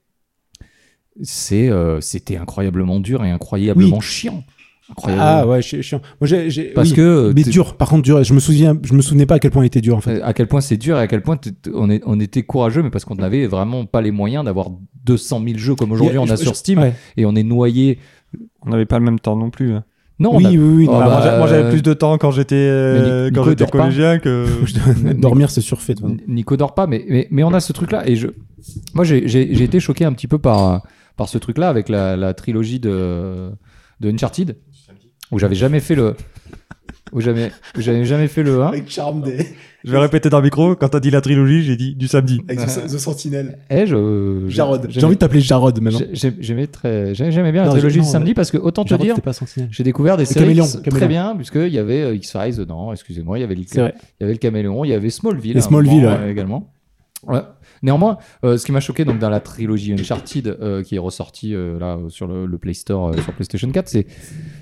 c'est euh, c'était incroyablement dur et incroyablement chiant. Incroyablement.
Ah ouais, je suis chiant. Moi, j'ai- j'ai-
Parce
oui.
que euh,
mais
t'es-
dur. Par contre, dur. Je me souviens, je me souvenais pas à quel point il était dur en fait.
euh, à quel point c'est dur et à quel point t'es- on, est, on était courageux, mais parce qu'on n'avait vraiment pas les moyens d'avoir 200 000 jeux comme aujourd'hui
Il y
on a
je-
sur
je-
Steam
ouais.
et on est noyé.
On n'avait pas le même temps non plus. hein.
Non,
Oui,
on a-
oui, oui.
Ah
non,
Enfin,
bah,
moi, j'a- moi, j'avais
euh,
plus de temps quand j'étais euh,
mais Ni-
quand
Nico
j'étais
dort pas.
collégien que
mais-
Dormir, c'est surfait. de toute façon.
N- Nico dort pas, mais, mais, mais on a ce truc-là. Et je, moi, j'ai- j'ai j'ai été choqué un petit peu par, euh, par ce truc-là avec la, la trilogie de, de Uncharted, où j'avais jamais fait le. Où j'avais où j'avais jamais fait le 1.
Charme des.
je vais répéter dans le micro. Quand t'as dit la trilogie, j'ai dit du samedi.
Avec The, Sentinel.
Et Eh, je. j'ai-
Jarod. J'ai
j'aimais-
envie de t'appeler Jarod maintenant.
j'ai- j'ai- J'aimais très- j'ai- j'aimais bien la
Non, j'ai-
trilogie du
non,
samedi parce que, autant te
Jarod,
dire,
c'était pas Sentinel.
j'ai découvert des séries
Caméléon,
qui sont très
Caméléon.
bien, puisqu'il y avait euh, X-Files dedans, excusez-moi, il y avait le-
C'est vrai.
Il y avait le caméléon, il y avait Smallville.
Et
à un moment,
Smallville,
euh,
ouais.
également. Ouais. Néanmoins, euh, ce qui m'a choqué donc dans la trilogie Uncharted euh, qui est ressortie euh, là euh, sur le, le Play Store euh, sur PlayStation 4, c'est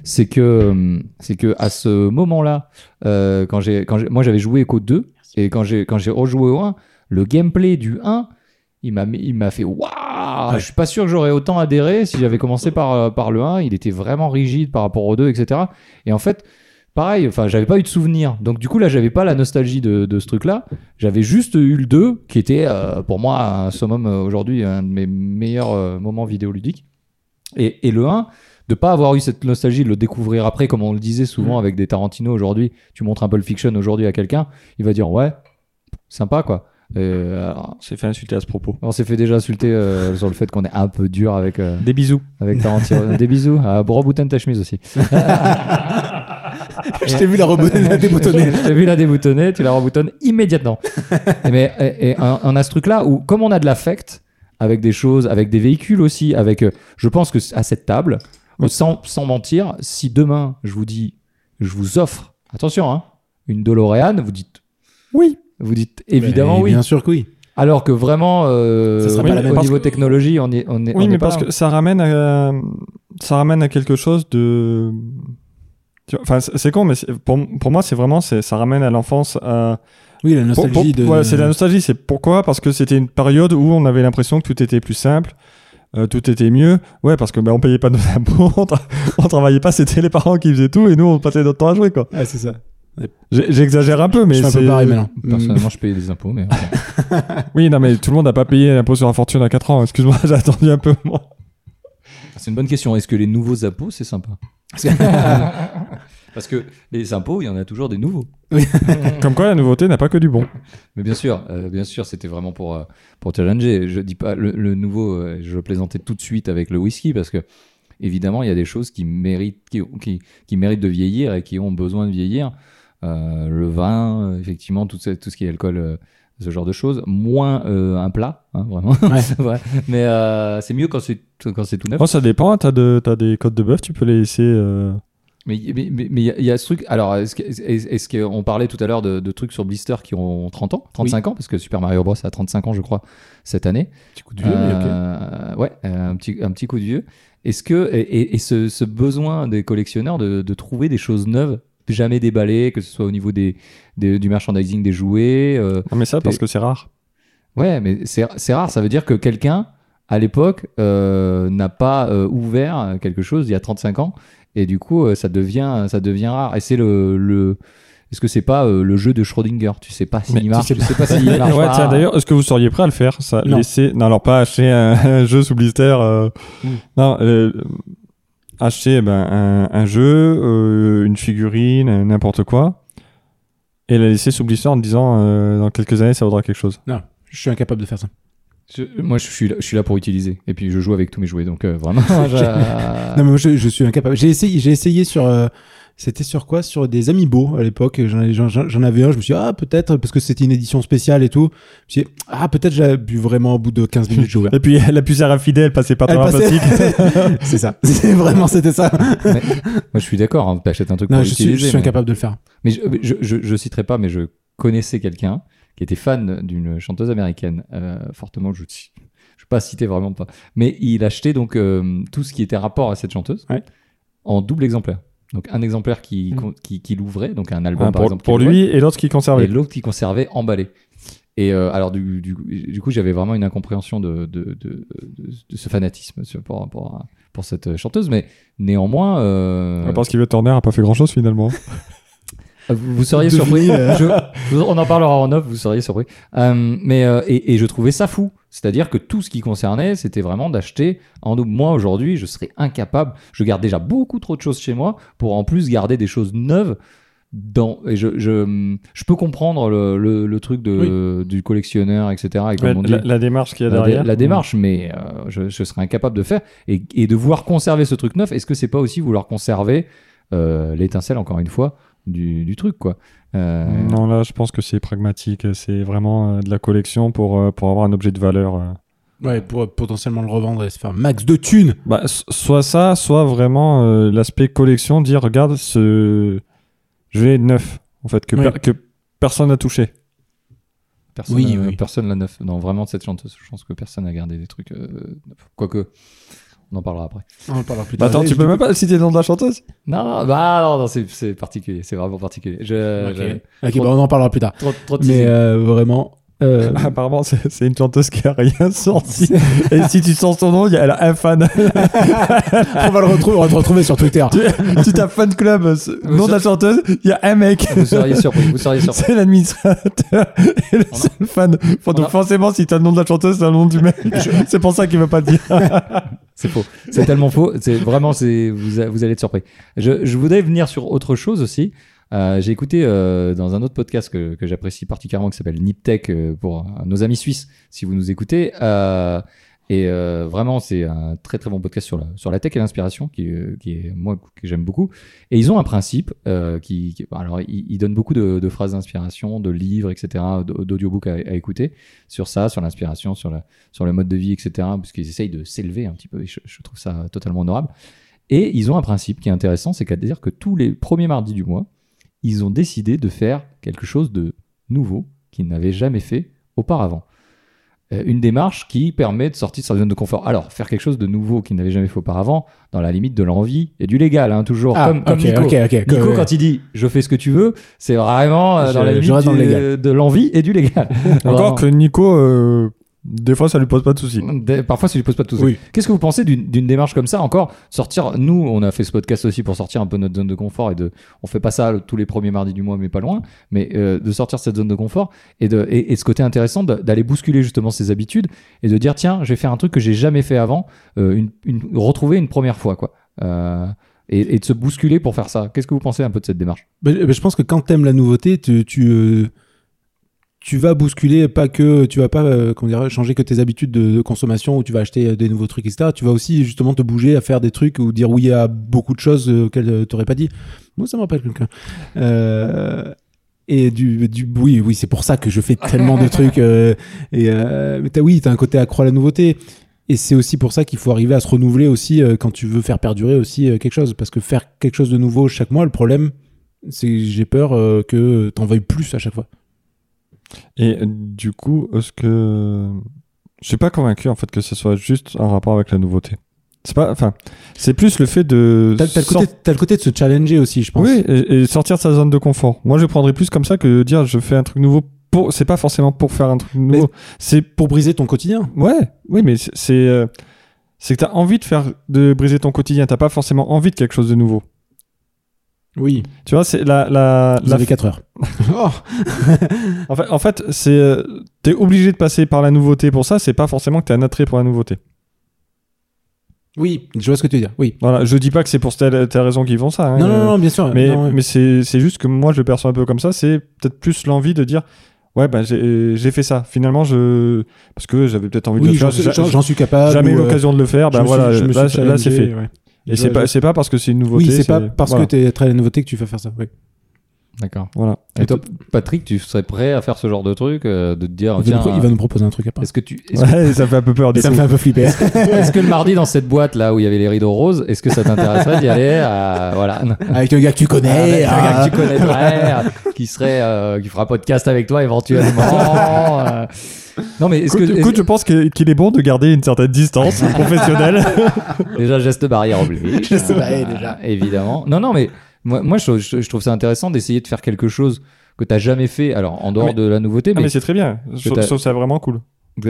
c'est que euh, c'est que à ce moment-là, euh, quand j'ai quand j'ai- moi j'avais joué qu'au 2 et quand j'ai quand j'ai rejoué au 1, le gameplay du 1, il m'a mis- il m'a fait waouh,
Ouais.
je suis pas sûr que j'aurais autant adhéré si j'avais commencé par euh, par le 1, il était vraiment rigide par rapport au 2 etc. Et en fait, pareil, enfin, j'avais pas eu de souvenir. Donc, du coup, là, j'avais pas la nostalgie de, de ce truc-là. J'avais juste eu le 2, qui était euh, pour moi un summum euh, aujourd'hui, un de mes meilleurs euh, moments vidéoludiques. Et, et le 1, de pas avoir eu cette nostalgie, de le découvrir après, comme on le disait souvent avec des Tarantino aujourd'hui, tu montres un Pulp Fiction aujourd'hui à quelqu'un, il va dire ouais, sympa quoi. Euh, alors,
On s'est fait insulter à ce propos.
on s'est fait déjà insulter euh, sur le fait qu'on est un peu dur avec. euh,
Des bisous.
avec Tarantino. Des bisous. à reboutonne ta chemise aussi. Ah,
Je t'ai vu la, rebo- la déboutonner.
J'ai vu la déboutonner, tu la reboutonnes immédiatement. Et mais et- et on on a ce truc-là où, comme on a de l'affect avec des choses, avec des véhicules aussi, avec, euh, je pense que c- à cette table,
Oui.
sans, sans mentir, si demain je vous dis, je vous offre, attention, hein, une DeLorean, vous dites
Oui.
Vous dites évidemment
Mais
oui.
Bien sûr que oui.
Alors que vraiment, euh,
Ça sera
au-
pas la même
au
parce
niveau
que-
technologie, on est, on est,
Oui,
on
mais
est pas
parce
là.
que ça ramène à, ça ramène à quelque chose de. tu vois, Enfin, c'est c'est con, mais c'est- pour, pour moi, c'est vraiment c'est- ça ramène à l'enfance. à-
Oui, la
pour-
nostalgie
pour-
de.
ouais, c'est la nostalgie. C'est pourquoi Parce que c'était une période où on avait l'impression que tout était plus simple. euh, tout était mieux, ouais, parce que ben on payait pas nos impôts, on, tra- on travaillait pas, c'était les parents qui faisaient tout, et nous on passait notre temps à jouer quoi.
Ah, c'est ça.
J'ai- J'exagère un peu, mais
je suis un
c'est- euh,
peu pareil maintenant.
Personnellement,
Mm.
je payais des impôts, mais.
Oui, non, mais tout le monde n'a pas payé l'impôt sur la fortune à 4 ans. Excuse-moi, j'ai attendu un peu. moi.
Mm.
C'est une bonne question. Est-ce que les nouveaux impôts, c'est sympa Parce que les impôts, il y en a toujours des nouveaux.
Comme quoi, la nouveauté n'a pas que du bon.
Mais bien sûr, euh, bien sûr, c'était vraiment pour euh, pour challenger. Je dis pas le, le nouveau. euh, je plaisantais tout de suite avec le whisky parce que évidemment, il y a des choses qui méritent qui, qui, qui méritent de vieillir et qui ont besoin de vieillir. Euh, le vin, euh, effectivement, tout, ce- tout ce qui est alcool. euh, ce genre de choses, moins euh, un plat, hein, vraiment.
Ouais.
Ouais. Mais euh, c'est mieux quand c'est quand c'est tout neuf.
Oh, ça dépend. T'as de, t'as des côtes de bœuf, tu peux les laisser. euh,
Mais il mais, mais- mais il y, a- il y a ce truc. Alors, est-ce que- est-ce est-ce qu'on parlait tout à l'heure de, de trucs sur Blister qui ont 30 ans, 35 ans Parce que Super Mario Bros. a 35 ans, je crois, cette année.
Petit coup de vieux, mais ok.
Euh, Ouais, euh, un petit, un petit coup de vieux. Est-ce que. Et, et- et ce, ce besoin des collectionneurs de, de trouver des choses neuves, jamais déballées, que ce soit au niveau des, des- du merchandising des jouets. euh,
Non, mais ça, parce
T'es-
que c'est rare.
Ouais, mais c'est c'est rare. Ça veut dire que quelqu'un, à l'époque, euh, n'a pas euh, ouvert quelque chose il y a 35 ans. Et du coup, euh, ça devient, ça devient rare. Et c'est le. le- Est-ce que c'est pas euh, le jeu de Schrödinger Tu sais pas
Mais
s'il
tu
marche,
sais
tu sais pas s'il
Ah Ouais,
marche. pas.
tiens, d'ailleurs, est-ce que vous seriez prêt à le faire ça
Ah. Non.
Laisser. Non, alors pas acheter un, un jeu sous blister. euh,
Mm.
Non, euh, acheter ben, un, un jeu, euh, une figurine, euh, n'importe quoi. Et la laisser sous blister en te disant euh, dans quelques années ça vaudra quelque chose.
Non, je suis incapable de faire ça.
Je- moi, je suis, là, je suis là pour utiliser. Et puis, je joue avec tous mes jouets. Donc, euh, vraiment. je-
Ah. Non, mais moi, je, je suis incapable. J'ai essayé, j'ai essayé sur. euh, c'était sur quoi Sur des amiibo à l'époque. J'en ai- j'en- j'en- j'en avais un. Je me suis dit, ah, peut-être, parce que c'était une édition spéciale et tout. Je me suis dit, ah, peut-être j'avais bu vraiment au bout de 15 minutes, j'ai ouvert.
Et puis la puce à rafider, elle passait par
Elle
ton
passait-
plastique.
c'est ça. C'est vraiment, c'était ça.
Mais- moi, je suis d'accord. hein, T'achètes un truc
Non,
pour
je suis,
utiliser.
je suis
mais-
incapable de le faire.
Mais je, je, je, je citerai pas, mais je connaissais quelqu'un qui était fan d'une chanteuse américaine, euh, fortement, je, je vais pas citer vraiment pas, mais il achetait donc euh, tout ce qui était rapport à cette chanteuse
Ouais.
en double exemplaire. Donc un exemplaire qui,
Mhm.
qui, qui l'ouvrait, donc un album
Un
par
pour
exemple.
pour
qu'il
lui ah et l'autre qui
et
conservait.
l'autre qui conservait emballé. Et euh, alors, du, du, du coup, j'avais vraiment une incompréhension de, de, de, de- de ce fanatisme sur- pour, pour, pour cette chanteuse, mais néanmoins, euh,
Parce qu'Yvette Turner a pas fait grand chose finalement.
vous, vous seriez surpris. Je- vous- on en parlera en off, vous seriez surpris. Euh, mais, euh, et, et je trouvais ça fou. C'est-à-dire que tout ce qui concernait, c'était vraiment d'acheter en double. Moi, aujourd'hui, je serais incapable. Je garde déjà beaucoup trop de choses chez moi pour en plus garder des choses neuves. Dans, et je, je, je peux comprendre le, le- le truc de, du collectionneur, etc. Et comme
Ouais,
on dit,
la, la démarche qu'il y a
la, dé-
derrière.
la
Mm.
démarche, mais euh, je, je serais incapable de faire. Et, et de vouloir conserver ce truc neuf, est-ce que c'est pas aussi vouloir conserver euh, l'étincelle, encore une fois, du, du truc, quoi Euh,
Mm.
Non, là, je pense que c'est pragmatique. C'est vraiment euh, de la collection pour, euh, pour avoir un objet de valeur. euh.
Ouais, pour potentiellement le revendre et se faire max de thunes.
Bah, so- soit ça, soit vraiment euh, l'aspect collection, dire regarde ce gilet neuf, en fait, que,
Oui.
per- que personne n'a touché.
Personne,
Oui,
euh,
oui.
personne la neuf. Non, vraiment de cette chanteuse, je pense que personne n'a gardé des trucs. euh, neufs. Quoique, on en parlera après.
On en parlera plus
Bah,
tard.
attends, tu peux même pas citer le nom de la chanteuse
Non, non, bah, non, non, c'est- c'est particulier, c'est vraiment particulier. Je,
Ok,
j'avais
Ok, bah, on en parlera plus tard.
trop, trop de
Mais
teasing.
euh, vraiment. euh,
Apparemment, c'est c'est une chanteuse qui a rien sorti. Et si tu sens son nom, il y a- elle a un fan.
on va le retrouver, on va te retrouver sur Twitter.
tu tapes fan club, ce- nom de la chanteuse, il y a un mec.
Vous seriez surpris, vous seriez surpris.
C'est l'administrateur et le seul fan. Enfin,
On a-
donc forcément, si t'as le nom de la chanteuse, t'as le nom du mec. C'est pour ça qu'il veut pas le dire.
C'est faux. C'est tellement faux. C'est vraiment, c'est vous, a- vous allez être surpris. Je, je voudrais venir sur autre chose aussi. Euh, J'ai écouté euh, dans un autre podcast que, que j'apprécie particulièrement qui s'appelle Niptech euh, pour euh, nos amis suisses, si vous nous écoutez. Euh, et euh, vraiment, c'est un très très bon podcast sur la, sur la tech et l'inspiration qui, euh, qui est moi que j'aime beaucoup. Et ils ont un principe euh, qui, qui- alors ils, ils donnent beaucoup de, de phrases d'inspiration, de livres, etc., d- d'audiobooks à, à écouter sur ça, sur l'inspiration, sur la, sur le mode de vie, etc., parce qu'ils essayent de s'élever un petit peu, et je, je trouve ça totalement honorable. Et ils ont un principe qui est intéressant, c'est qu'à dire que tous les premiers mardis du mois, ils ont décidé de faire quelque chose de nouveau qu'ils n'avaient jamais fait auparavant. Euh, une démarche qui permet de sortir de sa zone de confort. Alors, faire quelque chose de nouveau qu'ils n'avaient jamais fait auparavant, dans la limite de l'envie et du légal, hein, toujours,
Ah,
comme, comme
ok,
Nico.
ok, ok.
Nico,
que-
quand il dit je fais ce que tu veux, c'est vraiment euh,
Je-
dans la
je
limite
reste dans le
du- euh,
légal.
de l'envie et du légal. Vraiment.
Encore que Nico, euh, des fois, ça lui pose pas de soucis.
Des- Parfois, ça lui pose pas de tout
Oui.
Qu'est-ce que vous pensez d'une d'une démarche comme ça Encore sortir. Nous, on a fait ce podcast aussi pour sortir un peu notre zone de confort et de. On fait pas ça le- tous les premiers mardis du mois, mais pas loin. Mais euh, de sortir de cette zone de confort et de et, et ce côté intéressant de- d'aller bousculer justement ses habitudes et de dire tiens, je vais faire un truc que j'ai jamais fait avant, euh, une, une- retrouver une première fois quoi. Euh, et, et de se bousculer pour faire ça. Qu'est-ce que vous pensez un peu de cette démarche
Bah, je- bah, je pense que quand t'aimes la nouveauté, tu, tu, euh, tu vas bousculer pas que tu vas pas euh, comment dire, changer que tes habitudes de, de consommation où tu vas acheter euh, des nouveaux trucs, etc. Tu vas aussi justement te bouger à faire des trucs ou dire oui à beaucoup de choses euh, auxquelles euh, t'aurais pas dit. Moi, ça me rappelle quelqu'un. Euh, et du, du oui, oui, c'est pour ça que je fais tellement de trucs. euh, et euh, mais t'as oui, t'as un côté accro à la nouveauté. Et c'est aussi pour ça qu'il faut arriver à se renouveler aussi euh, quand tu veux faire perdurer aussi euh, quelque chose. Parce que faire quelque chose de nouveau chaque mois, le problème, c'est j'ai peur euh, que t'en veuilles plus à chaque fois.
Et euh, du coup, est-ce que. Je suis pas convaincu, en fait, que ce soit juste un rapport avec la nouveauté. C'est pas. Enfin, c'est plus le fait de.
T'as t'as le,
sort-
côté- t'as le côté de se challenger aussi, je pense.
Euh, Oui, et, et sortir de sa zone de confort. Moi, je prendrais plus comme ça que de dire je fais un truc nouveau. Pour... C'est pas forcément pour faire un truc nouveau. C'est
Pour briser ton quotidien.
Ouais, oui, mais c'est- c'est euh, c'est que t'as envie de faire de briser ton quotidien. T'as pas forcément envie de quelque chose de nouveau.
Oui.
Tu vois, c'est la la,
Vous
la Oh.
avez 4 heures.
en fait en fait c'est euh, t'es obligé de passer par la nouveauté pour ça. C'est pas forcément que t'as un attrait pour la nouveauté.
Oui. Je vois ce que tu veux dire. Oui.
Voilà, je dis pas que c'est pour telle, telle raison qu'ils font ça. hein,
non, non, non,
euh,
non, bien sûr.
Mais
Non, ouais.
mais c'est c'est juste que moi je le perçois un peu comme ça. C'est peut-être plus l'envie de dire ouais ben j'ai j'ai fait ça. Finalement je parce que j'avais peut-être envie de
oui,
le
j'en
faire.
j'en-
j'a-
j'en- j'en suis capable.
jamais eu
ou, euh,
l'occasion de le faire.
je
Ben
me suis-
voilà,
je me suis
là, là,
challengé,
c'est fait.
ouais.
Et c'est
Je-
pas c'est pas parce que c'est une nouveauté.
Oui, c'est pas parce
voilà.
que t'es attrait à la nouveauté que tu vas faire ça. oui.
D'accord.
Voilà.
Et toi, Patrick, tu serais prêt à faire ce genre de truc, euh, de te
Oh,
dire,
Il va,
tiens,
nous, pro- il va nous proposer un truc après.
est-ce que tu, est-ce
Ouais, ça fait un peu peur du
Ça
coup.
me fait un peu flipper.
Est-ce que le mardi dans cette boîte là où il y avait les rideaux roses, est-ce que ça t'intéresserait d'y aller à, voilà
Avec le gars que tu connais.
Avec
ah.
Ah, bah,
un gars que tu connaîtrais, euh, qui serait euh, qui fera podcast avec toi éventuellement. euh. Non mais est-ce
Écoute,
que
écoute, je pense que- qu'il est bon de garder une certaine distance professionnelle.
déjà geste barrière oblige.
Geste barrière,
euh,
déjà.
Évidemment. Non non mais moi, moi, je, je- je trouve ça intéressant d'essayer de faire quelque chose que t'as jamais fait. Alors en dehors
Mais-
de la nouveauté,
Ah,
mais
mais c'est très bien. Sauf
t'as-
sauf ça vraiment cool.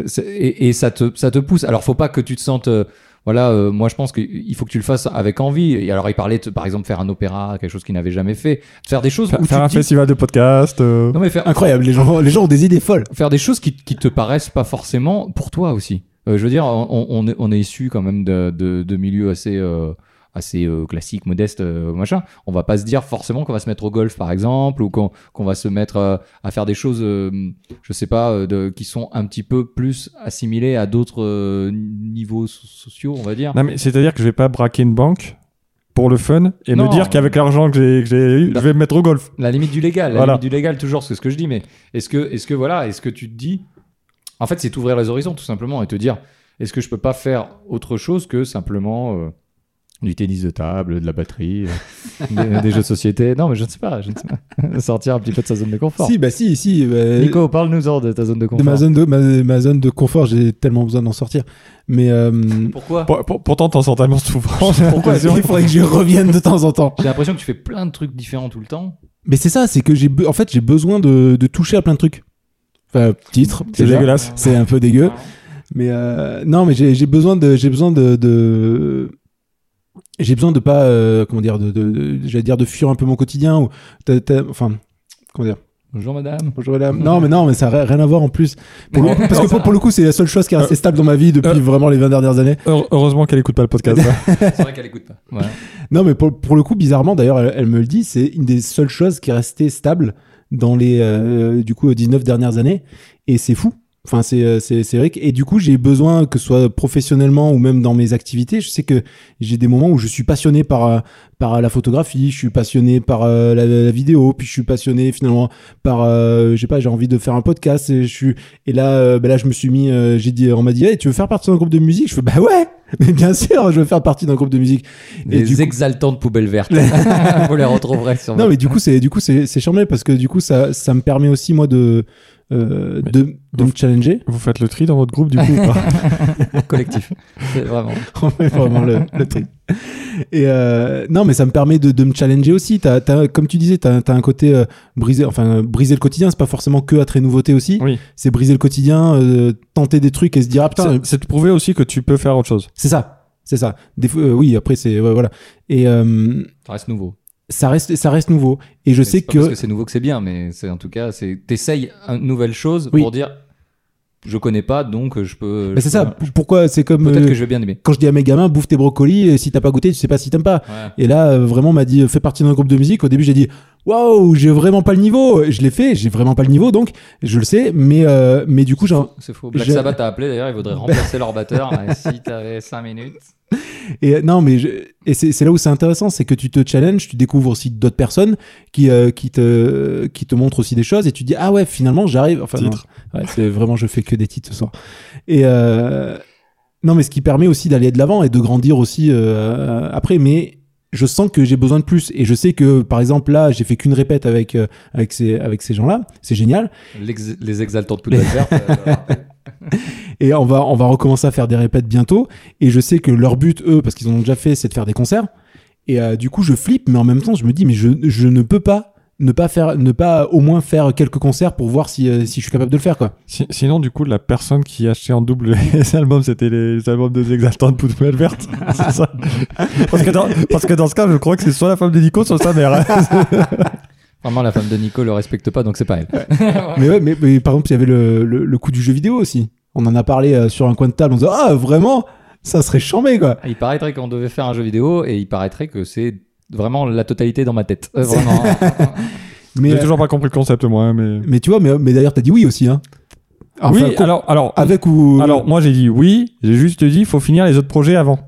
C'est- Et, et ça te ça te pousse. Alors faut pas que tu te sentes euh, voilà, euh, moi je pense qu'il faut que tu le fasses avec envie. Et alors il parlait de, par exemple faire un opéra, quelque chose qu'il n'avait jamais fait, faire des choses où tu
Faire un
te dis-
festival de podcast. euh,
non mais faire
Incroyable, les gens, les gens ont des idées folles.
faire des choses qui, qui te paraissent pas forcément pour toi aussi. Euh, je veux dire, on, on est, on est issu quand même de, de, de milieux assez, euh, assez euh, classiques, modestes, euh, machin. On va pas se dire forcément qu'on va se mettre au golf, par exemple, ou qu'on qu'on va se mettre euh, à faire des choses, euh, je sais pas, euh, de, qui sont un petit peu plus assimilées à d'autres euh, niveaux so- sociaux, on va dire.
Non, mais c'est-à-dire que je vais pas braquer une banque pour le fun et
Non.
me dire qu'avec l'argent que j'ai- que j'ai eu, je vais me mettre au golf.
La limite du légal, la
Voilà.
limite du légal toujours, c'est ce que je dis. Mais est-ce que, est-ce que voilà, est-ce que tu te dis, en fait, c'est t'ouvrir les horizons tout simplement et te dire, est-ce que je peux pas faire autre chose que simplement euh, du tennis de table, de la batterie, euh, des, des jeux de société Non, mais je ne sais pas, je ne sais pas. sortir un petit peu de sa zone de confort.
Si, bah si, si. bah,
Nico, parle-nous-en de ta zone de confort.
de ma zone de, ma, ma zone de confort, j'ai tellement besoin d'en sortir. Mais euh,
Pourquoi
Pour- pour- pourtant, t'en sors tellement souvent.
Pourquoi
il faudrait que je revienne de temps en temps.
J'ai l'impression que tu fais plein de trucs différents tout le temps.
Mais c'est ça, c'est que j'ai be- en fait j'ai besoin de, de toucher à plein de trucs. Enfin, titre,
C'est
déjà.
dégueulasse.
C'est un peu dégueu.
Ah.
Mais euh, non, mais j'ai j'ai besoin de, j'ai besoin de, de- j'ai besoin de pas, euh, comment dire, de, de, de- j'allais dire de fuir un peu mon quotidien ou, t'as- t'as- enfin, comment dire.
Bonjour madame.
Bonjour madame. Non, mais non, mais ça n'a rien à voir en plus. Pour le-
Ouais.
parce que pour, pour le coup, c'est la seule chose qui est restée stable dans ma vie depuis
Euh.
vraiment les 20 dernières années.
Heure- Heureusement qu'elle écoute pas le podcast. hein.
C'est vrai qu'elle écoute pas. Voilà.
Non, mais pour, pour le coup, bizarrement, d'ailleurs, elle, elle me le dit, c'est une des seules choses qui est restée stable dans les, euh, du coup, 19 dernières années. Et c'est fou. Enfin, c'est, euh, c'est, c'est vrai. que- Et du coup, j'ai besoin que ce soit professionnellement ou même dans mes activités. Je sais que j'ai des moments où je suis passionné par, euh, par la photographie, je suis passionné par euh, la, la vidéo, puis je suis passionné finalement par, euh, je sais pas, j'ai envie de faire un podcast. Et, je suis... et là, euh, ben là, je me suis mis, euh, j'ai dit, on m'a dit, hey, tu veux faire partie d'un groupe de musique Je fais, bah ouais, mais bien sûr, je veux faire partie d'un groupe de musique. Et
Des
du coup-
exaltantes poubelles vertes. Vous les retrouverez sur
non mais du coup c'est du coup c'est c'est charmé parce que du coup ça ça me permet aussi moi de euh,
Mais-
de, de me challenger
Vous faites le tri dans votre groupe du coup. ou pas
votre collectif. C'est vraiment.
On fait vraiment le, le truc et euh, non mais ça me permet de, de me challenger aussi t'as, t'as, comme tu disais t'as, t'as un côté euh, briser enfin euh, briser le quotidien c'est pas forcément que attrait nouveauté aussi
Oui.
c'est briser le quotidien euh, tenter des trucs et se dire ah putain
C'est- C'est de prouver aussi que tu peux faire autre chose.
c'est ça c'est ça des fois euh, oui après c'est ouais, voilà et euh,
Ça reste nouveau.
ça reste ça reste nouveau et je
Mais
sais
c'est pas parce
que
que c'est nouveau que c'est bien, mais c'est en tout cas, c'est t'essayes une nouvelle chose
Oui.
pour dire je connais pas, donc je peux.
mais
je
c'est
peux-
ça p- pourquoi c'est comme
Peut-être
euh,
que je vais bien aimer.
quand je dis à mes gamins bouffe tes brocolis et si t'as pas goûté tu sais pas si t'aimes pas
Ouais.
et là euh, vraiment on m'a dit euh, fais partie d'un groupe de musique au début j'ai dit waouh j'ai vraiment pas le niveau je l'ai fait j'ai vraiment pas le niveau donc je le sais mais euh, mais du coup j'ai un-
C'est faux. Black
j'ai-
Sabbath a appelé d'ailleurs, il voudrait remplacer leur batteur. hein, si t'avais 5 minutes.
et euh, non mais je- et c'est c'est là où c'est intéressant c'est que tu te challenges tu découvres aussi d'autres personnes qui euh, qui te qui te montrent aussi des choses et tu dis ah ouais finalement j'arrive enfin non.
Titre.
Ouais, c'est vraiment je fais que des titres ce soir et euh, non mais ce qui permet aussi d'aller de l'avant et de grandir aussi euh, après mais je sens que j'ai besoin de plus et je sais que par exemple là j'ai fait qu'une répète avec euh, avec ces avec ces gens là c'est génial
L'ex- les exaltantes poubelles vertes. euh, je le rappelle.
et on va on va recommencer à faire des répètes bientôt et je sais que leur but eux parce qu'ils en ont déjà fait c'est de faire des concerts et euh, du coup je flippe mais en même temps je me dis mais je, je ne peux pas ne pas faire ne pas au moins faire quelques concerts pour voir si, euh, si je suis capable de le faire quoi
Si- sinon, du coup, la personne qui achetait en double les albums, c'était les albums des exaltants de Poudre Verte. C'est ça. Parce que, dans, parce que dans ce cas, je crois que c'est soit la femme de Nico, soit sa mère. hein.
Vraiment, la femme de Nico le respecte pas, donc c'est pas elle.
Mais ouais, mais, mais par exemple, il y avait le, le, le coup du jeu vidéo aussi. On en a parlé euh, sur un coin de table. On se dit, ah, vraiment Ça serait chambé, quoi.
Il paraîtrait qu'on devait faire un jeu vidéo et il paraîtrait que c'est vraiment la totalité dans ma tête. Euh, vraiment.
Mais,
J'ai
euh,
toujours pas compris le concept, moi. hein, Mais...
mais tu vois, mais, mais d'ailleurs, t'as dit oui aussi. Hein. Enfin,
oui,
quoi-
alors, alors,
avec ou.
alors, moi, j'ai dit oui. J'ai juste dit, faut finir les autres projets avant.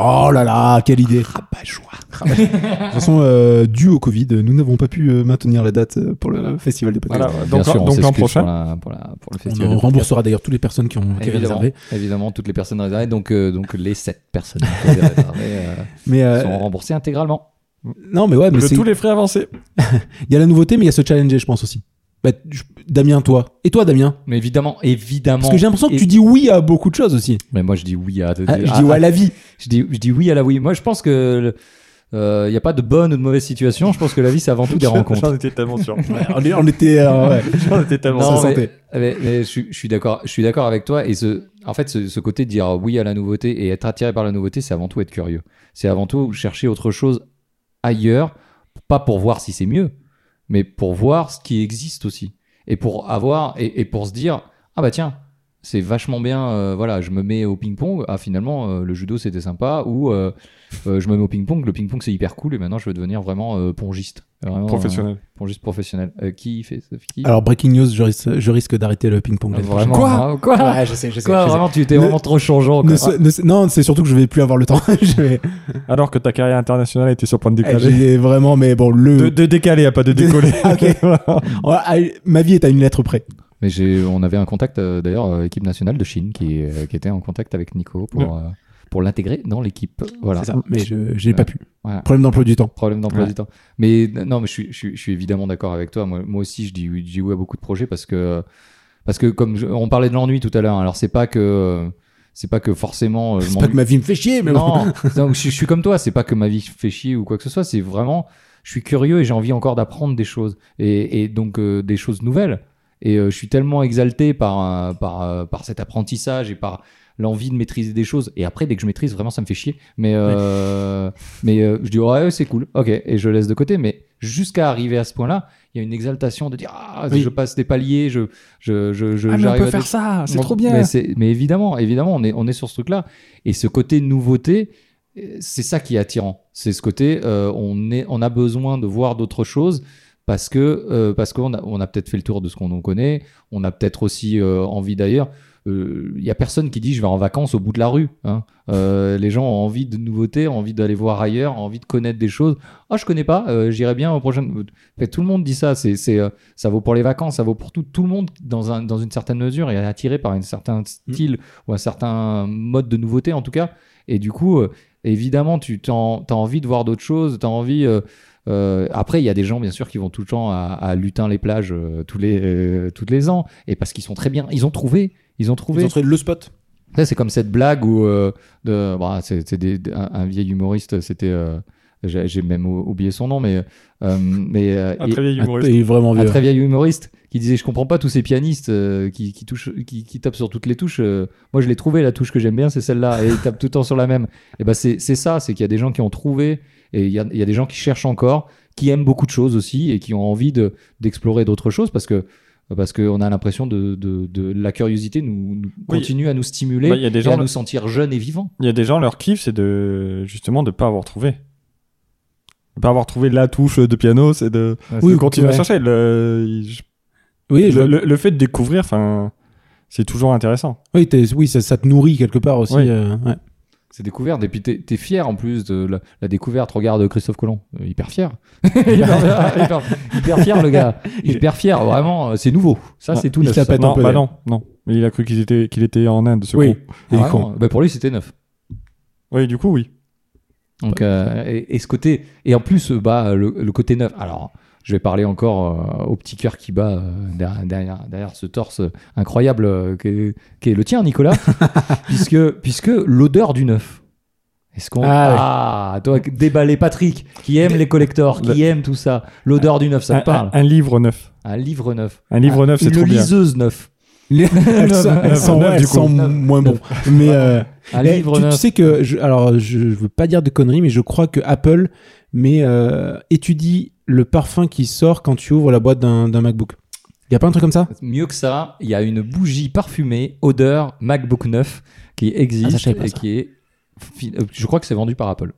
Oh là là, quelle idée Rabat joie De toute façon, euh, dû au Covid, nous n'avons pas pu euh, maintenir la date euh, pour le festival des podcasts.
Voilà,
Bien
donc,
sûr, on
donc l'an
s'excuse
prochain.
pour, la- pour la- pour le
On
festival. de
remboursera d'ailleurs toutes les personnes qui ont qui avaient
Évidemment,
réservé.
évidemment, toutes les personnes réservées, donc, euh, donc les 7 personnes qui avaient réservé euh,
Mais euh,
sont remboursées intégralement.
non, mais ouais, mais
Le
c'est-
tous les frais avancés.
il y a la nouveauté, mais il y a ce challenger, je pense aussi. Bah, je- Damien, toi. Et toi, Damien
Mais évidemment, évidemment.
Parce que j'ai l'impression que
Et-
tu dis oui à beaucoup de choses aussi.
Mais moi, je dis oui à.
Ah, je
à-
dis ouais à la vie.
je, dis, je dis oui à la oui. Moi, je pense que. euh, Il n'y a pas de bonne ou de mauvaise situation. Je pense que la vie, c'est avant tout des rencontres.
J'en étais tellement sûr.
on, est- on était. euh, ouais.
J'en étais tellement
Non,
sûr.
Ça
mais-
sentait.
Ah, Mais, mais je, suis- je suis d'accord. Je suis d'accord avec toi. Et ce, en fait, ce, ce côté de dire oui à la nouveauté et être attiré par la nouveauté, c'est avant tout être curieux. C'est avant tout chercher autre chose ailleurs, pas pour voir si c'est mieux, mais pour voir ce qui existe aussi et pour avoir et, et pour se dire ah bah tiens c'est vachement bien euh, voilà je me mets au ping pong ah finalement euh, le judo c'était sympa ou euh, euh, je me mets au ping pong le ping pong c'est hyper cool et maintenant je veux devenir vraiment euh, pongiste Vraiment,
Professionnel.
euh, pongiste professionnel Euh, qui fait ce qui
Alors, breaking news, je risque, je risque d'arrêter le ping-pong.
Ah,
l'année
vraiment
prochaine.
hein, quoi
Ouais, je sais, je sais.
Quoi,
je sais.
vraiment, tu étais
Ne-
vraiment trop changeant. quoi.
Ne se- ne se- non, c'est surtout que je vais plus avoir le temps. Je vais-
Alors que ta carrière internationale était sur point de décoller.
Eh, j'ai vraiment, mais bon, le.
De, de décaler, à pas de
De-
décoller.
Ah, ok.
Voilà.
Oh, ah, ma vie est à une lettre près.
Mais j'ai, on avait un contact, euh, d'ailleurs, euh, équipe nationale de Chine, qui, euh, qui était en contact avec Nico pour, euh, pour l'intégrer dans l'équipe. Voilà.
C'est ça. Mais je j'ai pas pu.
Voilà.
Problème d'emploi du temps.
Problème d'emploi
Ouais.
du temps. Mais n- non, mais je suis, je suis, je suis évidemment d'accord avec toi. Moi, moi aussi, je dis, oui- je dis oui à beaucoup de projets parce que, parce que comme je- on parlait de l'ennui tout à l'heure, hein. alors c'est pas que, c'est pas que forcément. euh, je
C'est pas
m'ennuie
que ma vie me fait chier, mais bon.
non, non, je, je suis comme toi, c'est pas que ma vie fait chier ou quoi que ce soit, c'est vraiment, je suis curieux et j'ai envie encore d'apprendre des choses et, et donc euh, des choses nouvelles. Et euh, je suis tellement exalté par, euh, par, euh, par cet apprentissage et par l'envie de maîtriser des choses. Et après, dès que je maîtrise, vraiment, ça me fait chier. Mais, euh, mais euh, je dis, ouais, ouais, c'est cool, ok, et je laisse de côté. Mais jusqu'à arriver à ce point-là, il y a une exaltation de dire, ah,
Oui.
je passe des paliers, je, je, je, je-
Ah, mais on
j'arrive
peut
à
faire
des-
ça, c'est
Bon,
trop bien.
Mais, c'est- mais évidemment, évidemment, on est, on est sur ce truc-là. Et ce côté nouveauté, euh, c'est ça qui est attirant. C'est ce côté, euh, on, est, on a besoin de voir d'autres choses parce que euh, parce qu'on a, on a peut-être fait le tour de ce qu'on en connaît. On a peut-être aussi euh, envie d'ailleurs. Euh, Il y a personne qui dit je vais en vacances au bout de la rue. hein. Euh, les gens ont envie de nouveautés, ont envie d'aller voir ailleurs, ont envie de connaître des choses. Ah, je connais pas, euh, j'irai bien au prochain. Fait, tout le monde dit ça. C'est, c'est, euh, ça vaut pour les vacances, ça vaut pour tout. Tout le monde, dans, un, dans une certaine mesure, est attiré par un certain style ou un certain mode de nouveauté, en tout cas. Et du coup, euh, évidemment, tu t'en- t'as envie de voir d'autres choses, t'as envie. euh, euh, après, il y a des gens, bien sûr, qui vont tout le temps à, à Lutin les plages euh, tous les euh, toutes les ans, et parce qu'ils sont très bien. Ils ont trouvé, ils ont trouvé.
le spot.
Ça, c'est comme cette blague où euh, de, bah, c'est, c'est des- un, un vieil humoriste, c'était, euh, j'ai, j'ai même ou- oublié son nom, mais, euh, mais euh,
Un
il-
très vieil humoriste.
est Ah, vraiment
un
vieux.
très vieil humoriste qui disait, je comprends pas tous ces pianistes euh, qui, qui touchent, qui, qui tapent sur toutes les touches. euh, moi, je l'ai trouvé la touche que j'aime bien, c'est celle-là, et ils tapent tout le temps sur la même. Et ben, c'est, c'est ça, c'est qu'il y a des gens qui ont trouvé, et il y a, il y a des gens qui cherchent encore, qui aiment beaucoup de choses aussi, et qui ont envie de, d'explorer d'autres choses parce que parce qu'on a l'impression de, de, de la curiosité nous, nous-
Oui.
continue à nous stimuler
Bah, Il y a des
et à
gens,
nous sentir jeunes et vivants.
il y a des gens, leur kiff, c'est de justement de pas avoir trouvé. De Pas avoir trouvé la touche de piano, c'est de,
Oui,
de continuer
ouais.
à chercher. Le, je-
Oui, je-
le, le- le fait de découvrir, enfin, c'est toujours intéressant.
oui, t'es- oui, ça, ça te nourrit quelque part aussi.
Oui.
euh, ouais.
C'est découverte. Et puis, t'es es fier en plus de la, la découverte. Regarde Christophe Colomb. Euh, Hyper fier. hyper, hyper- hyper fier, le gars. Hyper fier. Vraiment, euh, c'est nouveau. Ça,
Ouais,
c'est tout
il
neuf.
tape
ça.
à Attends,
non,
peut-être.
bah non, non. Mais il a cru qu'il était, qu'il était en Inde, ce
Oui.
con.
Ah,
Il est
vraiment.
con.
Bah, pour lui, c'était neuf.
Oui, du coup, oui.
Donc, euh, et, et ce côté. Et en plus, euh, bah, le, le côté neuf. Alors, je vais parler encore euh, au petit cœur qui bat euh, derrière, derrière, derrière ce torse incroyable euh, qu'est qu'est le tien, Nicolas. puisque puisque l'odeur du neuf. Est-ce qu'on. Ah, toi, déballé Patrick, qui aime les collectors, qui aime tout ça. L'odeur du neuf, ça
Bah. Un,
te parle.
un- un livre neuf.
Un livre neuf. Ah,
Un livre neuf, c'est
Une
trop bien.
liseuse neuf.
Elle sent, elle sent-
neuf,
elle
du
sent
coup.
moins bon. Mais euh,
Un
eh,
livre
tu, tu
neuf.
sais que, je, alors, je, je veux pas dire de conneries, mais je crois que Apple mais, euh, étudie le parfum qui sort quand tu ouvres la boîte d'un d'un MacBook. Y a pas un truc comme ça
Mieux que ça, il y a une bougie parfumée, odeur MacBook neuf, qui
Ah, ça,
existe
je savais pas
et
ça.
qui est. fi- euh, Je crois que c'est vendu par Apple.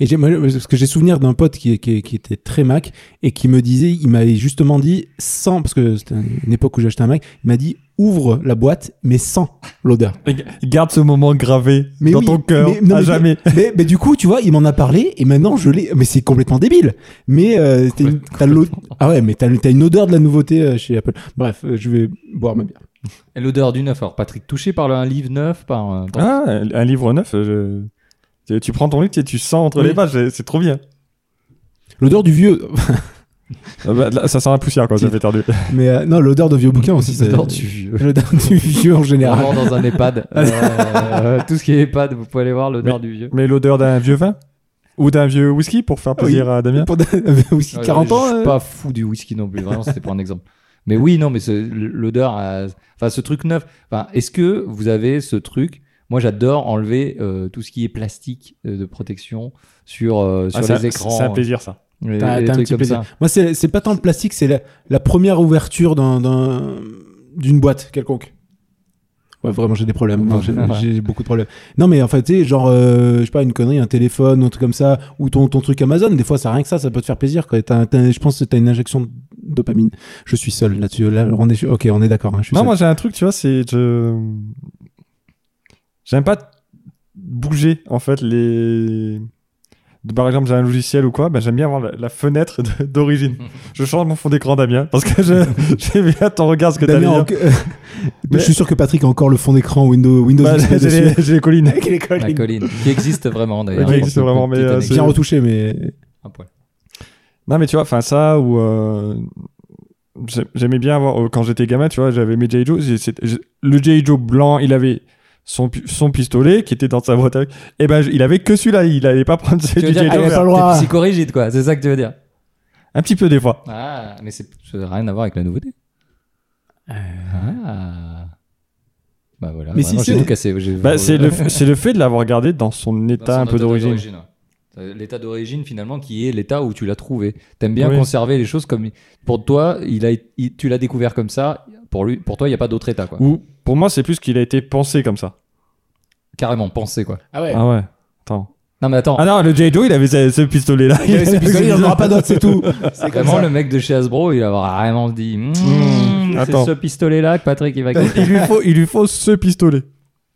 Et j'ai, moi, parce que j'ai souvenir d'un pote qui, qui, qui était très Mac et qui me disait, il m'avait justement dit sans, parce que c'était une époque où j'achetais un Mac, il m'a dit ouvre la boîte mais sans l'odeur.
Garde ce moment gravé
Mais
dans
oui,
ton cœur
mais- non,
à
mais-
jamais.
mais, mais du coup, tu vois, il m'en a parlé et maintenant je l'ai. Mais c'est complètement débile. Mais euh, t'as une, t'as l'o- ah ouais, mais t'as, t'as une odeur de la nouveauté euh, chez Apple. Bref, euh, je vais boire ma bière.
Et L'odeur du neuf. Alors, Patrick, touché par le- un livre neuf, par. un- par-
Ah, un un livre neuf, je- tu- tu prends ton livre, tu, tu sens entre
Oui.
les pages, c'est- c'est trop bien.
L'odeur du vieux.
Ah bah, là, ça sent la poussière quoi, ça fait tarder.
Mais euh, non, l'odeur de vieux bouquin aussi. c'est-
L'odeur du vieux.
L'odeur du vieux en général.
Vraiment dans un EHPAD. Euh, tout ce qui est EHPAD, vous pouvez aller voir l'odeur du vieux.
Mais l'odeur d'un vieux vin ou d'un vieux whisky pour
Ah
faire plaisir à Damien.
Pour des- aussi
Ouais,
40 ans.
Je suis
euh,
pas fou du whisky non plus, vraiment, c'était pour un exemple. Mais oui, non, mais ce- l'odeur, à- enfin, ce truc neuf. Enfin, est-ce que vous avez ce truc Moi, j'adore enlever euh, tout ce qui est plastique euh, de protection sur, euh, sur
Ah, c'est un-
les écrans.
C'est un plaisir ça.
les-
T'as-
les
t'as un
trucs
petit
comme
plaisir.
ça.
Moi, c'est, c'est pas tant le plastique, c'est la, la première ouverture d'un, d'un- d'une boîte quelconque. Ouais, vraiment, j'ai des problèmes. Enfin, j'ai, j'ai beaucoup de problèmes. Non, mais en fait, tu sais, genre, euh, je sais pas, une connerie, un téléphone, un truc comme ça, ou ton, ton truc Amazon, des fois, ça rien que ça, ça peut te faire plaisir. Quoi. T'as- t'as- je pense que t'as une injection de dopamine. Je suis seul là-dessus. Là, on est, ok, on est d'accord. hein, je suis
Non,
seul.
moi j'ai un truc, tu vois, c'est. Je... J'aime pas t- bouger, en fait, les. de- Par exemple, j'ai un logiciel ou quoi, ben, j'aime bien avoir la, la fenêtre de- d'origine. Je change mon fond d'écran, Damien, parce que je- j'aime bien ton regard, ce que t'as
Damien,
mis.
en- Je suis sûr que Patrick a encore le fond d'écran Windows, Windows
Bah,
XP
j'ai
dessus.
les- j'ai les collines.
Avec les collines.
La colline, qui existe vraiment d'ailleurs.
Qui existe
Pour le coup,
vraiment, mais,
petite
euh,
anecdote.
Bien retouché, mais
Un poil.
Non, mais tu vois, enfin, ça, ou. euh, j'ai- J'aimais bien avoir. euh, Quand j'étais gamin, tu vois, j'avais mes J.I. Joe. j'ai- c'était- j'ai- Le J.I. Joe blanc, il avait. Son, pi- son pistolet qui était dans sa boîte à- et ben je- il avait que celui-là il allait pas prendre
Tu
celui
veux
du
dire
J.I. Joe
avait
que
pas
vert.
le droit.
t'es psychorigide, quoi, c'est ça que tu veux dire.
un petit peu des fois
Ah, mais c'est ça n'a rien à voir avec la nouveauté. Ah. Bah voilà,
Euh.
mais
Mais si, si,
j'ai
on-
tout cassé. j'ai-
Bah, c'est le, c'est le fait de l'avoir gardé dans son
Dans
état
son
un peu
état
d'origine.
ouais. Euh, L'état d'origine, finalement, qui est l'état où tu l'as trouvé. T'aimes bien
Oui.
conserver les choses comme. Pour toi, il a, il- tu l'as découvert comme ça. Pour, lui, pour toi, il n'y a pas d'autre état, quoi.
Ou pour moi, c'est plus qu'il a été pensé comme ça.
Carrément, pensé, quoi.
ah ouais.
Ah ouais. Attends.
Non, mais attends,
Ah non, le J. Joe, il avait ce, ce pistolet-là.
Il y avait ce pistolet, il n'en aura pas d'autre, c'est tout. C'est comme
vraiment,
ça.
le mec de chez Hasbro, il a vraiment dit Hmm, C'est
Mmh, attends.
ce pistolet-là que Patrick, il va
Il
gagner.
lui faut, il lui faut ce pistolet.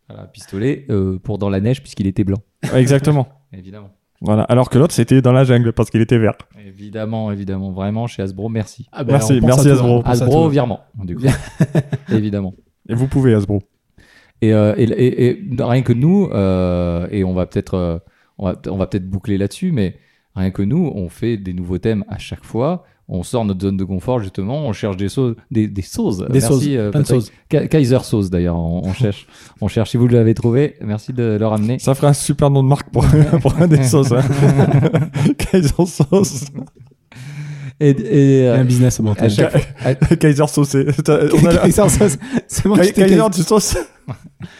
voilà, pistolet euh, pour dans la neige, puisqu'il était blanc.
Ouais, Exactement.
Évidemment.
Voilà. Alors que l'autre, c'était dans la jungle parce qu'il était vert.
Évidemment, évidemment. Vraiment, chez Hasbro, merci.
Ah bah,
Merci,
on pense
merci
à toi,
Hasbro.
on pense à
Hasbro,
toi.
virement, du coup. évidemment.
Et vous pouvez, Hasbro.
Et, euh, et- et- et rien que nous, euh, et on va peut-être euh, on va, on va peut-être boucler là-dessus, mais rien que nous, on fait des nouveaux thèmes à chaque fois. On sort notre zone de confort justement, on cherche des sauces, des, des sauces.
Des
Merci,
sauces,
euh,
plein de
Patrick.
sauces.
Ka- Kaiser sauce d'ailleurs, on, on cherche, on cherche. Si vous l'avez trouvé, merci de le ramener.
Ça ferait un super nom de marque pour, pour un des sauces. Hein. Kaiser sauce.
Et, et,
Il y a
euh,
un business à
à
monter.
chaque
Kaiser saucé. On a-
Kaiser sauce. C'est moi qui
Kaiser,
t'ai Kaiser.
tu sauces.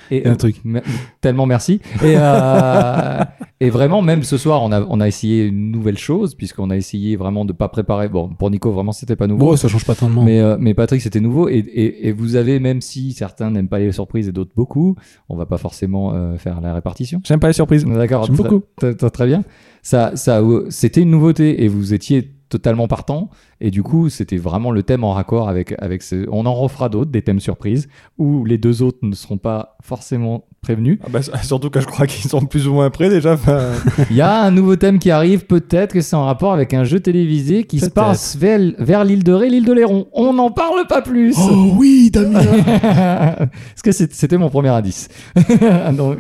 et,
Et un truc.
Me- Tellement merci. Et, euh, et vraiment, même ce soir, on a, on a essayé une nouvelle chose, puisqu'on a essayé vraiment de pas préparer. Bon, pour Nico, vraiment, c'était pas nouveau.
Bon, ça change pas tant de monde.
Mais, euh, mais Patrick, c'était nouveau. Et, et, et vous avez, même si certains n'aiment pas les surprises et d'autres beaucoup, on va pas forcément euh, faire la répartition.
J'aime pas les surprises.
D'accord,
J'aime
très-
beaucoup.
Très, très- très bien. Ça, ça, euh, c'était une nouveauté et vous étiez totalement partant. Et du coup, c'était vraiment le thème en raccord avec, avec ce. On en refera d'autres, des thèmes surprises, où les deux autres ne seront pas forcément prévenus.
Ah bah, surtout que je crois qu'ils sont plus ou moins prêts déjà. Enfin,
Il y a un nouveau thème qui arrive, peut-être que c'est en rapport avec un jeu télévisé qui se
Peut-être.
passe vers, vers l'île de Ré, l'île de Léron. On n'en parle pas plus.
Oh oui, Damien.
Parce que c'est- c'était mon premier indice. Donc,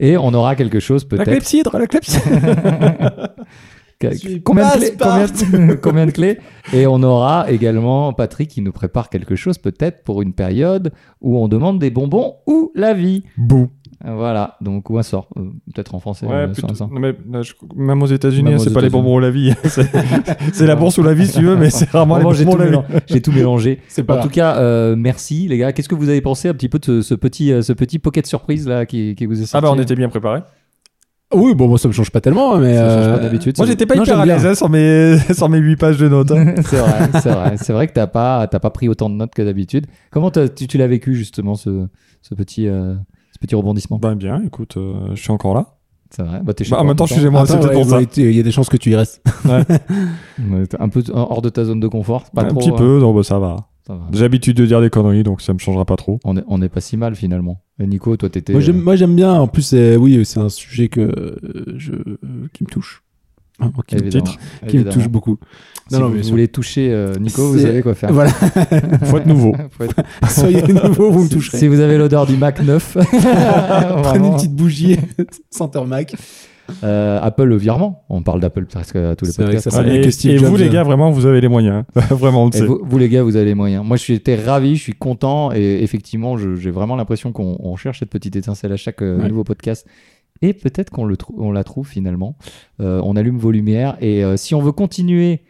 et on aura quelque chose
la
peut-être.
clepsydre, la clepsydre.
Qu-
suis
Combien, de
pas
clés- combien, de- combien de clés Et on aura également Patrick qui nous prépare quelque chose peut-être pour une période où on demande des bonbons ou la vie.
Bouh.
Voilà, donc ou un sort, euh, peut-être en français.
Ouais,
euh,
plutôt-
un sort.
non, mais, là, je- même aux États-Unis, hein,
Même
c'est
aux
pas les
États-Unis.
bonbons ou la vie. c'est c'est la bourse ou la vie, si tu veux, mais c'est rarement les
Vraiment, j'ai
bonbons
tout,
ou la vie.
mélan- j'ai tout mélangé.
C'est
En tout cas, euh, merci les gars. Qu'est-ce que vous avez pensé un petit peu de ce, ce petit, euh, ce petit pocket surprise là qui, qui vous est sorti
Ah bah, on était bien préparés.
Oui, bon, moi, ça me change pas tellement, mais.
Ça change
euh,
pas d'habitude.
Moi,
ça-
j'étais pas
Non,
hyper
j'aime
à
bien.
l'aise hein, sans, mes... sans mes 8 pages de notes. hein.
c'est vrai, c'est vrai. C'est vrai que t'as pas, t'as pas pris autant de notes que d'habitude. Comment t'as- tu, tu l'as vécu justement ce, ce petit, euh, ce petit rebondissement
ben bien, écoute, Bah, euh, je suis encore là.
C'est vrai. Bah, t'es chez
Bah, en
toi
même temps, je suis chez moi, c'est
Attends,
peut-être
Ah, ouais,
pour ça.
ouais, tu- Il y a des chances que tu y restes.
Ouais, t'es Un peu hors de ta zone de confort. Pas
un
trop,
petit
hein.
peu, non, bah, ça va.
Ça va.
J'ai l'habitude de dire des conneries, donc ça me changera pas trop.
On est, on est pas si mal finalement. Et Nico, toi, t'étais.
Moi j'aime,
euh,
moi j'aime bien. En plus, c'est, oui, c'est un sujet que euh, je, euh, qui me touche. Enfin, qui, me-
évidemment,
titre,
qui me
évidemment.
touche beaucoup.
Si
Non, non,
vous
bien sûr.
voulez toucher euh, Nico, vous
C'est-
savez quoi faire.
Voilà,
Faut être nouveau.
Faut être-
soyez nouveau, vous me
si-
toucherez.
Si vous avez l'odeur du Mac 9,
Prenez
vraiment.
une petite bougie, senteur Mac.
Euh, Apple virement. On parle d'Apple presque à tous les
C'est vrai
podcasts.
que ça,
Ouais.
bien
et
que Steve
et vous,
Jobs,
les
hein.
gars, vraiment, vous avez les moyens. vraiment, on le
Et
sait.
vous, vous, les gars, vous avez les moyens. Moi, j'étais ravi, je suis content et effectivement, je- j'ai vraiment l'impression qu'on on cherche cette petite étincelle à chaque euh,
Ouais.
nouveau podcast. Et peut-être qu'on le trou- on la trouve finalement. Euh, on allume vos lumières et euh, si on veut continuer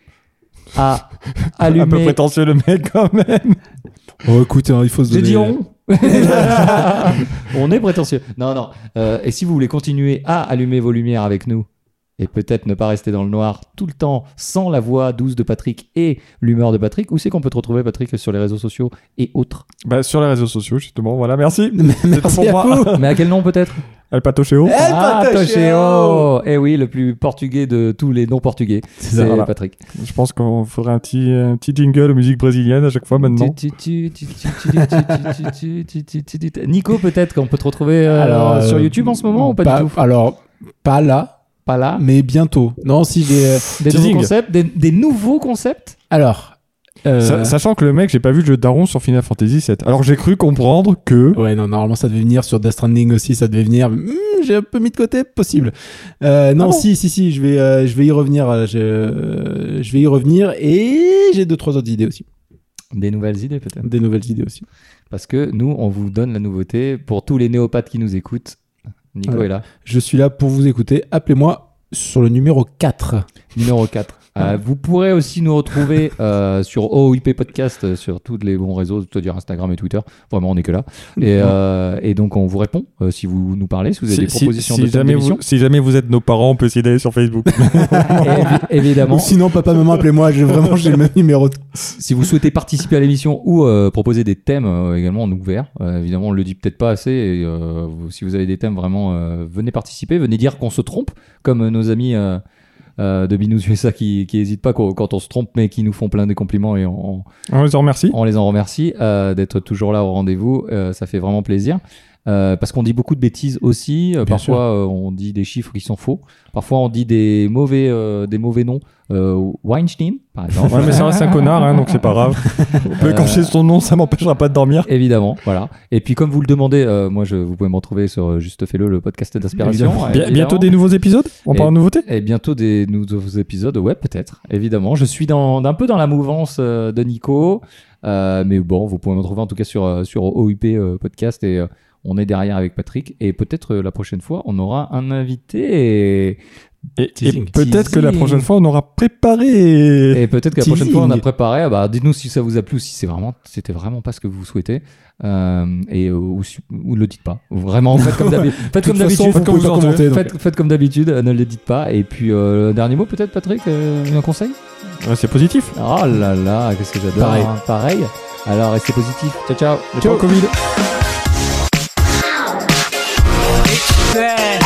à
Un peu
allumer.
prétentieux, le mec, quand même.
Oh, écoute, hein, il faut se
J'ai
donner.
dit on. on est prétentieux. Non, non. Euh, et si vous voulez continuer à allumer vos lumières avec nous et peut-être ne pas rester dans le noir tout le temps sans la voix douce de Patrick et l'humeur de Patrick, où c'est qu'on peut te retrouver, Patrick, sur les réseaux sociaux et autres
Bah, sur les réseaux sociaux, justement. Voilà, merci.
Merci
pour
à
moi.
vous.
Ah, Mais à quel nom peut-être
El Patochéo.
El
Ah,
Patacheo.
Toshio Eh oui, le plus portugais de tous les noms portugais.
C'est
C'est
ça.
voilà.
Patrick.
Je pense qu'on ferait un petit, un petit jingle musique brésilienne à chaque fois maintenant.
Tu- tu- tu- tu- tu- tu- tu- tu- tu- tu- tu- tu- tu- Nico, peut-être qu'on peut te retrouver euh,
Alors,
sur
euh,
YouTube en ce moment ou pas, du tout
Alors, pas là,
Pas là.
mais bientôt. Non, si j'ai. euh,
Des
Teasing.
nouveaux concepts des, des nouveaux concepts
Alors. euh,
Sa- Sachant que le mec, j'ai pas vu le jeu Daron sur Final Fantasy VII. Alors j'ai cru comprendre que.
Ouais, non, normalement ça devait venir sur Death Stranding aussi, ça devait venir. Hmm, j'ai un peu mis de côté, possible. Euh, non,
bon
si, si, si, je vais, euh, je vais y revenir. euh, Je, euh, je vais y revenir et j'ai deux, trois autres idées aussi,
Des nouvelles idées peut-être.
des nouvelles idées aussi.
Parce que nous, on vous donne la nouveauté pour tous les néopathes qui nous écoutent. Nico
Ouais.
est là.
Je suis là pour vous écouter. Appelez-moi sur le numéro 4.
Numéro 4. Euh, vous pourrez aussi nous retrouver euh, sur OIP Podcast, euh, sur tous les bons réseaux, c'est-à-dire Instagram et Twitter. Vraiment, on n'est que là. Et, euh, et donc, on vous répond euh, si vous nous parlez, si vous avez des propositions de thèmes
jamais
d'émission.
vous, si jamais vous êtes nos parents, on peut essayer d'aller sur Facebook.
Évi- Évidemment.
Ou sinon, papa, maman, appelez-moi. J'ai vraiment j'ai le même numéro.
Si vous souhaitez participer à l'émission ou euh, proposer des thèmes euh, également, on est ouvert. Euh, évidemment, on le dit peut-être pas assez. Et, euh, vous- si vous avez des thèmes, vraiment, euh, venez participer, venez dire qu'on se trompe, comme euh, nos amis euh, euh, de Binous USA qui qui hésitent pas quand, quand on se trompe, mais qui nous font plein de compliments et on, on-
on les en remercie.
on les en remercie euh, d'être toujours là au rendez-vous. Euh, ça fait vraiment plaisir. Euh, parce qu'on dit beaucoup de bêtises aussi. Euh,
Bien sûr.
parfois, euh, on dit des chiffres qui sont faux. Parfois, on dit des mauvais, euh, des mauvais noms. Euh, Weinstein, par exemple.
Ouais, mais ça reste un connard, hein, donc c'est pas grave. On peut
Euh,
écorcher son nom, ça m'empêchera pas de dormir.
Évidemment, voilà. Et puis comme vous le demandez, euh, moi je, vous pouvez me retrouver sur euh, Juste Fais-le, le podcast d'inspiration.
Évidemment.
euh,
Bien- bientôt
évidemment.
des nouveaux épisodes On
Et-
parle de nouveautés
Et bientôt des nouveaux épisodes, ouais peut-être, évidemment. Je suis dans, un peu dans la mouvance euh, de Nico, euh, mais bon, vous pouvez me retrouver en tout cas sur, euh, sur OIP euh, Podcast et euh, on est derrière avec Patrick. Et peut-être euh, la prochaine fois, on aura un invité. Et,
Et, et
Teasing.
peut-être que la
Teasing.
prochaine fois, on aura préparé.
et peut-être que la prochaine
Teasing.
fois, on a préparé, ah bah, dites-nous si ça vous a plu, si c'est vraiment, c'était vraiment pas ce que vous souhaitez, euh, et, euh, ou, si- ou ne le dites pas. Vraiment, faites comme d'habi- faites
toute
comme
façon,
d'habitude.
vous pouvez pas commenter, donc.
Faites, faites comme d'habitude, euh, ne le dites pas. Et puis, euh, dernier mot peut-être, Patrick, euh, un conseil
Ouais, c'est positif.
Oh là là, qu'est-ce que j'adore.
Pareil.
hein. Pareil. Alors, restez positif. Ciao, ciao. Le
Ciao.
temps Covid.
bad.